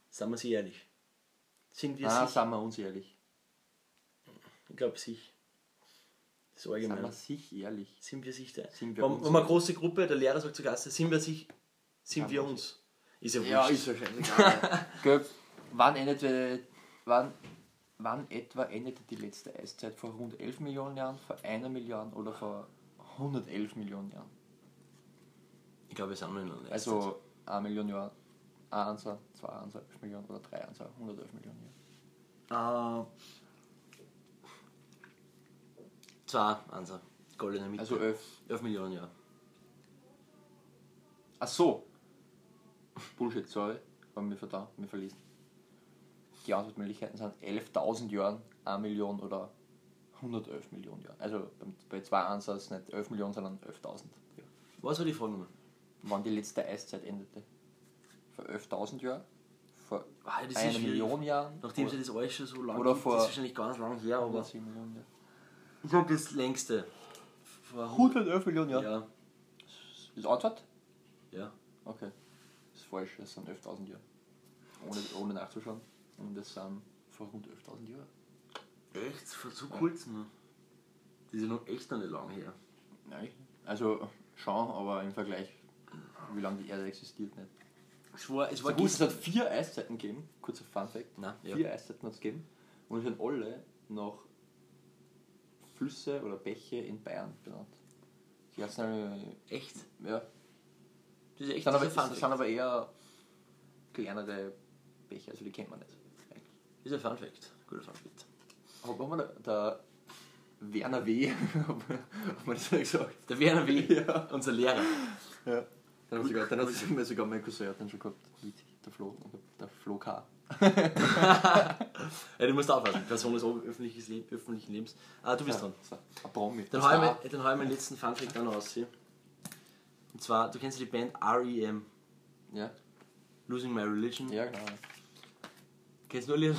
Sind wir sie ehrlich? Sind wir ah, sich? sind wir uns ehrlich. Ich glaube, sich. Das ist Sind wir allgemein. sich ehrlich? Sind wir sich da? Sind wir Wenn uns wenn man eine ehrlich? große Gruppe, der Lehrer sagt zur Klasse, sind wir sich? Sind Sind wir wir uns? Ist ja wurscht. wahrscheinlich egal. Gell, wann endete, wann, wann etwa endete die letzte Eiszeit? Vor rund 11 Millionen Jahren, vor einer Million oder vor 111 Millionen Jahren? Ich glaube, wir sind noch in einer Eiszeit. Also 1 Million Jahre, 1, 2, 1,5 Millionen oder 3, 1, 111 Millionen Jahre. Ah, Zwei, Ansa. Goldene Mitte. Also Also 11. 11 Millionen, ja. Ach so. Bullshit, sorry. Haben wir vertan, wir verlesen. Die Antwortmöglichkeiten sind 11.000 Jahren, 1 Million oder 111 Millionen Jahre. Also beim- bei 2 Ansatz nicht 11 Millionen, sondern 11.000. Was war die Frage nochmal? Wann die letzte Eiszeit endete? Vor 11.000 Jahren? Vor Ah, das ist einer schwierig. Million Jahren? Nachdem sie oder das alles schon so lange Oder gibt, vor- das ist wahrscheinlich ganz lang her, aber 110 Millionen Jahre. ich glaube, das längste. Vor 111 Millionen Ja. Jahre? ja, Ist Antwort? ja. Okay. Das ist falsch, das sind 11.000 Jahre. Ohne, ohne nachzuschauen. Und das sind vor rund 11.000 Jahren. Echt? Vor so kurzem noch. Das ist ja noch echt noch nicht lang her. Nein. Also schon, aber im Vergleich, wie lange die Erde existiert, nicht. Es war, es So war gut, es hat vier Eiszeiten gegeben. Kurzer Funfact. Na, ja. Vier Eiszeiten hat es gegeben. Und es sind alle nach Flüsse oder Bäche in Bayern benannt. Die ganzen, äh, Echt? ja, Das ist echt sind aber, ein Fun sind Fact. aber eher kleinere Bäche, also die kennt man nicht. Eigentlich. Das ist ein Fun Fact. Guter Fun Fact. Aber haben wir da, der Werner W. haben wir das nicht gesagt? Der Werner W., Ja. unser Lehrer. Ja. Dann hat sogar, dann hat sogar, sogar mein Cousin hat den schon gehabt. Witzig, Der Flo, und der- der Flo K. Ja, du musst aufpassen. Person des öffentliches Le öffentlichen Lebens. Ah, du bist dran. So, ein Promi. Dann habe ich, mir- dann hau ich meinen letzten Fun Fact auch noch aus. hier. Und zwar, du kennst ja die Band R.E.M. Ja, Losing My Religion. ja genau. Kennst du nur Lieder?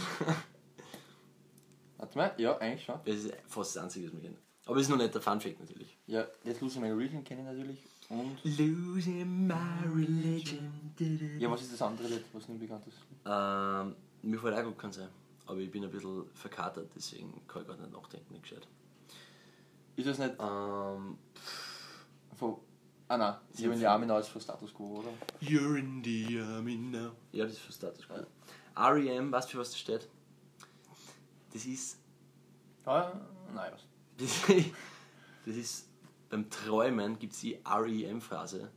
Warte mal, ja, eigentlich schon. Das ist fast das Einzige, was wir kennen. Aber es ist noch nicht der Fun Fact natürlich. Ja, das Losing My Religion kenne ich natürlich. Und. Losing my religion. Ja, was ist das andere Lied, was nicht bekannt ist? Ähm, mir fällt auch gut kein sein. Aber ich bin ein bisschen verkatert, deswegen kann ich gerade nicht nachdenken, nicht gescheit. Ist das nicht Ähm, von. Ah nein, ich habe in die Arme aus von Status Quo, oder? You're in the army now. Ja, das ist für Status Quo. R.E.M., weißt du, für was das steht? Das ist, Ah, nein, was? das, das ist, beim Träumen gibt es die R.E.M.-Phrase.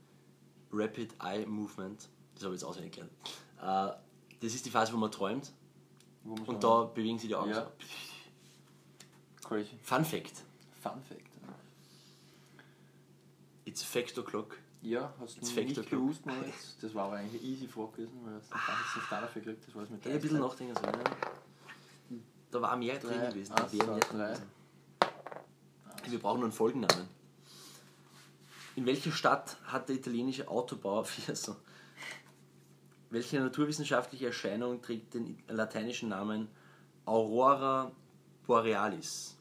Rapid Eye Movement. Das habe ich jetzt auswendig gelernt. Äh, das ist die Phase, wo man träumt Wo muss man- und da bewegen sich die Augen Mhm. Ja. so. Crazy. Fun Fact. Fun Fact. It's fact o'clock. Ja, hast du Jetzt fängt der nicht Club. gewusst, Moritz? Das war aber eigentlich eine easy Frage gewesen, weil das hast du Starter gekriegt, das war es mit Hätte ein bisschen nachdenken sollen. ne? Da war mehr drin Drei, gewesen. da eins, wäre zwei, mehr drin drei. gewesen. Wir brauchen nur einen Folgennamen. In welcher Stadt hat der italienische Autobauer Fiesco? Welche naturwissenschaftliche Erscheinung trägt den lateinischen Namen Aurora Borealis?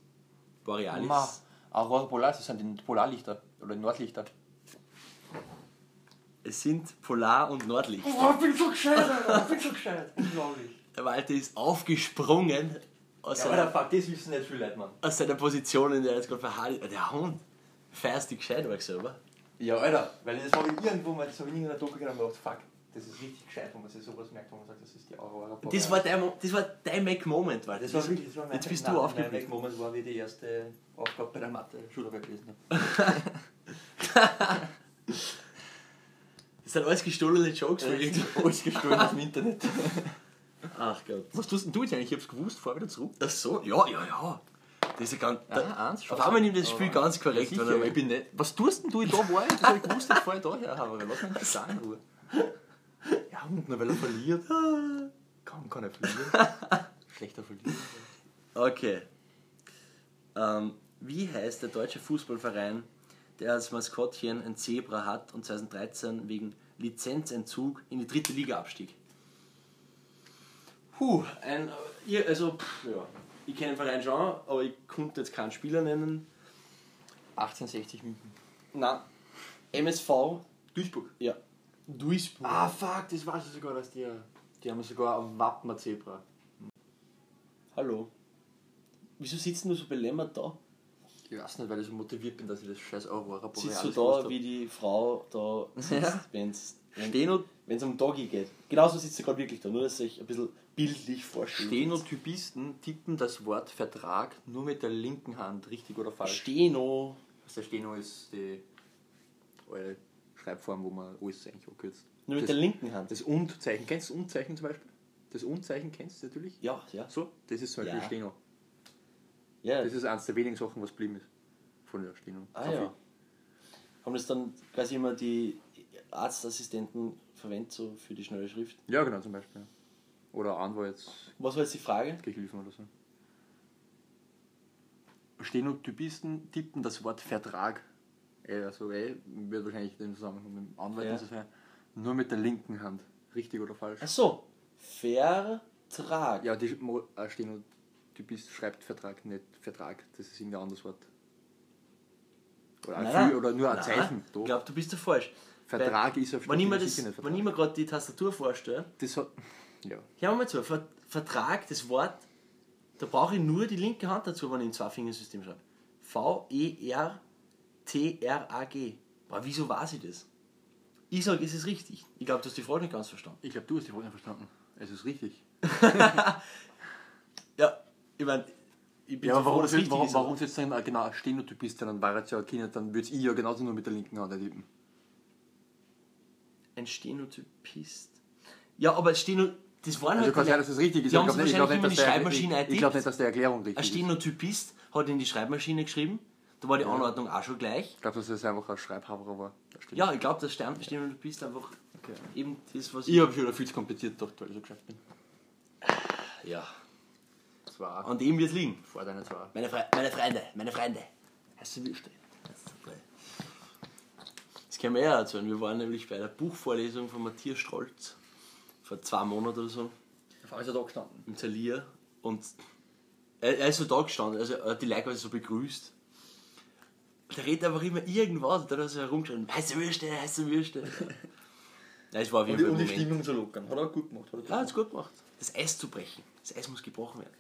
Borealis? Ma, Aurora Polaris, das sind die Polarlichter oder die Nordlichter. Es sind Polar- und Nordlicht. Boah, Oh, ich bin so gescheit, Alter. Ich bin so gescheit. Unglaublich. Der Walter ist aufgesprungen aus, seiner, fuck, das wissen nicht viele Leute, Mann. aus seiner Position, in der er jetzt gerade verharrt ist. Der Hund. Feierst die gescheit, war ich selber. Ja, Alter, weil das habe ich irgendwo mal, das habe ich nie in der Doku genommen und gedacht, fuck, das ist richtig gescheit, wenn man sich sowas merkt, wenn man sagt, das ist die Aurora Polaris. Das war dein, Mo- das war dein Mac-Moment, Walter. Oh, das war wirklich, das war mein Jetzt bist Nein, du Mein aufgeblieben. Moment war wie die erste Aufgabe bei der Mathe, Schularbeit gewesen. Das sind alles gestohlene Jokes von irgendwo. Alles gestohlen aus dem Internet. Ach Gott. Was tust denn du jetzt eigentlich? Ich hab's gewusst, fahr wieder zurück. Ach so, ja, ja, ja. Das ist ja ganz. Ah, Da, eins, auf einmal nimmt das Spiel ganz korrekt, Ja, weil er- sicher. ich bin nicht. Was tust denn du da war? Ich hab gewusst, dass ich vorher daher habe. Lass mich das in Ruhe. Ja, und nur weil er verliert. Kaum kann er verlieren. Schlechter Verlierer. Okay. Ähm, wie heißt der deutsche Fußballverein, der als Maskottchen ein Zebra hat und 2013 wegen Lizenzentzug in die dritte Liga abstieg? Puh, ein. äh, ihr- Also, pff, ja. ich kenne den Verein schon, aber ich konnte jetzt keinen Spieler nennen. 1860 München. Nein. MSV. Duisburg. Ja. Duisburg. Ah, fuck, das weiß ich sogar, dass die. Die haben sogar ein Wappen, ein Zebra. Hallo. Wieso sitzen wir so belämmert da? Ich weiß nicht, weil ich so motiviert bin, dass ich das scheiß Aurora Sitzt du Borealis da, gewusst wie die Frau da sitzt, Ja. wenn's, hab. wenn Steno, es um Doggy geht. Genauso sitzt sie gerade wirklich da, nur dass ich ein bisschen bildlich vorstelle. Stenotypisten tippen das Wort Vertrag nur mit der linken Hand, richtig oder falsch. Steno. Also Steno ist die eure Schreibform, wo man alles eigentlich abkürzt. Nur mit das, der linken Hand. Das Und-Zeichen, kennst du das Und-Zeichen zum Beispiel? Das Und-Zeichen kennst du natürlich? ja, ja. So, das ist zum Beispiel Ja. Steno. ja. Das ist eines der wenigen Sachen, was blieben ist. Von der Steno. ah, Kaffee. ja. Haben das dann quasi immer die Arztassistenten verwendet, so für die schnelle Schrift. ja, genau, zum Beispiel. Oder Anwaltsgehilfen Was war jetzt die Frage? oder so. Stenotypisten tippen das Wort Vertrag. Äh, Also, äh, wird wahrscheinlich den Zusammenhang mit dem Anwalt Ja. und so sein. Nur mit der linken Hand. Richtig oder falsch? Ach so. Vertrag. Ja, die Mo- äh, Stenotypist schreibt Vertrag, nicht Vertrag. Das ist irgendein anderes Wort. Oder, ein Nein, Fühl- oder nur ein nein. Zeichen. Ich Doch. glaube, du bist da falsch. Vertrag ist auf Wenn ich mir, Stenotypist das- nicht Vertrag. wenn ich mir gerade die Tastatur vorstelle, Das hat, ja. Hör mal zu, Ver Vertrag, das Wort, da brauche ich nur die linke Hand dazu, wenn ich im Zwei-Fingersystem schreibe. V-E-R-T-R-A-G. Aber wieso weiß ich das? Ich sage, es ist richtig. Ich glaube, du hast die Frage nicht ganz verstanden. Ich glaube, du hast die Frage nicht verstanden. Es ist richtig. Ja, ich meine, ich bin Ja, so aber froh, warum, dass es richtig warum, ist. warum jetzt dann genau Stenotypist, dann war es ja Kind, dann würde ich ja genauso nur mit der linken Hand tippen. Ein Stenotypist. Ja, aber Steno, das waren Also halt kann die- sein, dass es richtig ist. Die aber haben glaub sich wahrscheinlich nicht- immer glaub in die nicht, dass Schreibmaschine der, ich, ich eintippt. glaube nicht, dass der Erklärung Ein richtig ist. Stenotypist hat in die Schreibmaschine geschrieben, da war die Anordnung auch schon gleich. Ich glaube, dass das einfach ein Schreibhaber war. Der Steno- Ja, ich glaube, das Stern Stenotypist einfach Okay. eben das, was Ich habe schon wieder viel zu kompliziert gedacht, weil ich so geschafft bin. Ja. Das war An dem wird es liegen. vor deiner Zwar. Meine, Fre meine Freunde, meine Freunde. Hast du Wüste? Das können wir ja erzählen. Wir waren nämlich bei der Buchvorlesung von Matthias Strolz vor zwei Monaten oder so Auf einmal ist er da gestanden. im Talier und er, er ist so da gestanden, also er hat die Leute quasi so begrüßt. Der redet einfach immer irgendwas, da hat er so herumgeschrien, heiße Würste, heiße Würste. Nein, es war auf jeden Fall ein Moment. zu lockern. Hat er gut gemacht. Hat Ja, hat's gut gemacht. Das Eis zu brechen. Das Eis muss gebrochen werden.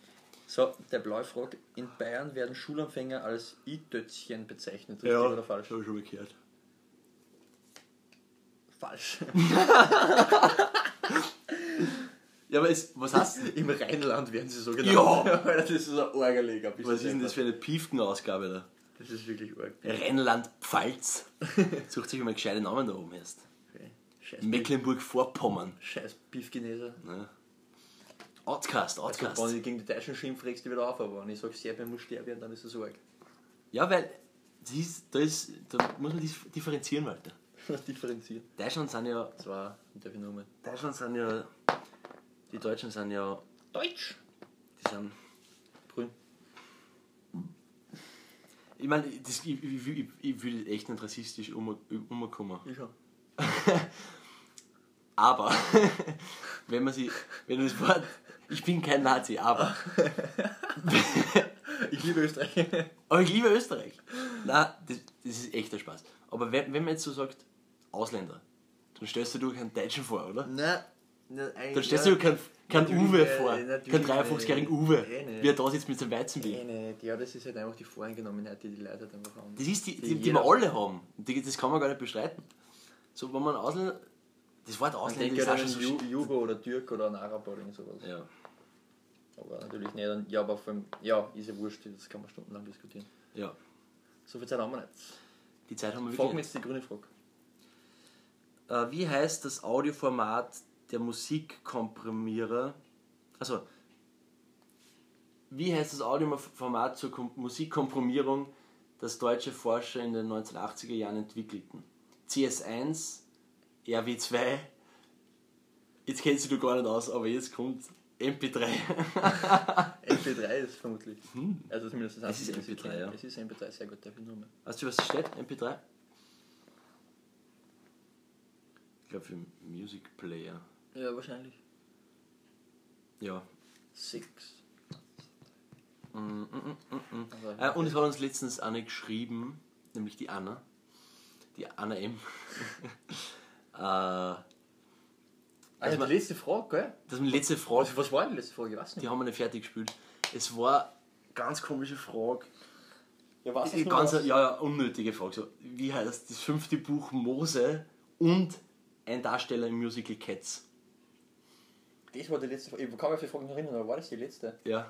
So, der blaue Frog. In Bayern werden Schulanfänger als I-Tötzchen bezeichnet. Richtig Habe ich schon mal gehört. Falsch. Ja, aber es, was heißt Im Rheinland werden sie so genannt. Ja! Alter, das ist so ein Orgerleger. Was ist denn das für eine Piefken-Ausgabe da? Das ist wirklich arg. Rheinland-Pfalz. Sucht sich mal gescheite Namen da oben erst. Okay. Scheiß, Mecklenburg-Vorpommern. Scheiß Beefgeneser. Ne? Outcast, Also, Outcast. wenn ich gegen die Deutschen schimpf, regst du wieder auf. Aber wenn ich sage, Serbien muss sterben, dann ist das arg. Ja, weil das ist, da, ist, da muss man dif- differenzieren, Walter. Differenziert. Deutschland sind ja. Das war, darf ich nochmal. Deutschland sind ja. Die Deutschen sind ja. Deutsch! Die sind. Grün. Ich meine, das, ich, ich, ich, ich will echt nicht rassistisch um, umkommen. Ich schon. Aber wenn man sie. Wenn du das Wort. Ich bin kein Nazi, aber. Ich liebe Österreich. Aber ich liebe Österreich. Na, das, das ist echter Spaß. Aber wenn, wenn man jetzt so sagt, Ausländer, dann stellst du dir keinen Deutschen vor, oder? Nein. Dann Dann stellst du dir keinen, keinen Natürlich, Uwe äh, vor. natürlich, Keinen 53-jährigen Uwe. äh, nee. Wie er da sitzt mit seinem Weizenbier. Nee, nee, ja, das ist halt einfach die Voreingenommenheit, die die Leute halt einfach haben. Das ist die, die, Die die wir jeder- alle haben. Die, das kann man gar nicht bestreiten. So, wenn man Ausländer. Das Wort Man Ausländer denkt ist ja auch an schon so. einen sch- Ju- Jugo oder Türk oder einen Araber oder irgend sowas. Ja. Aber natürlich nicht. Dann, ja, aber vor allem, ja, ist ja wurscht, das kann man stundenlang diskutieren. ja. So viel Zeit haben wir nicht. Die Zeit haben wir Frag mir wirklich. jetzt die grüne Frage. Äh, wie heißt das Audioformat der Musikkomprimierer? Also, wie heißt das Audioformat zur Kom Musikkomprimierung, das deutsche Forscher in den 1980er Jahren entwickelten? CS1, RW2, jetzt kennst du dich gar nicht aus, aber jetzt kommt MP3. MP3 ist vermutlich. Also zumindest das Hm. Es ist einzige, was ich MP3, kenne. ja. Es ist MP3, sehr gut, darf ich nur mehr. Weißt du, was da steht? MP3? Ich glaube für Music Player. Ja, wahrscheinlich. Ja, Six. Mm, Äh, also und es hat uns letztens eine geschrieben, nämlich die Anna. Die Anna M. äh, Also die letzte Frage, gell? das ist meine letzte Frage. Also, was war die letzte Frage? Ich weiß nicht. Die haben wir nicht fertig gespielt. Es war Ganz komische Frage. Ja, was eine ganz ja, ja, unnötige Frage. So, wie heißt das fünfte Buch Mose und ein Darsteller im Musical Cats? Das war die letzte Frage. Ich kann mich auf die Frage noch erinnern, aber war das die letzte? Ja.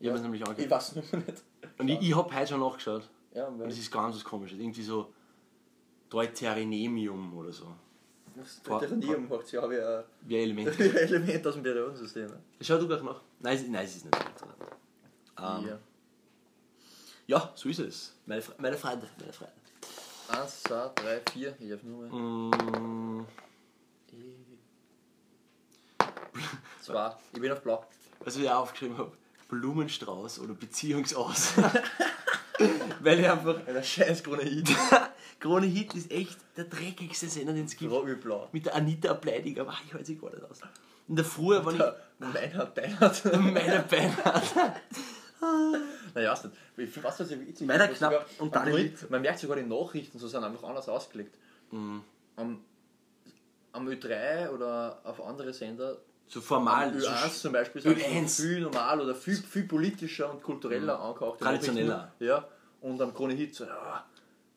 Ich habe es nämlich Ich angehört. weiß es nicht. Und ich, ich habe heute schon nachgeschaut. Ja, Und weil es ist ganz was Komisches. Irgendwie so Deuterinemium oder so. das Deuterium macht ja, habe ich ein Wie ein Element. Element aus dem Periodensystem. ne? Schau du gleich nach. Nein, es- nein, es ist nicht. Ähm, Ja. Ja, so ist es. Meine, Fre meine Freunde. Meine Freunde. Eins, zwei, drei, vier. Ich darf nur mal. Mm, Zwei. Ich bin auf blau. was ich auch aufgeschrieben habe, Blumenstrauß oder Beziehungsaus. Weil ich einfach. Alter, scheiß Krone Hit. Krone Hit ist echt der dreckigste Sender, den es gibt. Robbie blau. Mit der Anita Ableidiger mach ich heute sich gar nicht aus. In der Früh war ich. Meiner Beinhardt. Meine Beine. Naja, weiß nicht. Wie viel was, was ich witzig Meiner finde, knapp sogar- und dann man- mit. Man merkt sogar, die Nachrichten so sind einfach anders ausgelegt. Mhm. Am, am Ö3 oder auf andere Sender, So formal. so Ö1 zum Beispiel, Ö1. sind sie viel normal oder viel, viel politischer und kultureller angehaucht. Mhm. Traditioneller. Ja. Und am Krone Hit so, ja, ja,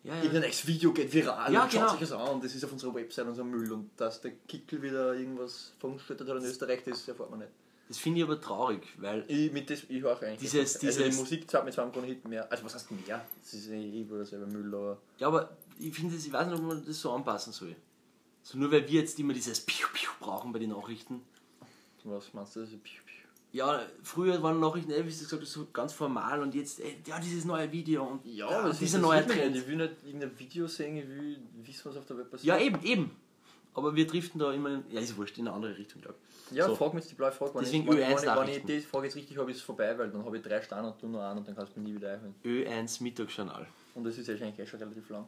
ja. irgendein nächstes Video geht viral Ja, und genau. schaut sich das an und das ist auf unserer Website unser Müll und dass der Kickel wieder irgendwas verunstaltet hat in Österreich, das erfahrt man nicht. Das finde ich aber traurig, weil Ich, mit das, ich höre auch eigentlich. Dieses- also die dieses- Musik zahlt mir zwar am Grund nicht mehr. Also was heißt mehr? Das ist eh ich oder selber Müll, aber. Ja, aber ich finde, das- ich weiß nicht, ob man das so anpassen soll. So nur weil wir jetzt immer dieses Piu Piu brauchen bei den Nachrichten. Was meinst du? Das ist piu, piu. Ja, früher waren Nachrichten, ey, wie du gesagt hast, so ganz formal und jetzt, ey, ja, dieses neue Video und ja, was ist dieser das neue wirklich? Trend. Ich will nicht irgendein Video sehen, ich will wissen, was auf der Web passiert. Ja, eben, eben. Aber wir driften da immer, in, ja, ist wurscht, in eine andere Richtung, glaube ich. Ja, so. frag mich jetzt die blaue Frage. Wenn Deswegen ich, wenn, Ö1 ich- wenn ich Nachrichten. die Frage jetzt richtig habe, ist es vorbei, weil dann habe ich drei Sterne und du nur einen und dann kannst du mich nie wieder einholen. Ö1 Mittagsjournal. Und das ist ja wahrscheinlich eh schon relativ lang.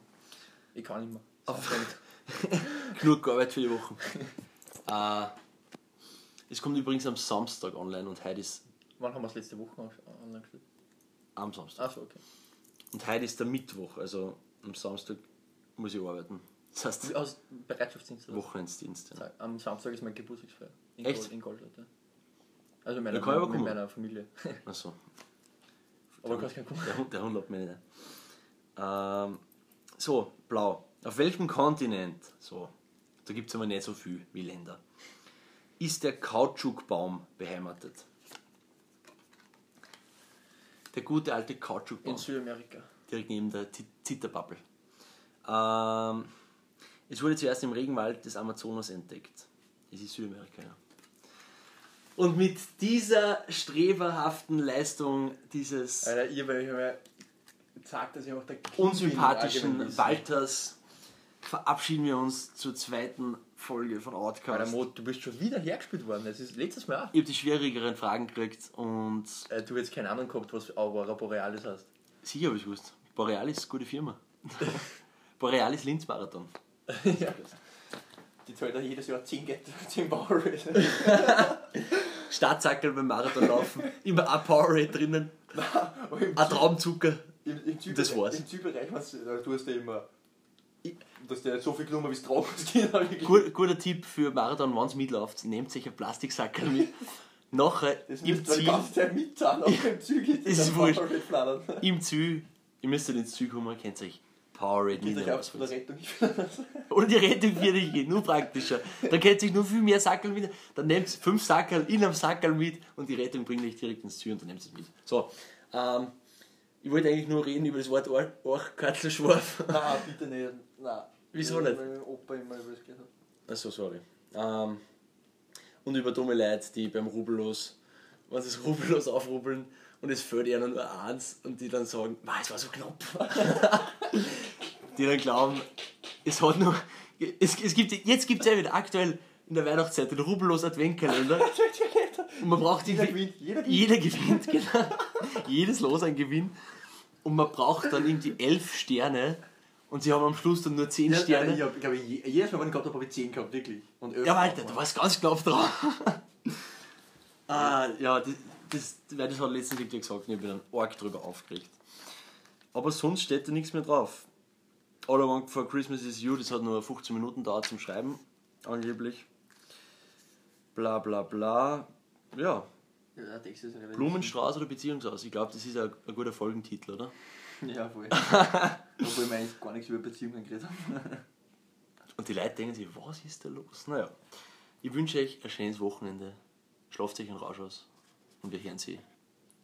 Ich kann nicht mehr. Das ist anstrengend. Genug Arbeit für die Woche. äh, es kommt übrigens am Samstag online und heute ist Wann haben wir es letzte Woche an- online gestellt? am Samstag. Achso, okay. Und heute ist der Mittwoch, also am Samstag muss ich arbeiten. Das heißt, Aus Bereitschaftsdienst. oder? Wochenendsdienst. Ja. Sag, Am Samstag ist mein Geburtstagsfeier. In Echt? Gold, in Goldstadt, ja. Also mit meiner, Da kann ich aber mit kommen. meiner Familie. Achso, aber du kannst keinen kommen. der Hund, der Hund lädt mich nicht ein. Ähm, so, blau. Auf welchem Kontinent, so, da gibt es aber nicht so viel wie Länder, ist der Kautschukbaum beheimatet? Der gute alte Kautschukbaum. In Südamerika. direkt neben der Zi- Zitterpappel. Ähm, es wurde zuerst im Regenwald des Amazonas entdeckt. Es ist Südamerika, ja. Und mit dieser streberhaften Leistung dieses Alter, ihr, weil ich einmal gesagt, dass ich auch der unsympathischen Walters verabschieden wir uns zur zweiten Folge von Alter, Outcast. Mo, du bist schon wieder hergespielt worden. Das ist letztes Mal auch. Ich habe die schwierigeren Fragen gekriegt und Äh, Du hast keinen Ahnung gehabt, was Aurora Borealis heißt. sicher habe ich gewusst. Borealis, gute Firma. Borealis Linz Marathon. Die zahlt ja jedes Jahr 10 Geld, 10 Power Startzackel beim Marathon laufen. Immer ein Powerade drinnen. Ein Traumzucker. Im, im Zü- Das war's. Im Zü-Bereich, du hast ja immer. Ich, du hast ja nicht so viel genommen, wie es drauf geht. aber ich- Gut, guter Tipp für Marathon, wenn ihr mitlauft, nehmt euch einen Plastiksackerl mit. Nachher Das im müsst ihr die Ziel, ganze Zeit mitzahlen, auf dem Zug Ist geht dieser wurscht. Powerade flattern. im Ziel, ihr müsst nicht ins Ziel kommen, kennt euch Powerade Geht nicht euch mehr auf zu der ausfällt. Rettung. Ich will das. Oder die Rettung für dich, geht, nur praktischer. Da kennt euch nur viel mehr Sackerl mit, dann nehmt fünf Sackerl in einem Sackerl mit und die Rettung bringt euch direkt ins Ziel und dann nehmt es mit. So, ähm, ich wollte eigentlich nur reden über das Wort Or- Orchkatzelschwarf. Nein, bitte nicht. Nein. Wieso nicht? Weil mein Opa immer über das geredet hat. Achso, sorry. Ähm, und über dumme Leute, die beim Rubellos, wenn sie das Rubellos aufrubbeln und es fällt ihnen nur eins und die dann sagen, "Ma, es war so knapp. die dann glauben, es hat nur. Es, es gibt, jetzt gibt es ja wieder aktuell in der Weihnachtszeit den Rubellos Adventkalender und man braucht Jeder irgendwie. gewinnt, jeder gewinnt. Jeder gewinnt, genau. Jedes Los ein Gewinn. Und man braucht dann irgendwie elf Sterne und sie haben am Schluss dann nur zehn Sterne. Ich hab, glaub ich, je- jedes Mal, wenn ich gehabt habe, habe ich 10 gehabt, wirklich. Und öfter Ja, aber Alter, auch du mal. warst ganz knapp dran. ah, ja, das, das, weil das hat letztens irgendwer gesagt und ich bin dann arg drüber aufgeregt. Aber sonst steht da nichts mehr drauf. All I Want For Christmas Is You, das hat nur 15 Minuten dauert zum Schreiben, angeblich. Bla bla bla. Ja, Ja, der Text ist relativ. Blumenstrauß oder Beziehungsaus? Ich glaube, das ist ein, ein guter Folgentitel, oder? Ja, voll. Obwohl wir eigentlich gar nichts über Beziehungen geredet haben. Und die Leute denken sich, was ist da los? Naja, ich wünsche euch ein schönes Wochenende. Schlaft euch einen Rausch aus und wir hören sie.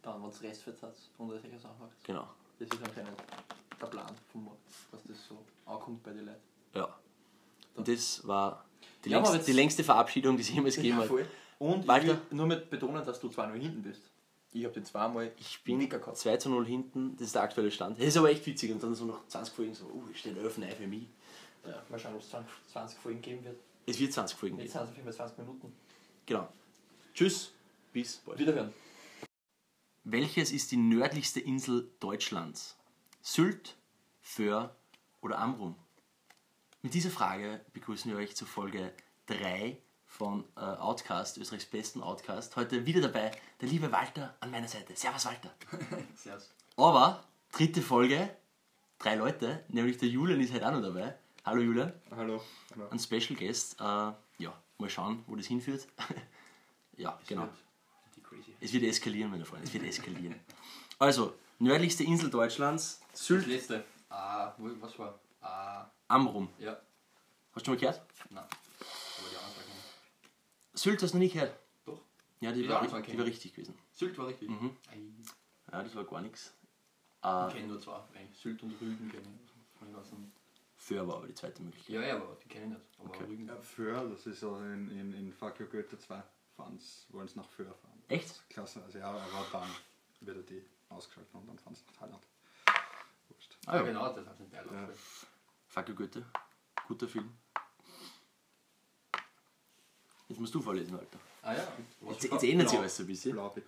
Dann, wenn es Restfett hat und solche Sachen macht. Genau. Das ist anscheinend der Plan vom Markt, dass das so ankommt bei den Leuten. Ja. Und das war die, Ja, aber längste, jetzt- die längste Verabschiedung, die es jemals gegeben hat. Und ich Walter? will nur mit betonen, dass du 2-0 hinten bist. Ich habe den zweimal Ich bin dicker gehabt. 2 zu 0 hinten, das ist der aktuelle Stand. Das ist aber echt witzig. Und dann so nach 20 Folgen so, oh, es stehen 11 nein für mich. Mal schauen, ob es 20, 20 Folgen geben wird. Es wird 20 Folgen geben. Jetzt sind es auf jeden Fall 20 Minuten. Genau. Tschüss, bis bald. Wiederhören. Welches ist die nördlichste Insel Deutschlands? Sylt, Föhr oder Amrum? Mit dieser Frage begrüßen wir euch zur Folge 3 von äh, Outcast, Österreichs besten Outcast. Heute wieder dabei der liebe Walter an meiner Seite. Servus Walter. Servus. Aber dritte Folge, drei Leute, nämlich der Julian ist heute auch noch dabei. Hallo Julian, Hallo. ein Special Guest. Äh, ja, mal schauen, wo das hinführt. ja, genau. Die crazy. Es wird eskalieren, meine Freunde, es wird eskalieren. Also, nördlichste Insel Deutschlands, Das Sylt, letzte. Ah, wo- was war? Ah, Amrum. ja. Hast du mal gehört? Nein. Aber die anderen Sachen. nicht. Sylt hast du noch nicht gehört. Doch. Ja, die, Ja, war, das war ri- okay. die war richtig gewesen. Sylt war richtig. Mhm. Ich Ja, das war gar nichts. Äh, kenne nur zwei. eigentlich. Sylt und Rügen kenne ich. Von den ganzen- Föhr war aber die zweite Möglichkeit. Ja, ja, aber die kenne ich nicht. Aber Okay. Rügen. Ja, Föhr, das ist also in, in, in Fuck Your Goethe 2 fahren's, wollen sie nach Föhr fahren. Echt? Klasse, also ja, aber dann wird er die ausgeschaltet und dann fahren sie nach Thailand. Wurscht. Ah, ja, ja. genau, das hat den Berg Ja. Fackel Goethe. Guter Film. Jetzt musst du vorlesen, Alter. Ah ja. genau. Jetzt, jetzt ändert sich Blau. alles so ein bisschen. Blau, bitte.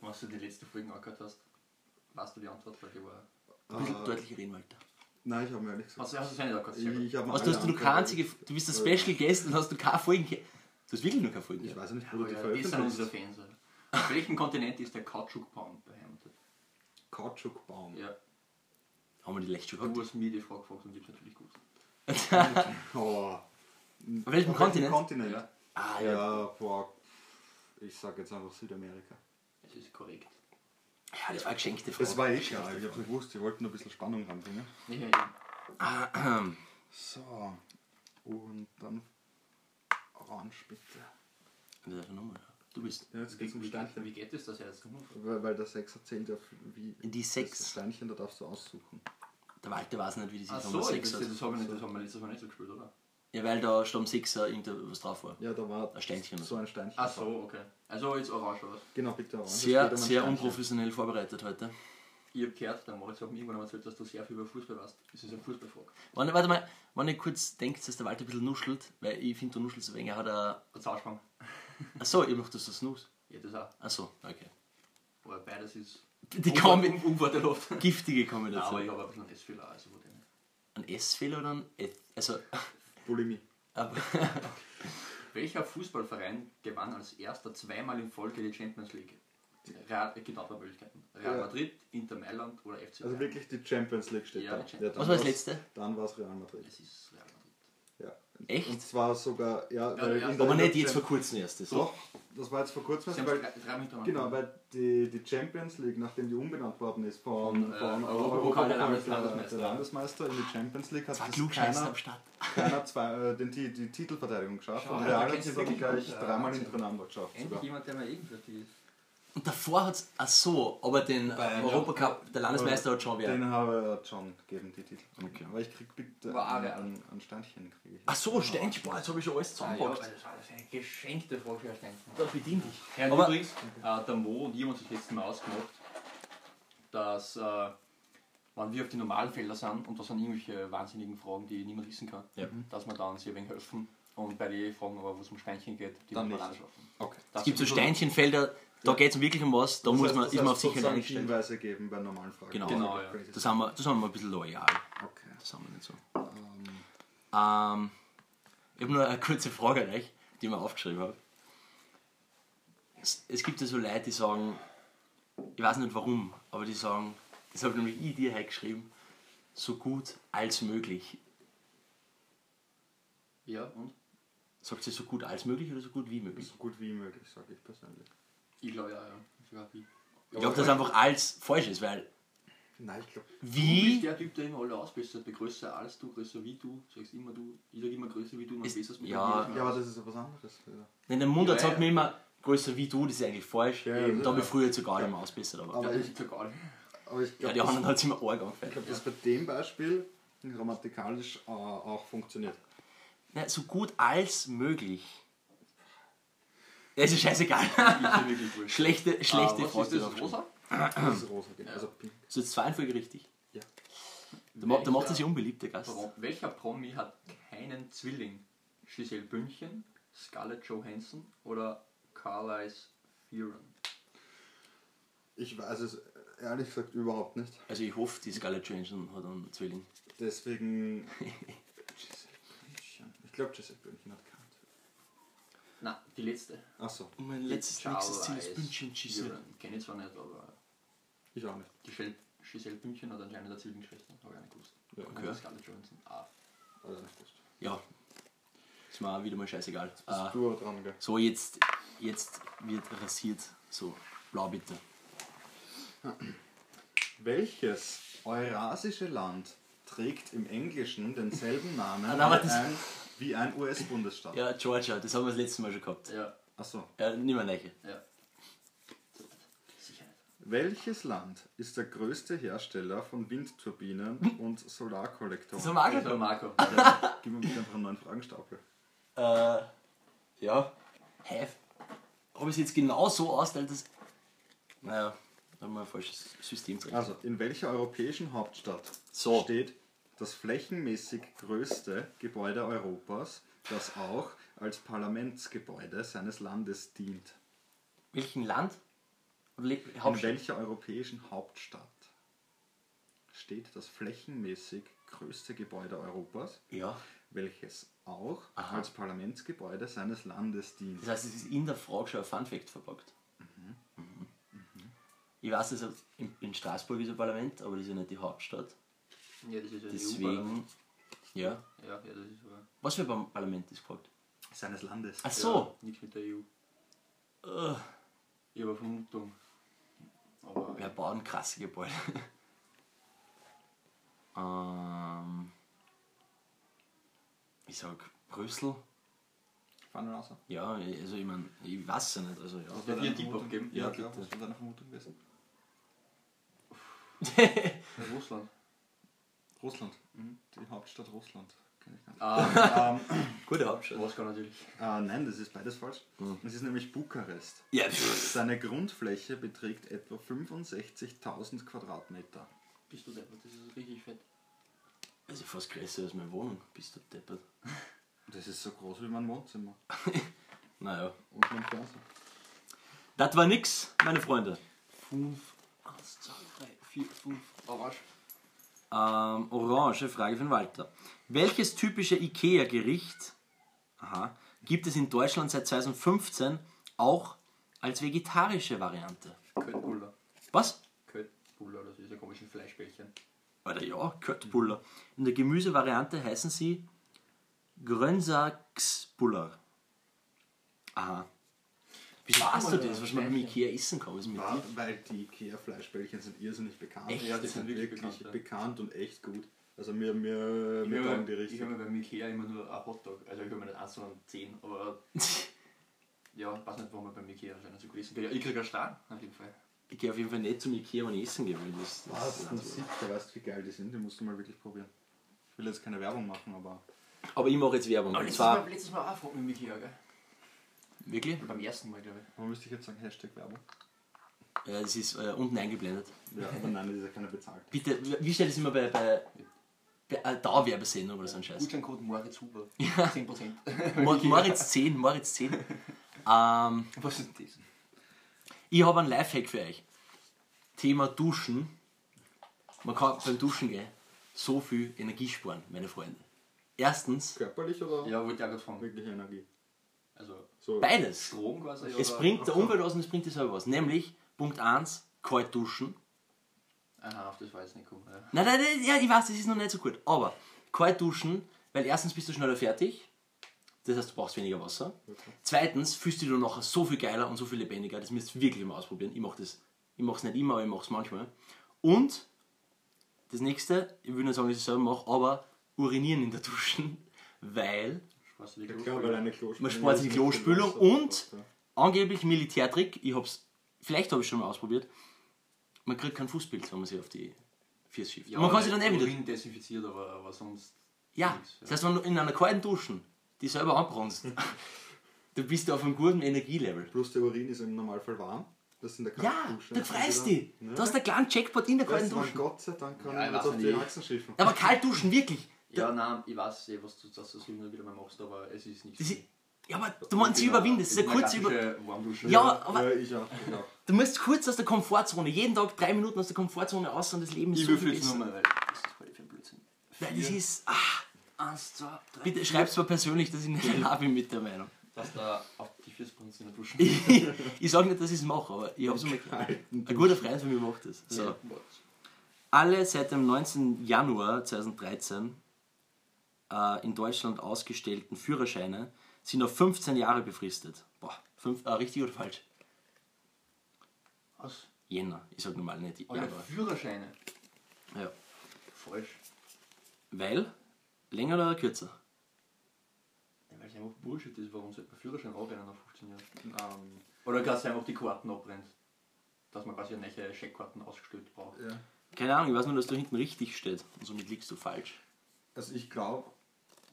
Wenn du die letzte Folge angehört hast, weißt du die Antwort, weil die war. Ein bisschen Äh, deutlicher reden, Alter. Nein, ich habe mir ehrlich gesagt. Hast du hast du sie nicht angehört? Ich, Sehr gut. ich hab mir Was, Also, du, alle hast du, noch angehört. keine einzige, du bist ein Special Guest und hast du keine Folgen gehört. Du hast wirklich noch keine Folgen Ich gehört. weiß nicht, wo Aber du die ja, das sind unsere veröffentlicht Fans. Alter. Auf welchem Kontinent ist der Kautschukbaum beheimatet? Kautschukbaum. Ja, Haben wir die leicht schon du gehabt? hast mir die Frage gefragt und ich hab's natürlich gewusst. Oh. Auf welchem Kontinent? Kontinent? Ja. Ah, ja. Ja, boah. Ich sag jetzt einfach Südamerika. Es ist korrekt. ja, das war eine geschenkte Frage. Das war eh klar, ich hab's nicht gewusst, ich wollte nur ein bisschen Spannung reinbringen. Ja, ja. So. Und dann orange bitte. Das ist eine Nummer, ja. Du bist. Ja, jetzt geht's um Wie, Steinchen. geht- wie geht es, dass er jetzt noch Weil, weil der 6 erzählt ja, wie. Die Sechs. Das Steinchen, da darfst du aussuchen. Der Walter weiß nicht, wie die sich Ach so, ich sechs wusste, hat. das haben wir nicht- das haben wir letztes Mal nicht so gespielt, oder? Ja, weil da Sturm 6 irgendwas drauf war. Ja, da war Ein Steinchen. Ah. so ein Steinchen. Ach so, okay. Also jetzt orange oder was? Genau, bitte. Orange. Sehr, Steht um ein sehr Steinchen. unprofessionell vorbereitet heute. Ich hab gehört, der Moritz hat mir irgendwann einmal erzählt, dass du sehr viel über Fußball weißt. Das ist eine Fußballfrage. Wann, warte mal, wenn ihr kurz denkt, dass der Walter ein bisschen nuschelt, weil ich finde, du nuschelst ein wenig, er hat er. Der Zauschwang. Achso, ich mach das so Snooze. Ja, das auch. Achso, okay. Aber beides ist Die Kombi um, unvorteilhaft. giftige Nein, aber ich Kombination. habe ein bisschen einen S-Fehler, also von dem Ein her. S-Fehler oder ein F Also, Bulimie. aber, Welcher Fußballverein gewann als erster zweimal in Folge die Champions League? Real, äh, genau, bei Möglichkeiten. Real Ja. Madrid, Inter Mailand oder FC Also Bayern? wirklich die Champions League steht Ja, da. die Champions dann was war das war's- letzte? Dann war es Real Madrid. Es ist Real Madrid. Ja. Echt? Und zwar sogar, ja, Ja, weil ja. in der- Aber in nicht der jetzt vor Champions- kurzem erst. Das Doch, das war jetzt vor kurzem. Sie haben Weil, drei, drei hintereinander. genau, weil die, die Champions League, nachdem die umbenannt worden ist von, Von, äh, von Europapokal der Europapokal- Landesmeister. der Landesmeister in die Champions League hat war das Klugscheißer am Start. keiner zwei, äh, den, die, die Titelverteidigung geschafft. Schau, und da Real hat kennst es du dann wirklich gleich gut. äh, dreimal Wahnsinn. hintereinander geschafft. Endlich Sogar. jemand, der mal ebenbürtig ist. Und davor hat es. Achso, aber den äh, Bayern, Europacup, der Landesmeister hat schon wer. Den habe ich schon gegeben, die Titel. Aber ich krieg bitte Wahre. ein, ein Steinchen. Krieg ich. Achso, Steinchen, boah, jetzt habe ich schon alles zusammengepackt. das war das eine geschenkte Frage, Da bedien dich. Herr Aber- übrigens, äh, der Mo und ich haben uns das letzte Mal ausgemacht, dass, äh, wenn wir auf die normalen Felder sind, und das sind irgendwelche wahnsinnigen Fragen, die niemand wissen kann, Ja. dass wir dann sehr wenig helfen. Und bei den Fragen, aber wo es um Steinchen geht, die Dann dann wir nicht. alle schaffen. Okay. Das Es gibt so ist- Steinchenfelder, da geht es wirklich um was, da Das muss heißt, man, das ist man heißt auf Sicherheit sozusagen eingestellt. Hinweise geben bei normalen Fragen. Genau. Genau, ja. Crazy. Da sind, wir, da sind wir ein bisschen loyal. Okay. Da sind wir nicht so. Ähm, Ähm, ich habe nur eine kurze Frage an euch, die ich mir aufgeschrieben habe. es, es gibt ja so Leute, die sagen, ich weiß nicht warum, aber die sagen, das habe nämlich ich dir hergeschrieben, so gut als möglich. Ja, und? Sagt sie so gut als möglich oder so gut wie möglich? So gut wie möglich, sage ich persönlich. Ich glaube ja, ja. Ich glaube, wie. Ich glaube, dass einfach als falsch ist, weil Nein, ich glaube. Du bist wie. der Typ, der immer alle ausbessert, der größer als du, größer wie du, du sagst immer du, ich sag immer größer wie du, man Ist- besser mit ja. dem Ja, aber das ist etwas anderes. wieder. Denn der Mundart Ja, sagt ja. mir immer, größer wie du, das ist eigentlich falsch. Ja, und da ja. habe ich früher sogar immer ausbessert. Aber, Aber Ja, das ich, ist egal. aber ich ja, glaube, die das, anderen hat es immer arg angefallen. ich glaub, das bei dem Beispiel grammatikalisch äh, auch funktioniert. Nein, so gut als möglich. Ja, ist ja scheißegal. Ich bin wirklich wurscht. Schlechte, schlechte Ah, was Frage. ist das, rosa? Das ist rosa, genau. also pink. So, jetzt zwei in Folge richtig. Ja. Da, ma- da macht er Welcher- sich unbeliebt, der Gast. Pro- Welcher Promi hat keinen Zwilling? Giselle Bündchen, Scarlett Johansson oder Carlisle Theron? Ich weiß es ehrlich gesagt überhaupt nicht. Also, ich hoffe, die Scarlett Johansson hat einen Zwilling. Deswegen. Giselle Bündchen. Ich glaube, Giselle Bündchen hat keinen. Na, die letzte. Achso, Und mein letztes, nächstes Ziel ist Carlisle Bündchen schießen. Theron. Kenn ich zwar nicht, aber ich auch nicht. die Giselle- Giselle Bündchen hat anscheinend eine Zwillingsschwester. Habe ich auch nicht gewusst. Ja, Und okay. Scarlett Johansson. Ah, Also nicht gewusst. Ja. Ist mir auch wieder mal scheißegal. Bist Ah, du auch dran, gell? so, jetzt, jetzt wird rasiert. So, blau bitte. Welches eurasische Land trägt im Englischen denselben Namen Ah, na, wie was- ein, wie ein US-Bundesstaat? Ja, Georgia, das haben wir das letzte Mal schon gehabt. ja, Achso. Ja, nimm mal Neiche. ja. Sicherheit. Welches Land ist der größte Hersteller von Windturbinen und Solarkollektoren? Das haben wir auch schon Also gehabt. Marco. Ja, Gib mir bitte einfach einen neuen Fragenstapel. Äh, ja. Hä? Habe ich es jetzt genau so ausgeteilt, dass. Naja, da haben wir ein falsches System drin. Also, in welcher europäischen Hauptstadt So. steht das flächenmäßig größte Gebäude Europas, das auch als Parlamentsgebäude seines Landes dient? Welchen Land? Oder le- In Hauptstadt? welcher europäischen Hauptstadt steht das flächenmäßig größte Gebäude Europas, Ja. welches auch Aha. als Parlamentsgebäude seines Landes dient? Das heißt, es ist in der Frage schon ein Funfact verpackt. Mhm. Ich weiß, dass in, in Straßburg ist ein Parlament, aber das ist ja nicht die Hauptstadt. Ja, das ist ja Deswegen. Ja. EU. Ja, ja, das ist aber Was für ein Parlament ist gefragt? Seines Landes. Ach so. Ja, nichts mit der EU. Äh, Ich habe eine Vermutung. Aber Wir bauen krasse Gebäude. ähm, ich sag Brüssel. Fangen wir raus. Ja, also ich meine, ich weiß es ja nicht. Also, ja. wird dir Tipp abgeben? Ja, Ja, klar, bitte. was war deine Vermutung gewesen? in Russland. Russland. Die Hauptstadt Russland. Kenn ich gar nicht. Mhm. Ah, Gute Hauptstadt. Moskau natürlich. Ah, nein, das ist beides falsch. Ah. Es ist nämlich Bukarest. Ja, pff. Seine Grundfläche beträgt etwa 65.000 Quadratmeter. Bist du deppert, das ist richtig fett. Also fast größer als meine Wohnung. Bist du deppert? Das ist so groß wie mein Wohnzimmer. Naja. Und mein Fernseher. Das war nix, meine Freunde. 5, 1, 2, 3, 4, 5. Orange. Ähm, orange Frage von Walter. Welches typische IKEA-Gericht aha, gibt es in Deutschland seit 2015 auch als vegetarische Variante? Köttbullar. Was? Köttbullar, das ist ein komisches Fleischbällchen. Oder ja, Köttbullar. In der Gemüsevariante heißen sie Grönsaksbullar. Aha. Wieso weißt du das, was man beim Ikea essen kann? Was ist mit War, dir? weil die Ikea-Fleischbällchen sind irrsinnig bekannt. Echt? Ja, die Das sind sind wirklich wirklich bekannt, ja. bekannt, und echt gut. Also mir, mir, Ich mir taugen die habe mir richtig. hab bei Ikea immer nur ein Hotdog. Also ich habe mir nicht eins, sondern 10. Aber ja, weiß nicht, warum man bei Ikea anscheinend so gewesen ist. Ich kriege einen Stern, auf jeden Fall. Ich gehe auf jeden Fall nicht zum Ikea, wenn ich essen gehe. weil Das, das, Was? Ah, Das ist sicher, weißt du, wie geil die sind? Die musst du mal wirklich probieren. Ich will jetzt keine Werbung machen, aber Aber ich mache jetzt Werbung. Aber Und letztes zwar, Mal, letztes Mal auch gefragt mit Ikea, gell? wirklich? Äh, Beim ersten Mal, glaube ich. warum müsste ich jetzt sagen Hashtag Werbung? Ja, das ist äh, unten eingeblendet. Ja, aber nein, das ist ja keiner bezahlt. Bitte, wie stellt es immer bei, bei, bei äh, Dauerwerbesendung oder so ein Scheiß? Gutscheincode Moritz Huber. 10%. Mo- Moritz 10, Moritz 10. ähm, Was ist das? Ich habe einen Lifehack für euch. Thema Duschen. Man kann beim Duschen gehen so viel Energie sparen, meine Freunde. Erstens, Körperlich oder Ja, wollte ich auch gerade fragen. wirklich Energie? Also So, Beides. Strom quasi. Es oder- bringt der Umwelt was und es bringt dir selber was. Nämlich, Punkt 1, kalt duschen. Aha, auf das weiß ich nicht gekommen. Ja. Nein, nein, nein, ja, ich weiß, das ist noch nicht so gut. Aber kalt duschen, weil erstens bist du schneller fertig. Das heißt, du brauchst weniger Wasser. Zweitens fühlst du dich dann nachher so viel geiler und so viel lebendiger. Das müsst ihr wirklich mal ausprobieren. Ich mache das. Ich mache es nicht immer, aber ich mache es manchmal. Und das nächste, ich will nicht sagen, dass ich es selber mache, aber urinieren in der Dusche, weil Spaß die Ja, klar, weil eine Klospülung. man spart sich die Klospülung und angeblich Militärtrick, ich hab's, vielleicht habe ich schon mal ausprobiert, man kriegt keinen Fußpilz, wenn man sich auf die Füße schiebt. man kann sich dann eh wieder Urin desinfiziert, aber, aber sonst. Ja, Hm. Nix, ja. das heißt, wenn du in einer kalten Duschen die selber anbronst, du bist auf einem guten Energielevel. Plus der Urin ist im Normalfall warm. Das sind der Ja, genau. da freust du dich. Ne? Du hast einen kleinen Jackpot in der kalten Weißt du, man Duschen. Gott sei Dank kann Ja, man ich jetzt weiß auf die nicht. Achsen schiffen. Aber kalt duschen, wirklich. Ja, nein, ich weiß eh, was du das so immer wieder mal machst, aber es ist nicht. Das ist, ja, aber du meinst, sie überwinden. Das Genau. ist eine kurze über Warmdusche. Ja, aber- Ja, ich auch. Ich auch. du musst kurz aus der Komfortzone, jeden Tag drei Minuten aus der Komfortzone raus und das Leben ist ich so würfel viel jetzt besser. nochmal, weil das ist voll für ein Blödsinn. Nein, das ist, ah, Eins, zwei, drei. bitte schreib's mir persönlich, dass ich nicht allein bin mit der Meinung. Dass da auf die Füßbrunst in der Dusche. ich sag nicht, dass ich es mache, aber ich hab's mal Ein guter Freund von mir macht das. So. alle seit dem 19. Januar 2013 äh, in Deutschland ausgestellten Führerscheine sind auf 15 Jahre befristet. Boah, fünf, äh, richtig oder falsch? Was? Jänner, ich sag normal nicht Alle Januar. Führerscheine. Ja. Falsch. Weil, länger oder kürzer? Ja, weil es einfach Bullshit ist, warum sollte man Führerschein aufrennen nach 15 Jahren? Ähm, Oder dass sie einfach die Karten abbrennt. Dass man quasi neue Scheckkarten ausgestellt braucht. ja. Keine Ahnung, ich weiß nur, dass da hinten richtig steht und somit liegst du falsch. Also ich glaube,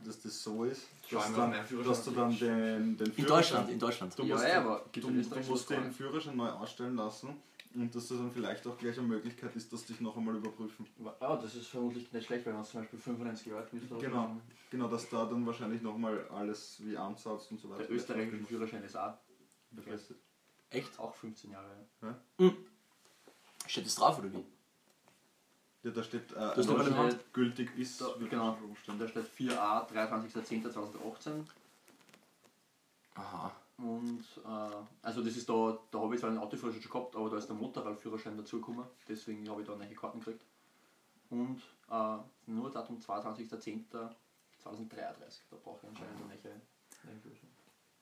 dass das so ist, Schau dass, einmal dann, auf meinen Führerschein. dass du dann den, den In Deutschland, in Deutschland. Du Ja, musst, ja, aber du, gibt's du, in Österreich musst schon den Führerschein neu ausstellen lassen und dass das dann vielleicht auch gleich eine Möglichkeit ist, dass dich noch einmal überprüfen. Ah, das ist vermutlich nicht schlecht, weil man zum Beispiel 95 Jahre alt bist. oder Genau, so. genau, dass da dann wahrscheinlich nochmal alles wie Amtsarzt und so weiter Der österreichische Führerschein ist auch, befestigt. Echt? auch 15 Jahre. Steht das drauf oder wie? Ja, da steht äh, ist doch bei dem Deutschland gültig ist, Da- wird genau. unter Und Umständen. da steht 4a, 23.10.2018. Aha. Und äh, also das ist da, da habe ich zwar einen Autoführerschein schon gehabt, aber da ist der Motorradführerschein dazugekommen, deswegen habe ich da neue Karten gekriegt. Und äh, nur Datum 22.10.2033, da brauche ich anscheinend eine neue neue Führerschein.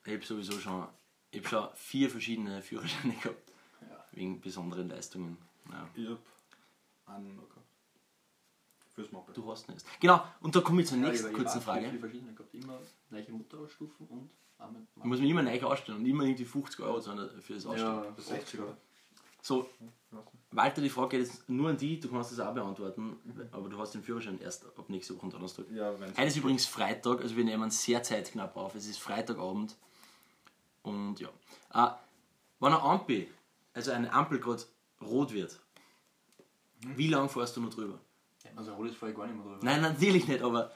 Ich habe sowieso schon, ich hab schon vier verschiedene Führerscheine gehabt. Ja. Wegen besonderen Leistungen. Ja. Ich hab einen noch gehabt. Fürs Moped. Du hast nicht. Genau, und da komme ich zur Ja, nächsten ich- ich kurzen weiß, ich hab Frage. viele verschiedene gehabt. Immer neue Motorradstufen und einmal Da muss man immer neu ausstellen und immer irgendwie 50 Euro zahlen für das Ausstellen. ja, Das 60 oder? So, Walter, die Frage geht jetzt nur an die, du kannst das auch beantworten, Mhm. aber du hast den Führerschein erst ab nächste Woche am Donnerstag. Ja, wenn's Heute ist übrigens Freitag, also wir nehmen sehr zeitknapp auf. Es ist Freitagabend und ja. Ah, wenn eine Ampel, also eine Ampel gerade rot wird, Mhm. wie lange fährst du noch drüber? also rotes fahre ich gar nicht mehr drüber. Nein, natürlich nicht, aber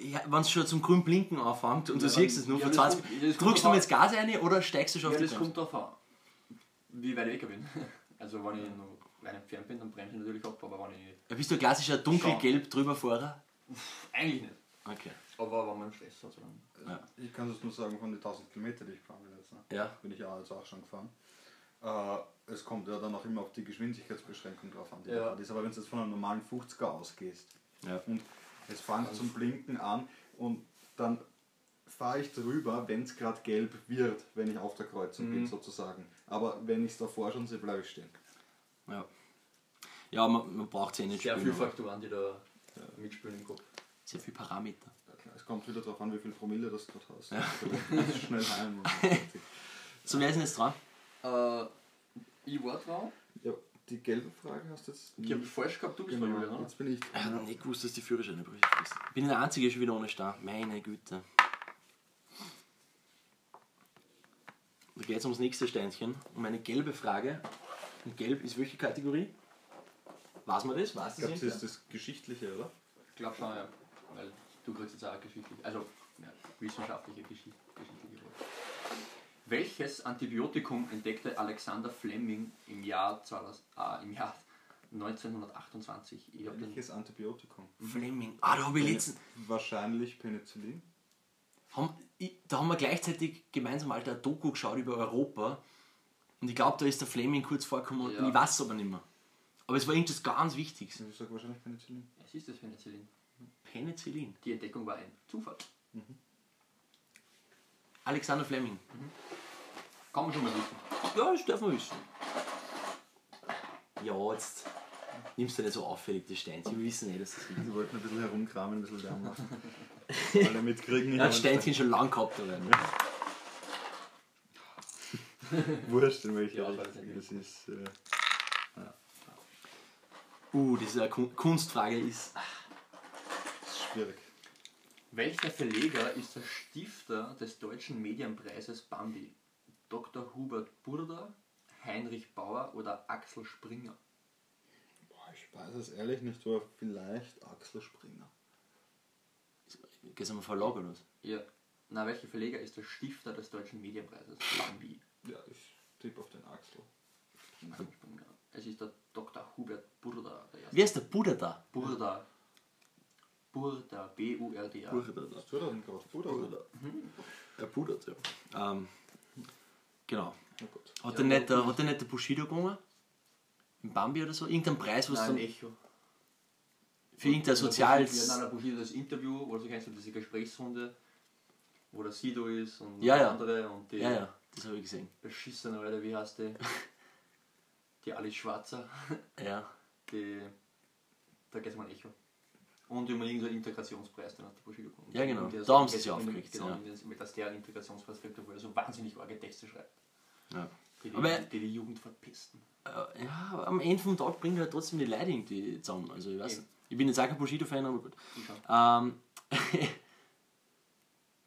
ja, wenn es schon zum grünen Blinken anfängt und du Ja, siehst dann- es nur ja, von das 20, kommt- das kommt drückst du drauf mal jetzt Gas rein oder steigst du schon Ja, auf die das Bremse? kommt drauf an, wie weit ich weg bin. Also wenn ich noch weit entfernt bin, dann bremse ich natürlich ab, aber wenn ich... Ja, bist du ein klassischer dunkelgelb drüber Fahrer? Eigentlich nicht. Okay. Aber wenn man Stress hat, dann... Ich kann es nur sagen von den 1000 Kilometer, die ich gefahren bin jetzt. Ne? Ja. Bin ich ja jetzt auch schon gefahren. Äh, es kommt ja dann auch immer auf die Geschwindigkeitsbeschränkung drauf an, die da Ja. ist. Aber wenn du jetzt von einem normalen 50er ausgehst Ja. und es fängt Also zum Blinken an und dann fahre ich drüber, wenn es gerade gelb wird, wenn ich auf der Kreuzung Mhm. bin sozusagen. Aber wenn ich es davor schon sehe, bleibe ich stehen. Ja, ja man, man braucht es ja nicht Sehr viele spielen, aber Faktoren, die da mitspielen im Kopf. sehr viel Parameter. Es kommt wieder darauf an, wie viel Promille das gerade hast. Also, schnell heim. Und fertig. So, wer ist denn jetzt dran? Äh, ich war dran. ja, die gelbe Frage hast du jetzt Ich habe falsch gehabt, du bist dran, Julian, Genau, oder? jetzt bin ich Ich dran. habe nicht gewusst, dass die Führerscheine überprüft ist. Ich bin der Einzige, der schon wieder ohne Star. Meine Güte. Da geht es ums nächste Steinchen. Um eine gelbe Frage. Und gelb ist welche Kategorie? Weiß man das? Weiß Ich glaube, das das jemand? ist das Geschichtliche, oder? Ich glaube schon, ja. Weil du kriegst jetzt auch geschichtlich, also ja, wissenschaftliche Geschichte. Geschichtliche Worte. Welches Antibiotikum entdeckte Alexander Fleming im Jahr, 2000, ah, im Jahr 1928? Ich habe den Welches Antibiotikum? Äh, Fleming. Ah, da habe ich letztens. Wahrscheinlich Penicillin. haben, ich, da haben wir gleichzeitig gemeinsam halt eine Doku geschaut über Europa. Und ich glaube, da ist der Fleming kurz vorgekommen Ja. und ich weiß es aber nicht mehr. Aber es war irgendwas ganz Wichtiges. Also Ich sage wahrscheinlich Penicillin. Es ist das Penicillin. Penicillin. Die Entdeckung war ein Zufall. Alexander Fleming. Kann man schon mal wissen. Ja, das dürfen wir wissen. Ja, jetzt nimmst du nicht so auffällig das Steinchen. Wir wissen eh, dass das ist. Ich wollte ein bisschen herumkramen, ein bisschen Lärm machen. Alle mitkriegen. Er hat Steinchen schon lang gehabt. Aber, Wurscht, in welcher Ja, ja, das weiß ich Richtung das ist. Äh, Uh, das ist eine Kun- Kunstfrage. Ist, schwierig. Welcher Verleger ist der Stifter des deutschen Medienpreises Bambi? Dr. Hubert Burda, Heinrich Bauer oder Axel Springer? Boah, ich weiß es ehrlich nicht, aber vielleicht Axel Springer. gehst du mal Verlag oder was? Ja. Na, welcher Verleger ist der Stifter des deutschen Medienpreises Bambi? Ja, ich tippe auf den Axel. Axel Springer. genau. Es ist der Dr. Hubert Burda, der erste. Wer ist der Buddha da? Burda. Burda, B-U-R-D-A. Buddha Was tut er denn gerade? Puder? oder? Er pudert, ja. Ähm, genau. Na gut. Hat, der nicht, der, hat der nicht der Bushido gewonnen? Im Bambi oder so? Irgendein Preis, was Nein, dann Echo. für irgendein Soziales. Ja, nein, da passiert das Interview, also kennst du diese Gesprächsrunde, wo der Sido ist und Ja, ja. andere und die Ja, ja, das habe ich gesehen. beschissene, oder wie heißt die? die Alice Schwarzer, Ja. die. Da geht es mal ein Echo. Und über irgendeinen Integrationspreis, den hat der Bushido gewonnen. Ja, genau, Und der- da haben sie sich aufgeregt, Genau, ja. und das- mit dass der einen Integrationspreis kriegt, obwohl er so wahnsinnig arge Texte schreibt. Ja. Die die, Aber- die, die Jugend verpissen. Äh, ja, aber am Ende vom Tag bringen halt trotzdem die Leute irgendwie zusammen. Also ich weiß Eben. nicht. Ich bin jetzt auch kein Bushido-Fan, aber gut. Die schauen. Ähm,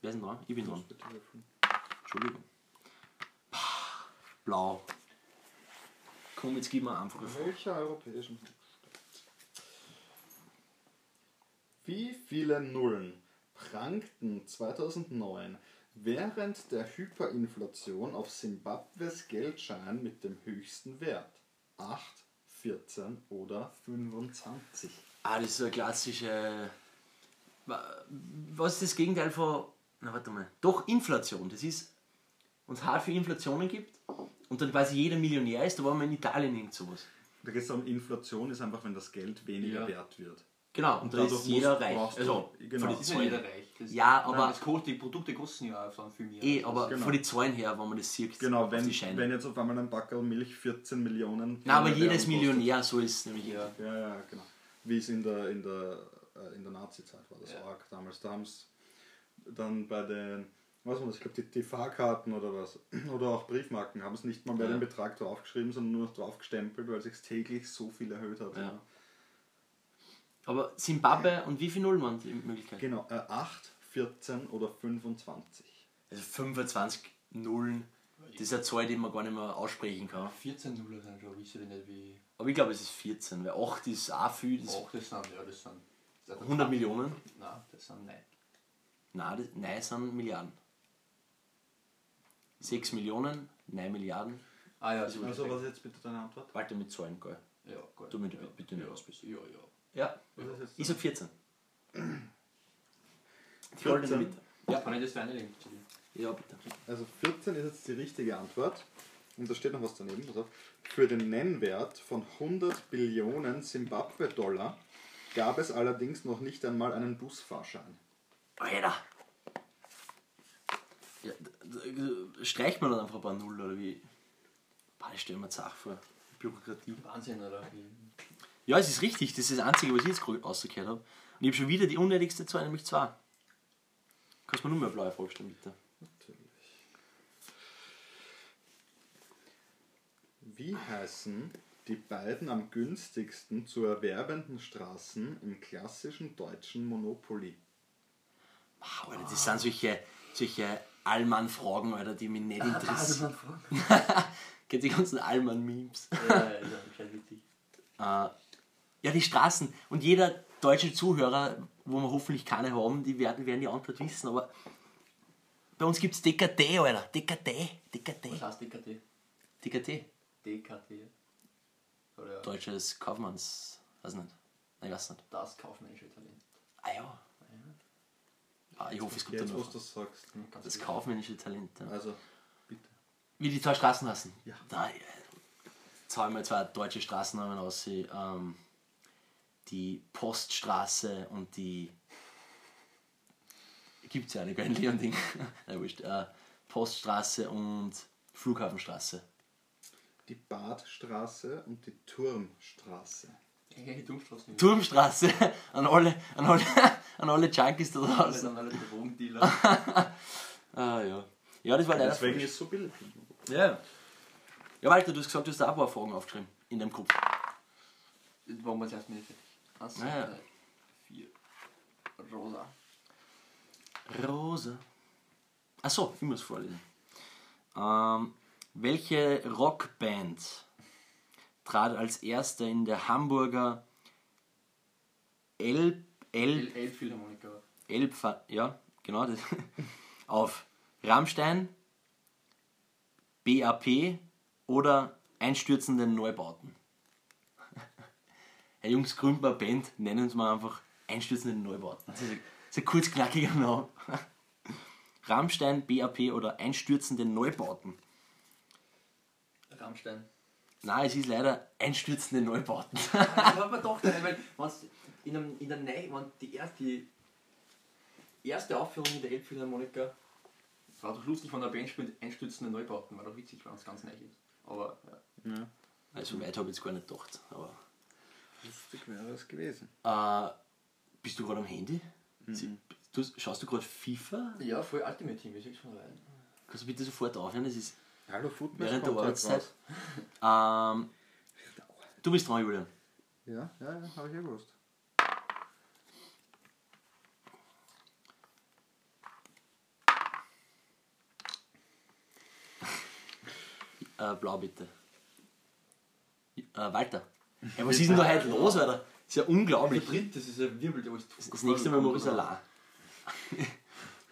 Wer ist denn dran? Ich bin dran. Bitte helfen. Entschuldigung. Pah, Blau. Komm, jetzt gib mir einfach eine Frage. Welcher europäischen Hauptstadt? Wie viele Nullen prangten 2009 während der Hyperinflation auf Simbabwes Geldschein mit dem höchsten Wert? 8, 14 oder 25? Ah, das ist so eine klassische. Wa- Was ist das Gegenteil von. Na, warte mal. Doch, Inflation. Das ist. Und es hart für Inflationen gibt und dann quasi jeder Millionär ist, da waren wir in Italien irgend sowas. Da geht es darum, Inflation ist einfach, wenn das Geld weniger Ja. wert wird. Genau, und da dadurch ist jeder musst- reich. brauchst du- Also, von genau. den Das Das ist ja Zahlen. jeder reich. Das Ja, aber- Nein, das kostet, die Produkte kosten ja auch dann viel mehr. Also Eh, aber Genau. von den Zahlen her, wenn man das sieht, Genau, auf wenn, die Scheine. wenn jetzt auf einmal ein Backel Milch 14 Millionen. Nein, aber Währung jedes kostet. Millionär, so ist es nämlich. Ja. Ja, ja, genau. Wie es in der, in der, äh, in der Nazi-Zeit war, das arg damals. Da haben es dann bei den, was war das, ich glaube, die TV-Karten oder was, oder auch Briefmarken, haben es nicht mal mehr Ja. den Betrag draufgeschrieben, sondern nur noch draufgestempelt, weil sich täglich so viel erhöht hat. Ja. ja. Aber Zimbabwe und wie viel Nullen waren die Möglichkeiten? Genau, äh, 8, 14 oder 25. Also 25 Nullen, das ist eine Zahl, die man gar nicht mehr aussprechen kann. 14 Nuller sind schon, wisst ihr nicht, wie. Aber ich glaube, es ist 14, weil 8 ist auch viel, das ist Och, das sind, ja, das sind. Das sind 100 Millionen. Nein, das sind nein. Nein, das, nein, es sind Milliarden. 6 Millionen, 9 Milliarden. Ah ja, so Also, was ist jetzt bitte deine Antwort? Warte mit Zahlen, gell? Ja, gut. Du mit- ja. bitte nicht ja. ausbist. Ja, ja. Ja, Was ist jetzt ich sag 14. Die 14. goldene Mitte. Ja, kann ich das deine Link zu dir? Ja, bitte. Also 14 ist jetzt die richtige Antwort. Und da steht noch was daneben, pass auf. Für den Nennwert von 100 Billionen Simbabwe-Dollar gab es allerdings noch nicht einmal einen Busfahrschein. Alter! Ja, d- d- streicht man dann einfach ein paar Null oder wie? Boah, ich stelle mir Zach vor. Bürokratie. Wahnsinn, oder? Wie? Ja, es ist richtig, das ist das Einzige, was ich jetzt gerade rausgekehrt habe. Und ich habe schon wieder die unnötigste Zahl, nämlich 2. Kannst du mir nur mehr eine blaue Frage stellen, bitte? Wie heißen die beiden am günstigsten zu erwerbenden Straßen im klassischen deutschen Monopoly? Wow, Alter, das sind solche, solche Allmann-Fragen, Alter, die mich nicht Also, interessieren. man fragt. Kennt die ganzen Allmann-Memes? Äh, Ja, ja, ja, scheint wichtig. Ja, die Straßen. Und jeder deutsche Zuhörer, wo wir hoffentlich keine haben, die werden, werden die Antwort wissen. Aber bei uns gibt es DKT, Alter. DKT. Was DKT. heißt DKT? DKT. DKT. Oder Deutsches Kaufmanns. Weiß nicht. Nein, ich weiß nicht. das kaufmännische Talent. Ah ja. Ah, ich hoffe, es kommt Jetzt, dann was noch. du sagst. Ne? Das kaufmännische Talent. Ja. Also, bitte. Wie die zwei Straßen lassen. Ja. Da zahlen wir zwei deutsche Straßennamen aus. Ähm, die Poststraße und die. Gibt es ja eine, gell? Leonding. Nein, wurscht. Äh, Poststraße und Flughafenstraße. Die Badstraße und die Turmstraße. Ja, die Dummstraße. Turmstraße an alle, an alle, an alle Junkies da Alle draußen. sind alle Drogendealer. Ah, ja. Ja, das war leider. Deswegen ist es so billig. Ja. Ja, Walter, du hast gesagt, du hast da auch ein paar Fragen aufgeschrieben in deinem Kopf. Wollen wir es erst mit fertig? Eins, zwei, Ja. drei, vier. Rosa. Rosa. Achso, ich muss vorlesen. Ähm, welche Rockband trat als erste in der Hamburger Elb, Elb, Elf Philharmoniker. Elbfa- ja, genau das, auf? Rammstein, BAP oder einstürzende Neubauten? Herr Jungs, gründen wir eine Band, nennen uns mal einfach einstürzende Neubauten. Das ist ein, das ist ein kurz knackiger Name. Rammstein, BAP oder einstürzende Neubauten? Rammstein. Nein, es ist leider einstürzende Neubauten. Das hat man doch nicht, weil wenn's in, einem, in der Nei, wenn die erste, die erste Aufführung in der Elbphilharmoniker. Es war doch lustig, wenn der Band spielt, einstürzende Neubauten. War doch witzig, wenn es ganz neu ist. Aber ja. Ja, Also weit habe ich jetzt gar nicht gedacht. Aber, lustig wäre es gewesen. äh, bist du gerade am Handy? Sie- Du, schaust du gerade FIFA? ja, voll Ultimate Team, ich sag's mal rein. Kannst du bitte sofort aufhören? Das ist Hallo, Foodmatch. während der kommt halt Arbeitszeit. raus. Ähm, du bist dran, Julian. Ja, ja, ja, habe ich eh gewusst. Äh, blau bitte. Äh, Walter. Ey, was ist denn da heute los, Alter? Ist ja unglaublich. Dritt, das ist ein Wirbel, der alles Das nächste Mal mache ich es allein.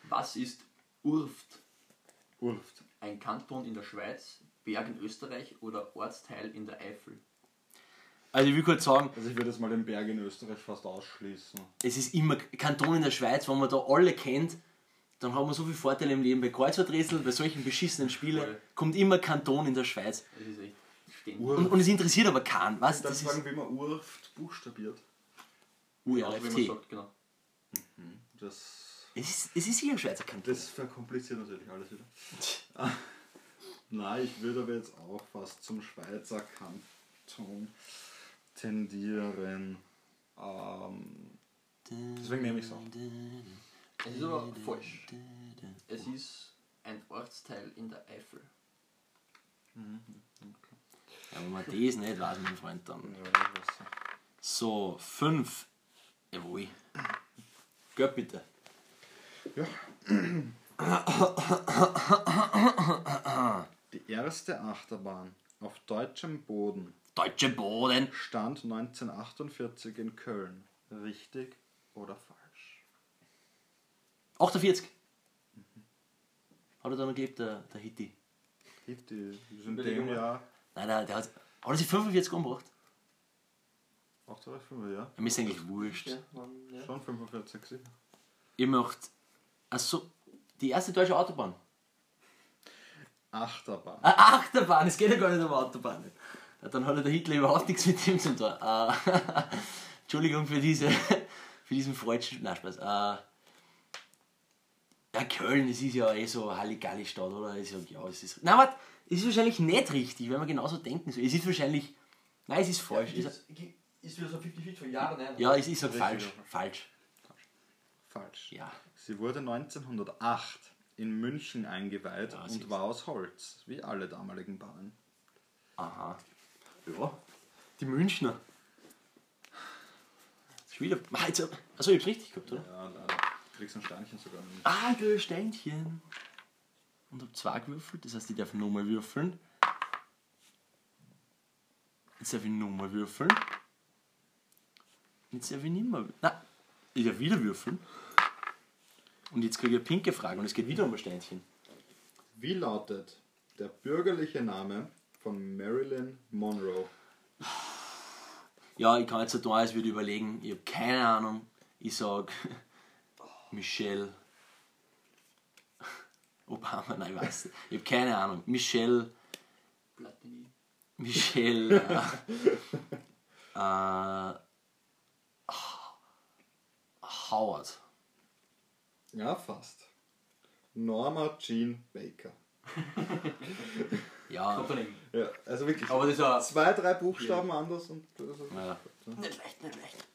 Was ist Urft? Urft. Ein Kanton in der Schweiz, Berg in Österreich oder Ortsteil in der Eifel? Also ich will kurz sagen, Also ich würde jetzt mal den Berg in Österreich fast ausschließen. es ist immer Kanton in der Schweiz, wenn man da alle kennt, dann haben wir so viel Vorteile im Leben. Bei Kreuzworträtseln, bei solchen beschissenen Spielen Voll. kommt immer Kanton in der Schweiz. Das ist echt ständig. Urft. Und, und es interessiert aber keinen, was? Dann Das fragen, ist wie man Urft buchstabiert. Genauso wie man URFT. sagt, genau. Das, Es ist, es ist sicher ein Schweizer Kanton. das verkompliziert natürlich alles wieder. Nein, ich würde aber jetzt auch fast zum Schweizer Kanton tendieren. Ähm, deswegen nehme ich es auch. Es ist aber falsch. Es ist ein Ortsteil in der Eifel. Ja, wenn man das nicht weiß, mein Freund, dann. Ja, das- So, 5. Jawohl. Gott bitte. Die erste Achterbahn auf deutschem Boden Deutsche Boden. stand 1948 in Köln. Richtig oder falsch? 48. Hat er da noch gelebt, der, der Hitti? Gibt die die sind in Überlegung dem mal. Jahr Nein, nein, der hat. Hat er sich 45 umgebracht? 8,5, ja? Ja, Mir ist eigentlich wurscht. wann, ja. Schon 45 sicher. Ich möchte. Achso, die erste deutsche Autobahn. Achterbahn. Eine Äh, Achterbahn, es geht ja gar nicht um Autobahnen. Ja, Dann hat ja der Hitler überhaupt nichts mit dem zu tun. Äh, Entschuldigung für, diese, für diesen freudschen Nein, Spaß. Äh, ja, Köln, das ist ja eh so Halligalli-Stadt, oder? Ich sag, ja, es ist. Nein, warte, es ist wahrscheinlich nicht richtig, wenn man genauso denken soll. Es ist wahrscheinlich. Nein, es ist falsch. Ja, Ist, ist wieder so 50-50 von Jahren, nein. ja es ist so Richtig, falsch. ja. Falsch. Falsch. Ja. Sie wurde 1908 in München eingeweiht Ja, siehst und war aus Holz, wie alle damaligen Bahnen. Aha. Ja. Die Münchner. Schon wieder. Achso, ich hab's richtig gehabt, oder? Ja, leider. Kriegst ein Steinchen sogar noch nicht. Ah, grünes Ständchen. Und hab zwei gewürfelt, das heißt, ich darf nochmal würfeln. Jetzt darf ich nochmal würfeln. Jetzt darf ich nicht mehr. Nein, ich darf wieder würfeln. Und jetzt kriege ich eine pinke Frage und es geht wieder um ein Ständchen. Wie lautet der bürgerliche Name von Marilyn Monroe? Ja, ich kann jetzt so tun, als würde ich überlegen. Ich habe keine Ahnung. Ich sag Michelle Obama, nein, ich weiß. nicht. Ich habe keine Ahnung. Michelle, Platini. Michelle. äh, äh, Howard. Ja, fast. Norma Jean Baker. Ja. Kommt daneben. Ja, also wirklich. Aber das ist ja. Zwei, drei Buchstaben anders und. Also, ja. Nicht leicht, ne? nicht leicht.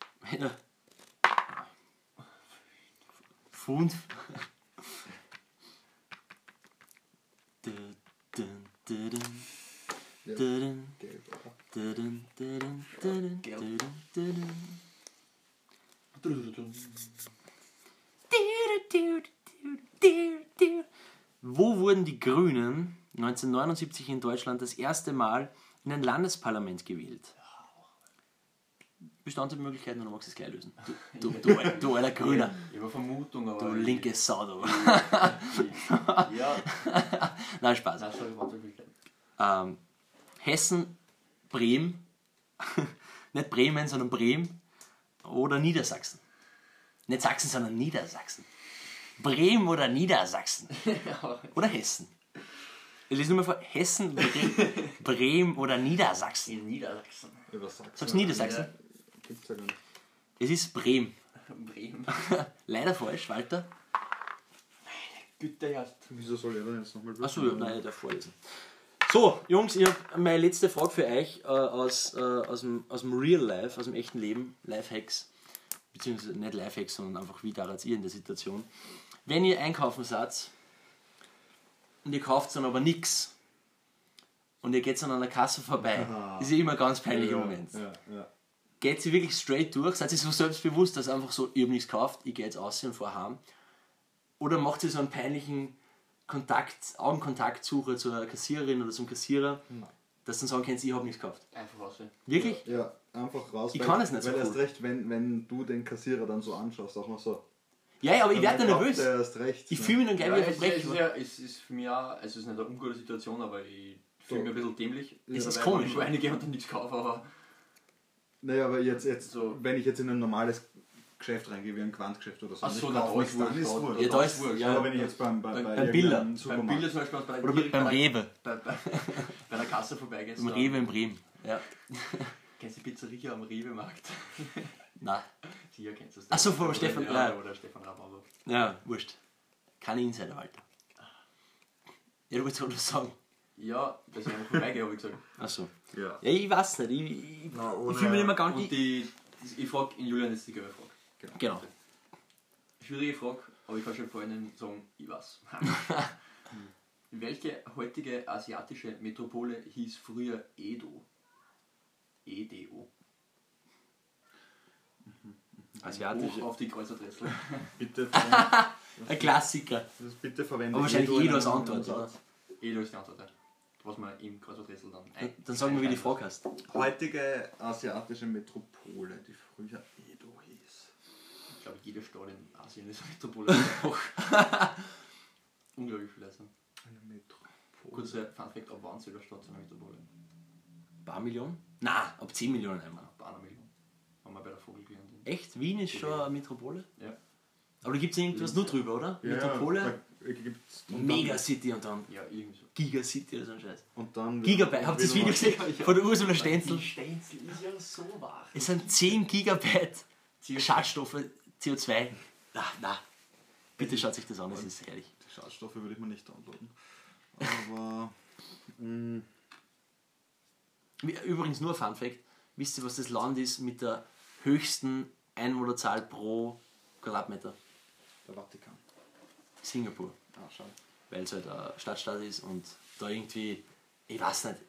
Fünf. Dun, dun, dun, Ja. dun, dun. gelb, oder? Dudum, dudum, dudum, dudum, dudum. Dudu, dudu, dudu, dudu. Wo wurden die Grünen 1979 in Deutschland das erste Mal in ein Landesparlament gewählt? Bestandte Möglichkeiten oder magst du es gleich lösen? Du, du, du, du alter Grüner, Ich habe Vermutung, aber. du linke Sau, du. Ja, Nein, Spaß. das war wirklich klein. Ähm, Hessen, Bremen, nicht Bremen, sondern Bremen oder Niedersachsen. Nicht Sachsen, sondern Niedersachsen. Bremen oder Niedersachsen. Oder Hessen. Ich lese nur mal vor, Hessen, Bre Bremen oder Niedersachsen. In Niedersachsen. Über Sachsen. Sagst du Niedersachsen? Gibt's ja gar nicht. Es ist Bremen. Bremen. Leider falsch, Walter. Güter, ja. Wieso soll er denn jetzt nochmal Achso, ja, nein, ich darf vorlesen. So, Jungs, ich hab meine letzte Frage für euch äh, aus, äh, aus, dem, aus dem Real Life, aus dem echten Leben, Lifehacks, beziehungsweise nicht Lifehacks, sondern einfach wie darat ihr in der Situation. Wenn ihr einkaufen seid und ihr kauft dann aber nichts und ihr geht dann an der Kasse vorbei, ist ja immer ein ganz peinlich im Moment. Ja, ja. Geht sie wirklich straight durch? Seid ihr so selbstbewusst, dass einfach so, ich hab nichts gekauft, ich gehe jetzt aussehen und fahr heim? Oder macht ihr so einen peinlichen Kontakt, Augenkontaktsuche zur Kassiererin oder zum Kassierer, dass dann sagen könnt, ich hab nichts gekauft? Einfach raus. Wirklich? Ja, einfach raus. Ich weil- kann es nicht so Weil erst gut. recht, wenn, wenn du den Kassierer dann so anschaust, auch noch so. Ja, ja aber ich dann werde glaubt nervös. er Erst recht. Ich ne? fühle mich dann gleich Ja, wie ein es, ist, Verbrecher. ja, es ist für mich auch, also es ist nicht eine ungute Situation, aber ich fühle mich ein bisschen dämlich. Es ist Weil komisch. Ich einige und dann nichts kaufe, aber Naja, aber jetzt, jetzt So. wenn ich jetzt in ein normales Geschäft reingehe, wie ein Quantgeschäft oder so, Ach und so, ich na, kauf da nichts, ist dann wurscht, ist wurscht. da- da- Ja, da ist wurscht. wurscht. Ja. Aber wenn ich jetzt beim, bei, Beim bei Billa. irgendeinem beim Bild Supermarkt. zum Beispiel bei, Oder direkt beim bei- Rewe. Bei, bei, bei der Kasse vorbeigehst. Im dann Rewe in Bremen. Ja. Kennst du die Pizzeria am Rewe-Markt? Nein. Sicher kennst du es. Ach so, vom Stefan- Ja, ja. oder Stefan Raab, also. aber Ja, wurscht. Keine Insider, Walter. Ja, du wolltest gerade was sagen. Ja, dass ich einfach vorbeigehe, habe ich gesagt. Achso. Ja. Ja, ich weiß nicht. Ich, ich, ich ohne- fühle mich nicht mehr ganz. Und die, die- ich frage in Julian jetzt die gelbe Frage. genau. Schwierige Frage, aber ich kann schon vorhin sagen, ich weiß. Welche heutige asiatische Metropole hieß früher Edo? E Edo. Hoch Asiatische. auf die Kreuzadressel. Bitte, verwenden- Oh, Ein Klassiker. das bitte verwende Aber wahrscheinlich Edo in jeder als einem Antwort, oder? Satz. Edo ist die Antwort. ja. Was man im Kreuzadressel dann. Dann- ein- Dann sagen wir, wie die einschreiben Frage hast. Heutige asiatische Metropole, die früher Edo hieß. muss. Ich glaube, jede Stadt in Asien ist eine Metropole. Unglaublich viel Leistung. Eine Metropole. Kurzer Funfact: ab wann soll der Stadt zu einer Metropole? Ein paar Millionen? Nein, ab 10 Millionen einmal. Ab einer Million. Haben wir bei der Vogel gelernt. Echt? Wien ist schon eine Metropole? Ja. Aber da gibt es irgendwas nur drüber, oder? Metropole, da gibt's- und dann- Megacity und dann Ja, irgendwie so. Gigacity oder so ein Scheiß. Und dann Gigabyte, habt ihr das Video gesehen? Von der Ursula Stenzel. Stenzel ist ja so wahr. Es sind 10 Gigabyte Schadstoffe, CO2. Na, na. Bitte schaut sich das an, das ist herrlich. Die Schadstoffe würde ich mir nicht downloaden. Aber. mh, Wie- Übrigens nur ein Fun Fact: Wisst ihr, was das Land ist mit der höchsten Einwohnerzahl pro Quadratmeter? der Vatikan. Singapur. Ah, schade. weil es halt ein Stadtstaat ist und da irgendwie, ich weiß nicht,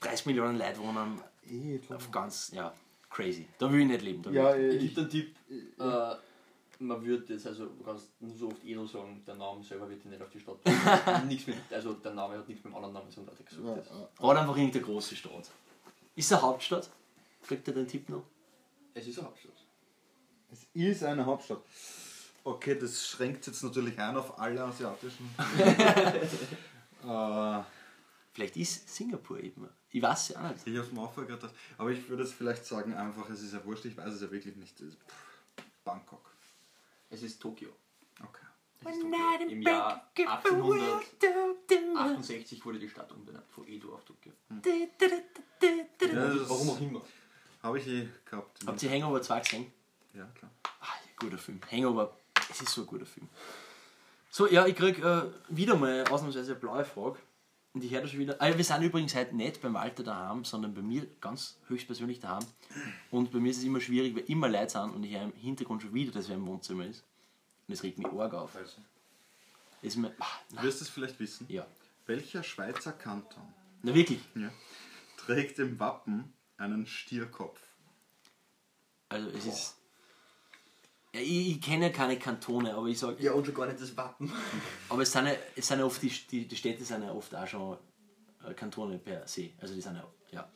30 Millionen Leute wohnen Edo. auf ganz, ja, crazy. Da will ich nicht leben. Da will Ja, ich. äh, Ich ich, gebe einen Tipp. Äh, man würde jetzt, also du kannst nur so oft Edo sagen, der Name selber wird ja nicht auf die Stadt. nichts mit, also der Name hat nichts mit dem anderen Namen zu tun, der ja, gesagt ist. ja. Oder einfach irgendeine große Stadt. Ist eine Hauptstadt? Kriegt ihr den Tipp noch? Es ist eine Hauptstadt. es ist eine Hauptstadt. Okay, das schränkt jetzt natürlich ein auf alle asiatischen. äh, Vielleicht ist Singapur eben. Ich weiß es auch nicht. ich hab's mir auch vorher gedacht. Aber ich würde es vielleicht sagen, einfach, es ist ja wurscht, ich weiß es ja wirklich nicht. Es ist- Pff, Bangkok. Es ist Tokio. Okay. Im Jahr 1868 wurde die Stadt umbenannt von Edo auf Tokio. das- Warum auch immer. Habe ich eh gehabt. Habt ihr Hangover 2 gesehen? Ja, klar. Ah, ja, guter Film. Hangover, es ist so ein guter Film. So, ja, ich krieg äh, wieder mal ausnahmsweise eine blaue Frage. Und ich höre schon wieder. Ah, ja, wir sind übrigens heute nicht beim Walter daheim, sondern bei mir ganz höchstpersönlich daheim. Und bei mir ist es immer schwierig, weil immer Leute sind und ich höre im Hintergrund schon wieder, dass wer im Wohnzimmer ist. Und es regt mich arg auf. Also, Ist mir, ah, du na, wirst es vielleicht wissen. ja. Welcher Schweizer Kanton Na wirklich. ja, trägt im Wappen einen Stierkopf? Also es ist. Ja, ich, ich kenne ja keine Kantone, aber ich sage. Ja, und schon gar nicht das Wappen. Aber es sind, ja, es sind ja oft die, die, die Städte sind ja oft auch schon äh, Kantone per se. Also die sind ja, ja.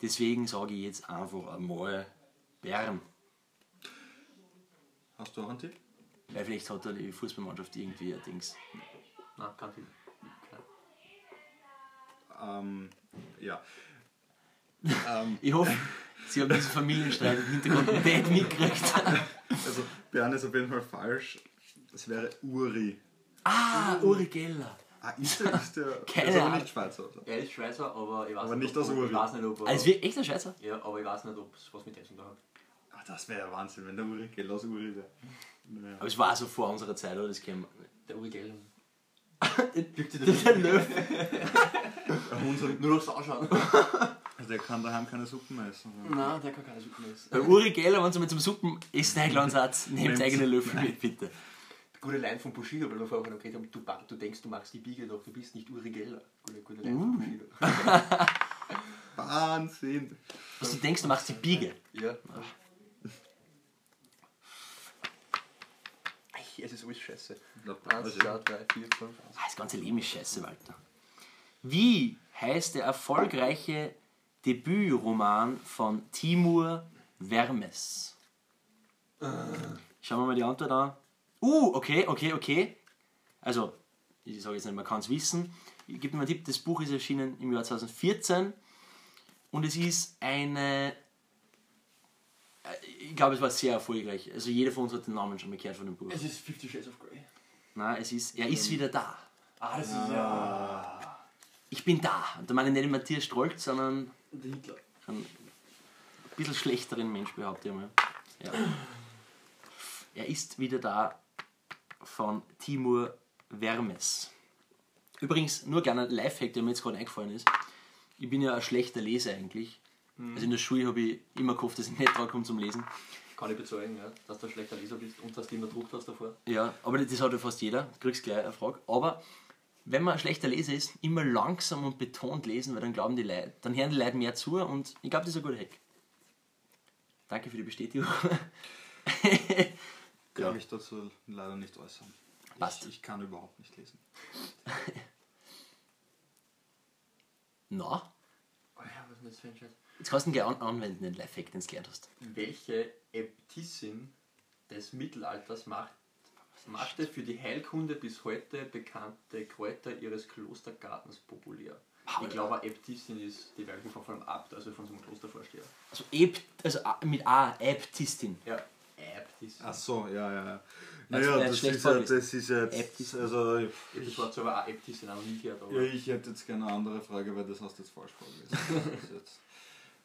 Deswegen sage ich jetzt einfach einmal Bern. Hast du auch einen Tipp? Weil vielleicht hat da die Fußballmannschaft irgendwie ein Dings. Nein, kein Film. Ähm, ja. Ich hoffe, sie haben diesen Familienstreit im Hintergrund nicht mitgekriegt. Also, Bern ist auf jeden Fall falsch. Es wäre Uri. Ah, Uri Geller. Ah, ist der, ist der, der Keine ist aber Ahnung. nicht Schweizer, oder? Er ist Schweizer, aber ich weiß Aber nicht ob, aus Uri. Ich weiß nicht, ob er, Also wirklich echt ein Scheißer. ja, aber ich weiß nicht, ob es was mit Essen da hat. Ah, das wäre ja Wahnsinn, wenn der Uri Gell aus Uri wäre. Naja. Aber es war so vor unserer Zeit, oder? Das kennen Der Uri Geller. wir. Löw. Nur noch ausschauen. Also, der kann daheim keine Suppen essen. Nein, der kann keine Suppe mehr essen. Bei Uri Geller, wenn sie mal zum Suppen essen eingeladen seid, nehmt Nehmt's. eigene Löffel mit, bitte. Gute Line von Bushido, weil wir vorher noch geredet haben, du, ba- du denkst, du magst die Biege, doch du bist nicht Uri Geller. Gute, gute Line von Bushido. Wahnsinn! Was du denkst, du machst die Biege. Ja. Ech, Es ist alles scheiße. Eins, zwei, drei, vier, fünf. Ah, Das ganze Leben ist scheiße, Walter. Wie heißt der erfolgreiche Debütroman von Timur Vermes? Schauen wir mal die Antwort an. Uh, okay, okay, okay. Also, ich sage jetzt nicht, man kann es wissen. Ich gebe mir einen Tipp, das Buch ist erschienen im Jahr 2014 und es ist eine... äh, Ich glaube, es war sehr erfolgreich. Also jeder von uns hat den Namen schon mal gehört von dem Buch. Es ist Fifty Shades of Grey. Nein, es ist... Er ist wieder da. Ah, das ist ja. ich bin da. Und da meine ich nicht den Matthias Strolz, sondern Der Hitler. einen ein bisschen schlechteren Mensch, behaupte ich mal. Ja. Er ist wieder da von Timur Vermes. Übrigens, nur gerne ein Lifehack, der mir jetzt gerade eingefallen ist. Ich bin ja ein schlechter Leser eigentlich. Also in der Schule habe ich immer gehofft, dass ich nicht drauf komme zum Lesen. Kann ich bezeugen, ja, dass du ein schlechter Leser bist und dass du immer Druck hast davor. Ja, aber das hat ja fast jeder. Du kriegst gleich eine Frage. Aber wenn man ein schlechter Leser ist, immer langsam und betont lesen, weil dann glauben die Leute, dann hören die Leute mehr zu und ich glaube, das ist ein guter Hack. Danke für die Bestätigung. Ich Ja. kann mich dazu leider nicht äußern. Passt. Ich, ich kann überhaupt nicht lesen. Na, Oh ja, was ist denn das für ein Scheiß? jetzt kannst du ihn gleich an anwenden, den Lifehack, den du gelernt hast. Welche Äbtissin des Mittelalters macht, machte für die Heilkunde bis heute bekannte Kräuter ihres Klostergartens populär? Ich glaube, eine Äbtissin ist die Wirkung von vor allem Abt, also von so einem Klostervorsteher. Also, Eb, also A- mit A, Äbtistin. Ja, Äbtissin. Ach so, ja, ja, ja. Also, Naja, er hat das schlecht ist, ja, vorgelesen. das ist App ist- jetzt. Also, ich, das Wort selber auch Äbtissin, auch nie gehört, aber ja, ich hätte jetzt gerne eine andere Frage, weil das hast du jetzt falsch vorgelesen. Das ist jetzt,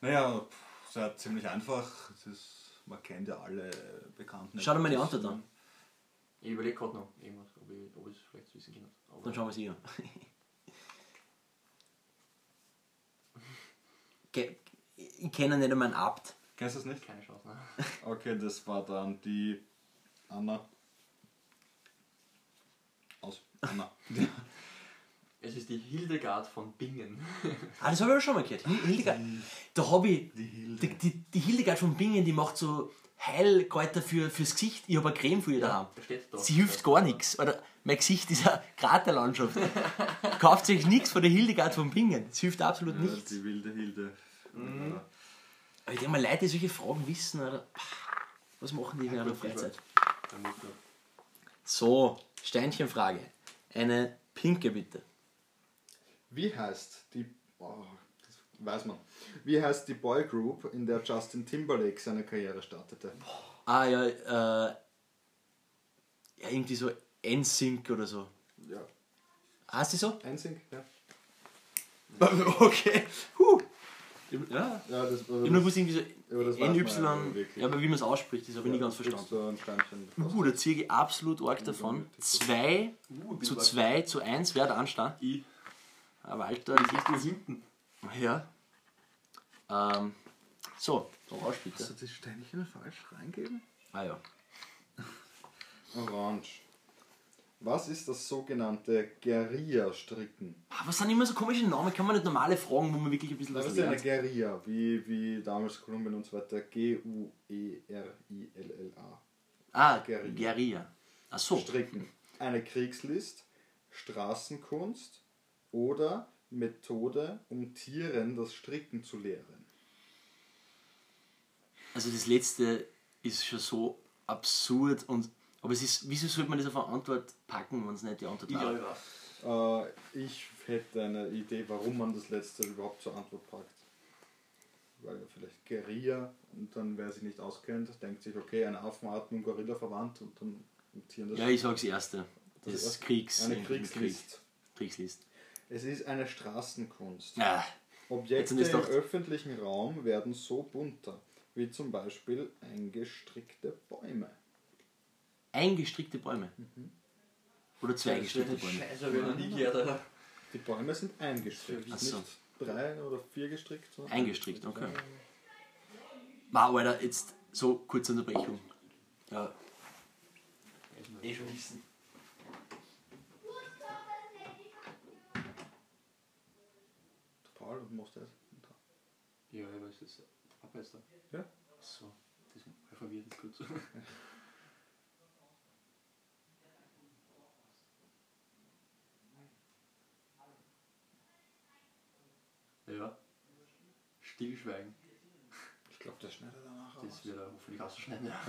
naja, pff, ist ja ziemlich einfach. Es ist, man kennt ja alle bekannten. Schau dir mal die Antwort an. ich überlege gerade noch irgendwas, ob ich, ob ich es vielleicht wissen kann. Aber Dann schauen wir es an. Ge- Ich kenne nicht einmal einen Abt. Kennst du das nicht? keine Chance, ne? Okay, das war dann die Anna. Aus. Anna. Es ist die Hildegard von Bingen. Ah, das habe ich auch schon mal gehört. Hil- Hildegard. Da habe ich. Die Hilde. Die, die, die Hildegard von Bingen, die macht so Heilkräuter für, fürs Gesicht. Ich habe eine Creme für ihr daheim. Da steht da. Sie hilft gar nichts. Oder mein Gesicht ist eine Kraterlandschaft. Kauft euch nichts von der Hildegard von Bingen. Sie hilft absolut Ja, nichts. Die wilde Hilde. Ja. Aber ich denke mal, Leute, die solche Fragen wissen, oder, was machen die in ihrer Freizeit? Dann muss man- So, Steinchenfrage. Eine pinke bitte. Wie heißt die. Oh, das weiß man. Wie heißt die Boygroup, in der Justin Timberlake seine Karriere startete? Ah ja, äh, ja irgendwie so NSYNC oder so. Ja. Heißt die Ah, so? Einzig, ja. Okay. Huh. Ja. Ja, Ich das hab nur gewusst, irgendwie so aber das weiß man NY, ja nicht wirklich. ja, aber wie man es ausspricht, das habe ich nie ganz drückst verstanden. du ein Steinchen. Uh, da ziehe ich absolut arg davon. 2 Uh, zu 2 zu 1, wer hat anstand? Ich. Aber Alter, Ich bin hinten. ja. Ähm, so, Orange bitte. Hast du das Steinchen falsch reingeben? Ah ja. Orange. Was ist das sogenannte Guerilla-Stricken? Ah, Was sind immer so komische Namen? Kann man nicht normale Fragen, wo man wirklich ein bisschen Das was ist ja Also eine lernt? Guerilla, wie, wie damals Kolumbien und so weiter. G-U-E-R-I-L-L-A. Ah, Guerilla. Guerilla. Ach so. Stricken. Eine Kriegslist, Straßenkunst oder Methode, um Tieren das Stricken zu lehren. Also das letzte ist schon so absurd und aber es ist, wieso sollte man das auf eine Antwort packen, wenn es nicht die Antwort Ich war? glaube, ja. Äh, ich hätte eine Idee, warum man das letzte überhaupt zur Antwort packt. Weil ja vielleicht Guerilla und dann, wer sich nicht auskennt, denkt sich, okay, eine Affenatmung, Gorilla verwandt und dann mit Tieren das Ja, ich sag's erste. Das Das, ist ist Kriegs. Eine im Kriegslist. Krieg. Kriegslist. Es ist eine Straßenkunst. Ah, Objekte Jetzt ist im doch- öffentlichen Raum werden so bunter, wie zum Beispiel eingestrickte Bäume. eingestrickte Bäume. Oder zwei Das wäre gestrickte eine Bäume. Scheiße, hab ich noch nie gehört, Alter. Die Bäume sind eingestrickt, Ach so. nicht drei oder vier gestrickt. sondern Eingestrickt, okay. Wow, Alter, jetzt so kurze Unterbrechung. Ja, Eh schon wissen. Paul und Mostes. Ja, aber es ist Papa ist da. Ja. So, das war verwirrt jetzt kurz. ja. Stillschweigen. Ich glaube, der schneidet danach aus. Das wird er hoffentlich ausschneiden. Ja.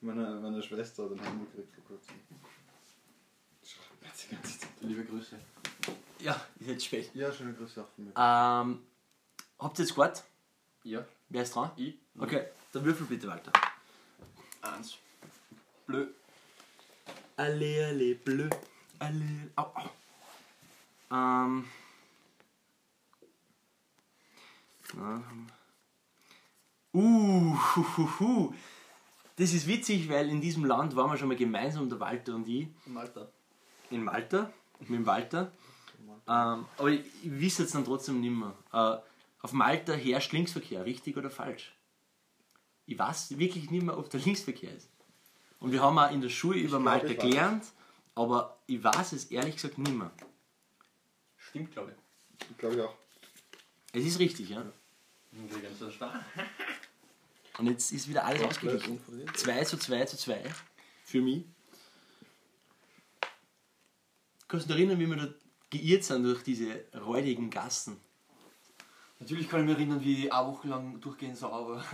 Meine, meine Schwester hat einen Hammer gekriegt vor kurzem. Schreibt mir jetzt die ganze Zeit. Liebe Grüße. ja ist jetzt spät. Ja, schöne Grüße auch von mir. Ähm, habt ihr jetzt gehört? Ja, Wer ist dran? ich. Okay, dann würfel bitte Walter. Eins. Blö. Alle, alle, bleu. oh, Alle. Au, au. Ähm. Na, hm. Uh, hu, hu, hu. das ist witzig, weil in diesem Land waren wir schon mal gemeinsam, der Walter und ich, Malta. in Malta, mit dem Walter. Ähm, aber ich, ich wisse jetzt dann trotzdem nimmer. Äh, auf Malta herrscht Linksverkehr, richtig oder falsch? Ich weiß wirklich nicht mehr, ob der Linksverkehr ist. Und wir haben auch in der Schule über glaub, Malta ich weiß es. gelernt, aber ich weiß es ehrlich gesagt nicht mehr. Stimmt, glaube ich. Glaube ich auch. Es ist richtig, ja. Nur wegen so Star. Und jetzt ist wieder alles ausgeglichen. 2 zu 2 zu 2 für mich. Kannst du dich erinnern, wie wir da geirrt sind durch diese räudigen Gassen? Natürlich kann ich mich erinnern, wie ich eine Woche lang durchgehend sauer war.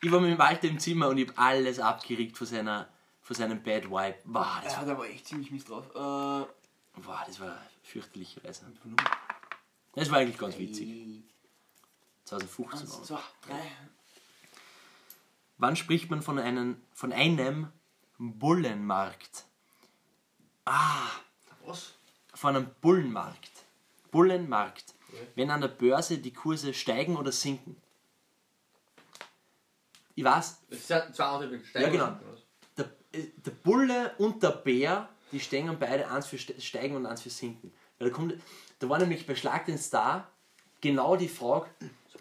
Ich war mit dem Walter im Zimmer und ich habe alles abgeregt von, seiner, von seinem Bad Wipe. Wow, das, Ja, war, da war echt ziemlich mies drauf. Äh, wow, das war fürchterlich gewesen. Das war eigentlich ganz witzig. 2015 war Eins, das. zwei, drei. Wann spricht man von, einem, von einem Bullenmarkt? Was? Von einem Bullenmarkt. Bullenmarkt. Wenn an der Börse die Kurse steigen oder sinken. Ich weiß, Es ist ja zwei Auswirkungen. Steigen Ja, und genau. sinken, der, äh, der Bulle und der Bär, die steigen beide eins für Ste- Steigen und eins für Sinken. Weil da, kommt, da war nämlich bei Schlag den Star genau die Frage,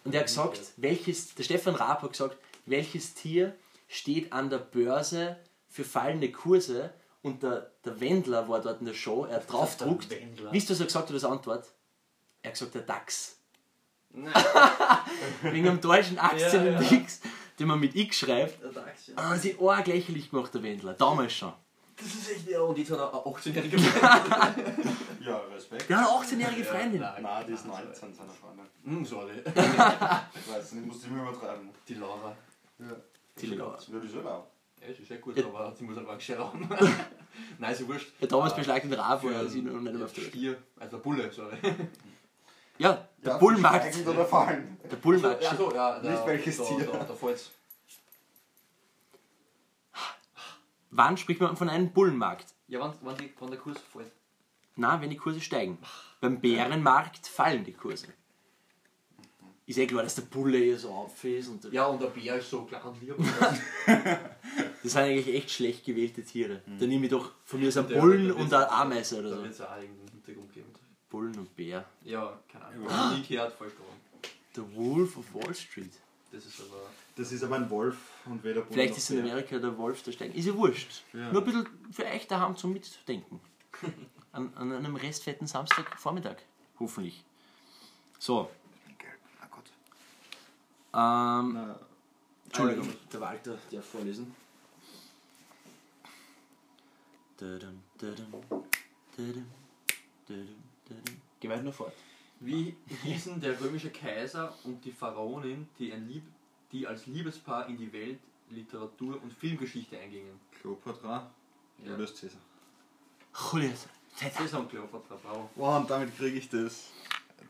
und er hat gesagt, welches, der Stefan Raab hat gesagt, welches Tier steht an der Börse für fallende Kurse und der, der Wendler war dort in der Show, er hat draufgedruckt. Der Wendler. Wisst ihr, was er gesagt hat als Antwort? Er hat gesagt, der DAX. Nein. Wegen einem deutschen Aktien Ja, ja. X, den man mit X schreibt. was? Der DAX, ja. Ah, sie arg lächerlich gemacht, der Wendler. Damals schon. Das ist echt, ja, und jetzt hat er eine 18-jährige Ja, Respekt. Der hat eine 18-jährige Freundin. Nein, die ist 19, seine Freundin. Hm, sorry. Ich weiß nicht, muss ich mir übertreiben. Die Laura. Ja. Die Laura. Das würde ich selber auch. Ja, ist sehr gut, aber sie muss einfach gescheit haben. Nein, ist ja wurscht. Der Thomas Äh, beschlagt den Rafa, für er ist ihn noch nicht einen mehr auf der Welt. Stier, also ein Bulle, sorry. Ja, der Ja, Bullmarkt. steigend oder fallen. Der Bullmarkt. Ja, so, ja, da, Nicht welches da, Tier. Da, da, fällt's. Wann spricht man von einem Bullenmarkt? Ja, wann, wann, die, wann der Kurs fällt. Na, wenn die Kurse steigen. Beim Bärenmarkt fallen die Kurse. Ist eh klar, dass der Bulle hier so auffällt. Und Ja, und der Bär ist so klar und lieb. Das sind eigentlich echt schlecht gewählte Tiere. Dann nehme ich doch von mir so einen Ja, Bullen da wird's- und eine Ameise oder da so. wird es auch irgendeinen Hintergrund geben. Bullen und Bär. Ja, keine Ahnung. Ah. Nie gehört, voll strong. Der Wolf of Wall Street. Das ist aber. Das ist aber ein Wolf und weder Bull Vielleicht noch ist in Bär. Amerika der Wolf der Steigen. Ist ja wurscht. Ja. Nur ein bisschen für euch daheim zum Mitdenken. An, an einem restfetten Samstagvormittag. Hoffentlich. So. Gelb. Ah Gott. Ähm, Na, Entschuldigung. Ähm, der Walter darf vorlesen. Dödum, dödum, dödum, dödum, dödum. Geh weiter nur fort. Wie hießen der römische Kaiser und die Pharaonin, die, ein Lieb die als Liebespaar in die Welt, Literatur und Filmgeschichte eingingen? Cleopatra. Ja. Julius Caesar. Julius. Cäsar und Kleopatra, bravo. Wow, und damit kriege ich das,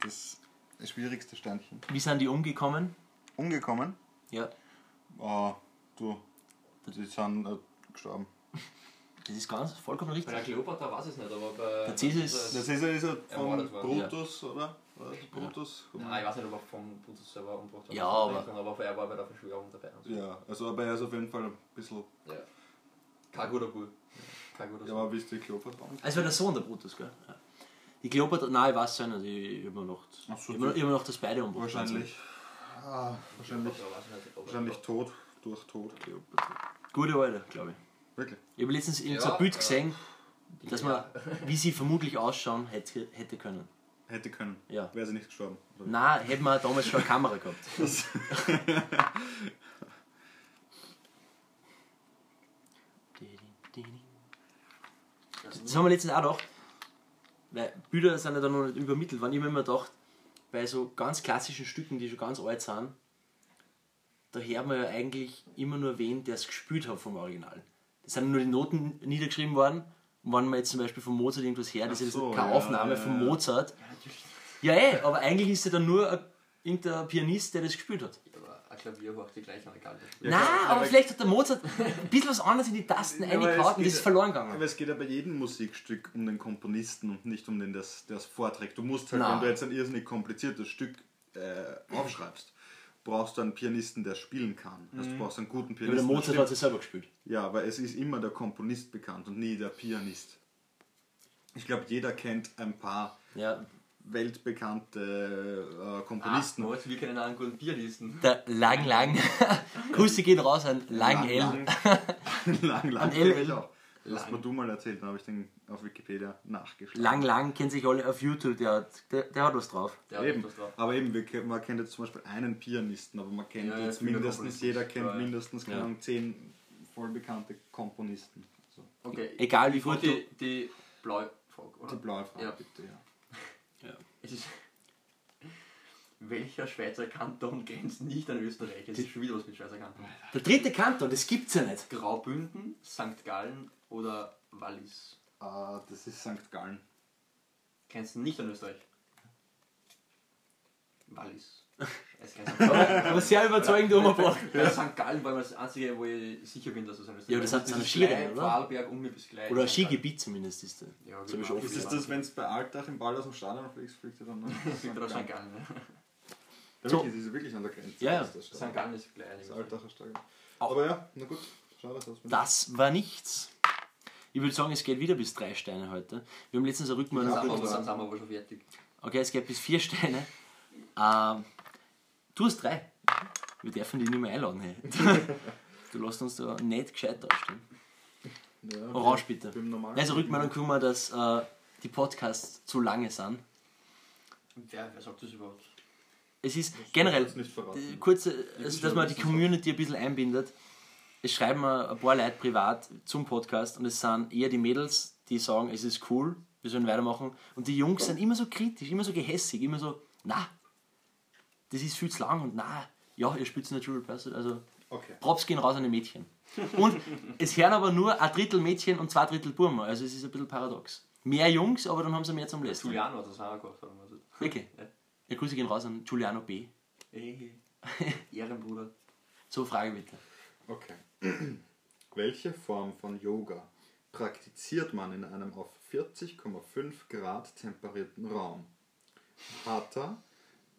das schwierigste Steinchen. Wie sind die umgekommen? Umgekommen? Ja, Ah, du. Die sind äh, gestorben. das ist ganz vollkommen Bei richtig. der Kleopatra weiß ich es nicht, aber bei. Der Cäsar ist- Der ist. Caesar ist ja von Ermordet worden, ja. Brutus, oder? War das Brutus? Nein, ich weiß nicht, ob er vom Brutus selber umgebracht hat. Ja, Das aber- kann, aber er war bei der Verschwörung dabei. und so. Ja, also aber er ist auf jeden Fall ein bisschen. Ja. Kein guter Bub. Kein guter Ja, Sohn. aber wie ist die Kleopatra? Also war der Sohn der Brutus, gell? Ja. Die Kleopatra, nein, ich weiß es nicht, ich immer noch, Ach so, immer, die- immer noch, dass beide umgebracht sind. Wahrscheinlich. Ah, wahrscheinlich. Kleopatra weiß ich nicht, ob er- Wahrscheinlich tot. Durch Tod. Kleopatra. Gute Alter, glaube ich. Wirklich? Ich habe letztens irgendein Ja, Bild ja. gesehen, dass man, wie sie vermutlich ausschauen hätte, hätte können. Hätte können. Ja. Wäre sie nicht gestorben. oder wie? Nein, hätten wir damals schon eine Kamera gehabt. Das haben wir letztens auch gedacht, weil Bilder sind ja dann noch nicht übermittelt worden. Ich habe mir immer gedacht, bei so ganz klassischen Stücken, die schon ganz alt sind, da hört man ja eigentlich immer nur wen, der es gespielt hat vom Original. Das sind nur die Noten niedergeschrieben worden. Und wenn man jetzt zum Beispiel von Mozart irgendwas hört, das Ach ist so, jetzt keine ja, Aufnahme ja, von ja. Mozart. Ja, eh, aber eigentlich ist er dann nur ein, irgendein Pianist, der das gespielt hat. Aber ein Klavier horcht die gleich an, egal. Ja, Nein, klar, aber aber- vielleicht hat der Mozart ein bisschen was anderes in die Tasten Ja, eingehauen und aber es das geht- ist verloren Aber gegangen. es geht ja bei jedem Musikstück um den Komponisten und nicht um den, der es vorträgt. Du musst halt, Na. wenn du jetzt ein irrsinnig kompliziertes Stück äh, aufschreibst, brauchst du einen Pianisten, der spielen kann. Also du brauchst einen guten Aber der Pianisten. Mhm. Mozart das hat es selber gespielt. stimmt. ja, aber es ist immer der Komponist bekannt und nie der Pianist. Ich glaube, jeder kennt ein paar Ja, weltbekannte äh, Ah, Komponisten. Moritz, wir kennen einen guten Bierlisten. der Lang Lang. Grüße gehen raus an Lang L. lang, lang, lang. L. kenn ich auch. Das hast mir du mal erzählt, dann habe ich den auf Wikipedia nachgeschlagen. Lang Lang kennen sich alle auf YouTube, der hat, der, der hat was drauf. Der hat Eben. etwas drauf. Aber eben, wir, ke- man kennt jetzt zum Beispiel einen Pianisten, aber man kennt Ja, ja, jetzt viele mindestens, Komponisten. jeder kennt Ja, ja. mindestens keine Ja. Ahnung, zehn vollbekannte Komponisten. So. Okay. Egal wie gut Und du. die, die blaue Frage, oder? Die blaue Frage, Ja. bitte. Ja. Es ist. Welcher Schweizer Kanton grenzt nicht an Österreich? Es ist schon wieder was mit Schweizer Kanton. Der dritte Kanton, das gibt's ja nicht. Graubünden, St. Gallen oder Wallis? Ah, das ist St. Gallen. Grenzt nicht an Österreich. Wallis. Es grenzt an Aber sehr überzeugend umgebracht. Bei St. Gallen war mal das einzige, wo ich sicher bin, dass es an Österreich Ja, aber das ist. hat so eine ist Skirennen, gleich oder? Vorarlberg um mir bis gleich. Oder ein St. Gallen. Skigebiet zumindest ist der. Ja, So genau. wie Ist es das, wenn es bei Altach im Ball aus dem Stadion fliegst, fliegt er dann nach St. St. Gallen. St. Gallen? Gallen, ne? Ja, So. wirklich, es ist wirklich an der Grenze. Ja, ja. Das, Stadion. St. Gallen ist gleich. das Altacher Stadion. Auch. Aber ja, na gut. Schade, dass wir Das war nichts. Ich würde sagen, es geht wieder bis drei Steine heute. Wir haben letztens eine Dann Rückmeldung sind wir- bekommen. dann sind wir aber schon fertig. Okay, es geht bis vier Steine. Ähm, du hast drei. Wir dürfen dich nicht mehr einladen. Hey. Du lässt uns da nicht gescheit dastehen. Ja, Orange bitte. Beim normalen Also Rückmeldung kommen wir, dass äh, die Podcasts zu lange sind. Wer, wer sagt das überhaupt? Es ist generell. generell, Das nicht verraten. äh, kurze, ist also, schon dass man ein die bisschen Community ein bisschen einbindet. es schreiben mir ein paar Leute privat zum Podcast und es sind eher die Mädels, die sagen, es ist cool, wir sollen weitermachen. Und die Jungs sind immer so kritisch, immer so gehässig, immer so, na, das ist viel zu lang und na, ja, ihr spielt Natural Person, also Okay. Props gehen raus an die Mädchen. Und es hören aber nur ein Drittel Mädchen und zwei Drittel Burma, also es ist ein bisschen paradox. Mehr Jungs, aber dann haben sie mehr zum Lästern. Juliano hat das auch gemacht. Also, Haben wir gesagt. Okay. Ja, Grüße gehen raus an Giuliano B. Ey, Ehrenbruder. So, Frage bitte. Okay. Welche Form von Yoga praktiziert man in einem auf 40,5 Grad temperierten Raum? Hatha,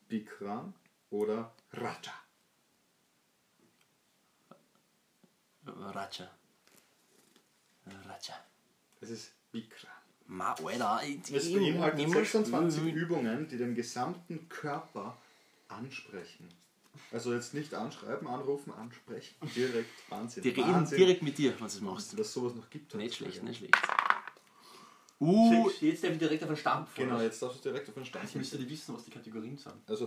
Bikram oder Raja? Raja. Raja. Es ist Bikram. Ma, Alter. ich- Es ich- beinhaltet ich- 26 ich- Übungen, die den gesamten Körper ansprechen. Also jetzt nicht anschreiben, anrufen, ansprechen. Direkt Wahnsinn. Die reden Wahnsinn, direkt mit dir, wenn du es machst. dass sowas noch gibt. Nicht schlecht, heutzutage. nicht schlecht. Uh, Jetzt der direkt auf den Stampf. Genau, jetzt darfst du direkt auf den Stand. Jetzt müsste die wissen, was die Kategorien sind. Also,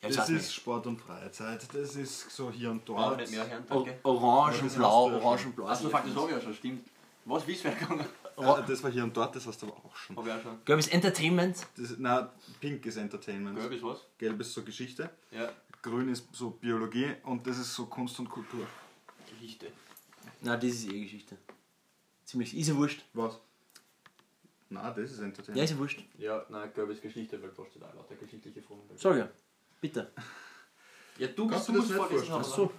Ja, das das heißt ist nicht. Sport und Freizeit, das ist so hier und dort. hören, o- orangenblau, Ja, das hast du ja schon. orangenblau. Also, faktisch habe ich ja schon, stimmt. Was, wie ist wer gegangen? Ah, das war hier und dort, das hast du aber auch schon. Hab ich auch schon. Glaube ich, Entertainment. Das, na, pink ist Entertainment. Gelb ist was? Gelb ist so Geschichte, Ja. grün ist so Biologie und das ist so Kunst und Kultur. Geschichte. Na, das ist eh Geschichte. Ziemlich. Ist ja wurscht. Was? Na, das ist Ja, Entertainment. ist ja wurscht. Ja, nein, Gelb ist Geschichte, weil da steht auch lauter geschichtliche Fragen. Sorry. ja. Bitte. Ja, du Kannst bist du du das musst nicht vorlesen. vorstellen? aber- Ach so.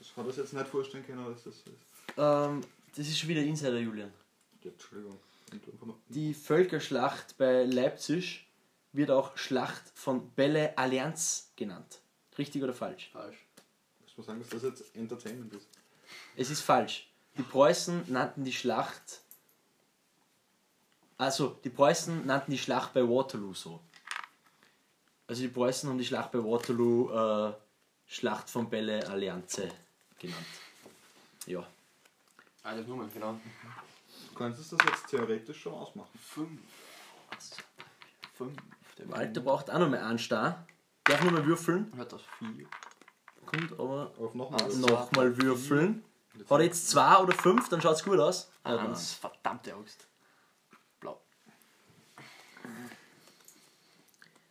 Ich kann das jetzt nicht vorstellen können, dass das so ist. Ähm, das ist schon wieder Insider, Julian. Ja, Entschuldigung. Und einfach noch- Die Völkerschlacht bei Leipzig wird auch Schlacht von Belle Allianz genannt. Richtig oder falsch? Falsch. Ich muss sagen, dass das jetzt Entertainment ist. Es ist falsch. Die Preußen nannten die Schlacht. Also, die Preußen nannten die Schlacht bei Waterloo so. Also, die Preußen haben die Schlacht bei Waterloo äh, Schlacht von Belle Allianze genannt. Ja. Ah, das Nummern, genau. Du könntest das jetzt theoretisch schon ausmachen. Fünf. Fünf. Der Walter braucht auch noch mal einen Star. Darf nur mal würfeln. Hört das vier. Kommt aber Auf nochmal. nochmal würfeln. Hat er jetzt zwei oder fünf, dann schaut's gut aus. Ja, dann- Eins, verdammte Angst. Blau.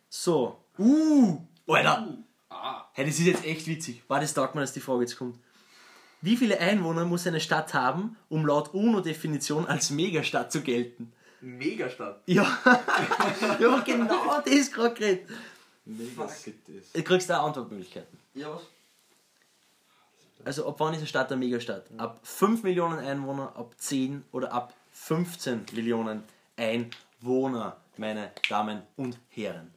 So. Uh! Alter! Ah. Hey, das ist jetzt echt witzig. War das taugt mir, dass die Frage jetzt kommt. Wie viele Einwohner muss eine Stadt haben, um laut UNO-Definition als Megastadt zu gelten? Megastadt. Ja, ja genau das gerade geredet. Mega Cities. Du kriegst da Antwortmöglichkeiten. Ja, was? Also ab wann ist eine Stadt eine Megastadt? Ab 5 Millionen Einwohner, ab 10 oder ab 15 Millionen Einwohner, meine Damen und Herren.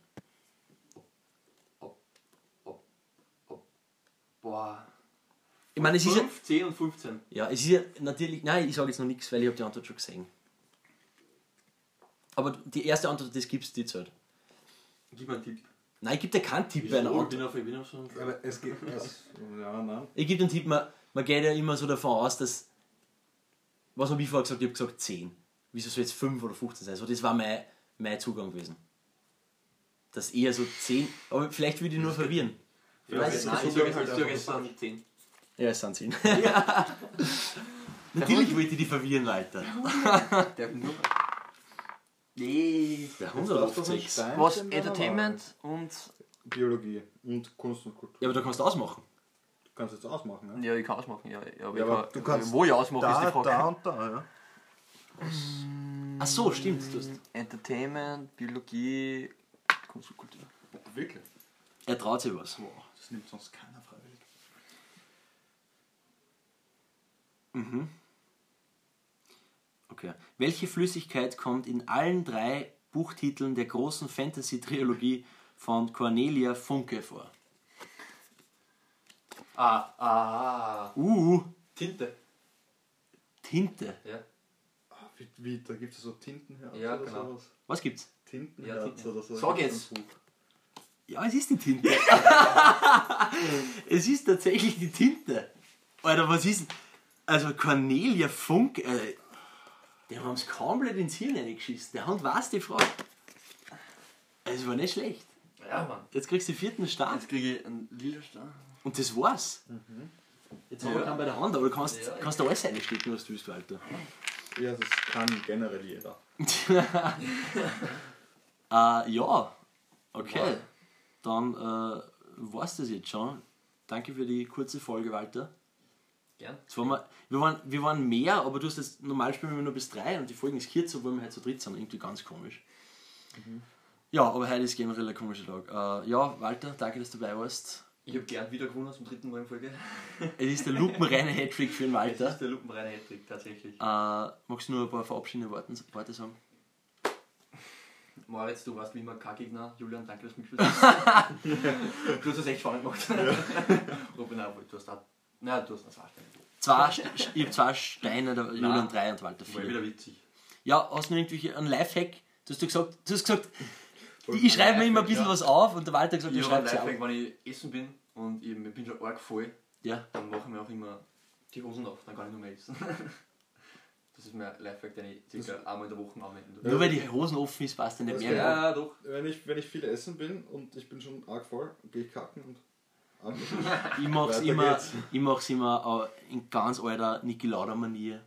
Boah. Ich meine, es ist ja, 5, 10 und 15. ja, es ist ja natürlich, nein, ich sage jetzt noch nichts, weil ich habe die Antwort schon gesehen. Aber die erste Antwort, das gibst du die Zeit. Gib mir einen Tipp. halt. Nein, ich gebe dir keinen Tipp bei einer Wieso? Ich Antwort. bin auf, ich bin auf so einem Aber es geht. Es, ja, nein. Ich gebe den Tipp, man, man geht ja immer so davon aus, dass. Was habe ich vorher gesagt? Ich habe gesagt 10. Wieso soll jetzt 5 oder 15 sein? So, das war mein, mein Zugang gewesen. Dass eher so 10. Aber vielleicht würde ich nur verwirren. Vielleicht Nein, ist der ich sage Zugang jetzt- halt ich sage einfach jetzt falsch. nicht 10. Ja, es sind 10. Natürlich wollte ich die verwirren, Alter. Der nur. Nee. Der Jetzt 100 auf darfst du einen 6. Ja, Stein Was in deiner Wahl. Entertainment und. Biologie und Kunst und Kultur. aber da kannst du ausmachen. Du kannst jetzt ausmachen, ne? Ja, ich kann ausmachen, ja. ja, aber Ja, ich aber kann, du kannst wo ich ausmache, ist die Frage. und da, ja. Ach so, stimmt. Du hast, Entertainment, Biologie, Kunst und Kultur. Wirklich? er traut sich was. Boah, das nimmt sonst keiner freiwillig. Okay. Welche Flüssigkeit kommt in allen drei Buchtiteln der großen Fantasy-Trilogie von Cornelia Funke vor? Ah, ah. Uh, Tinte. Tinte. Ja. Ah, wie, wie, da gibt es so Tintenherz Ja, oder genau. sowas. Was gibt's? Ja, Tintenherz Tinten- oder so. Sag gibt's im Buch. Ja, es ist die Tinte. es ist tatsächlich die Tinte. Alter, was ist denn? Also Cornelia Funk, äh, die haben es komplett ins Hirn reingeschissen. Der Hand war's die Frau. Es war nicht schlecht. Ja, Mann. Jetzt kriegst du den vierten Start Jetzt kriege ich einen lila Star. und das war's. Jetzt haben wir Ja. keinen bei der Hand, aber du kannst, Ja, kannst da alles reinstecken, was du willst, Walter. Ja, das kann generell jeder. Äh, ja, okay. Wow. Dann äh, war's das jetzt schon. Danke für die kurze Folge, Walter. Gern. Jetzt waren wir, wir, waren, wir waren mehr, aber du hast jetzt normal spielen wir nur bis drei und die Folgen ist kürzer, obwohl wir heute zu dritt sind. Irgendwie ganz komisch. Mhm. Ja, aber heute ist generell ein komischer Tag. Äh, ja, Walter, danke, dass du dabei warst. Ich habe gern wieder gewonnen zum dritten Mal in Folge. Es ist der lupenreine Hattrick für den Das ist Walter. der lupenreine Hattrick, tatsächlich. Äh, magst du nur ein paar verabschiedende Worte, Worte sagen? Moritz, du warst wie immer K-Gegner. Julian, danke, dass du mitgespielt hast. du hast das echt spannend gemacht. Robin, auch, du hast da. Nein, du hast das auch Zwei, St- ich habe zwei Steine, der Julian 3 und Walter War wieder 4. witzig. Ja, hast du noch irgendwelche einen Lifehack? Du hast, du gesagt, du hast gesagt, ich schreibe mir immer ein bisschen ja. was auf und der Walter hat gesagt, Ich ich habe einen schreibe es auf. Lifehack, wenn ich essen bin und ich, ich bin schon arg voll, Ja, dann mache ich mir auch immer die Hosen auf, dann kann ich nur mehr essen. Das ist mein Lifehack, den ich circa einmal in der Woche anwenden darf. nur weil die Hosen offen ist, passt ja nicht Das mehr. Ja, ja, doch. Wenn ich, wenn ich viel essen bin und ich bin schon arg voll, gehe ich kacken und ab. Ich mach's Weiter immer, geht's. ich mach's immer äh, in ganz alter Niki Lauda Manier.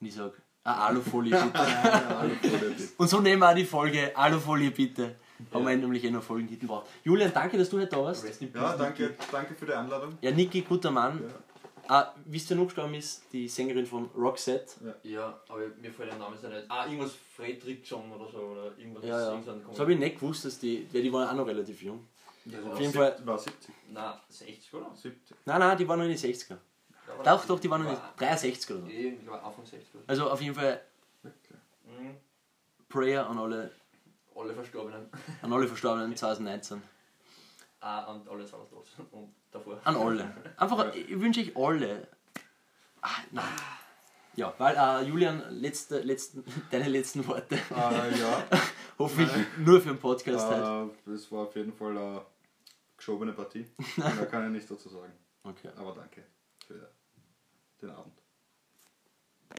Und ich sag, eine Alufolie bitte. Und so nehmen wir auch die Folge, Alufolie bitte. Haben wir nämlich eh noch Folgentitel gebraucht. Julian, danke, dass du heute da warst. Rest in Ja, peace, danke, danke für die Einladung. Ja, Niki, guter Mann. Ah, wisst ihr noch, gestorben ist die Sängerin von Roxette? Ja, aber mir fällt der Name jetzt nicht. ein. Ah, irgendwas Fredriksson oder so, oder irgendwas. Ja, ja. irgendein Das habe ich nicht gewusst, dass die, weil die waren auch noch relativ jung. Ja, Auf jeden Fall. War 70. Nein, 60 oder? 70. Nein, nein, die waren noch in den 60er. Ja, aber Doch, das- doch, die waren noch in den 63 oder so. Nee, Ich war Anfang 60 oder Also auf jeden Fall so. Mhm. Prayer an alle, Alle Verstorbenen. an alle Verstorbenen 2019. Ah, und alle Sauerstoff. Und davor. An alle. Einfach, ich wünsche ich alle. Ah, nein. Ja, weil äh, Julian, letzte, letzten, deine letzten Worte. Äh, ja. Hoffe ich nur für den Podcast halt. Äh, es war auf jeden Fall eine geschobene Partie. da kann ich nichts dazu sagen. Okay. Aber danke für den Abend.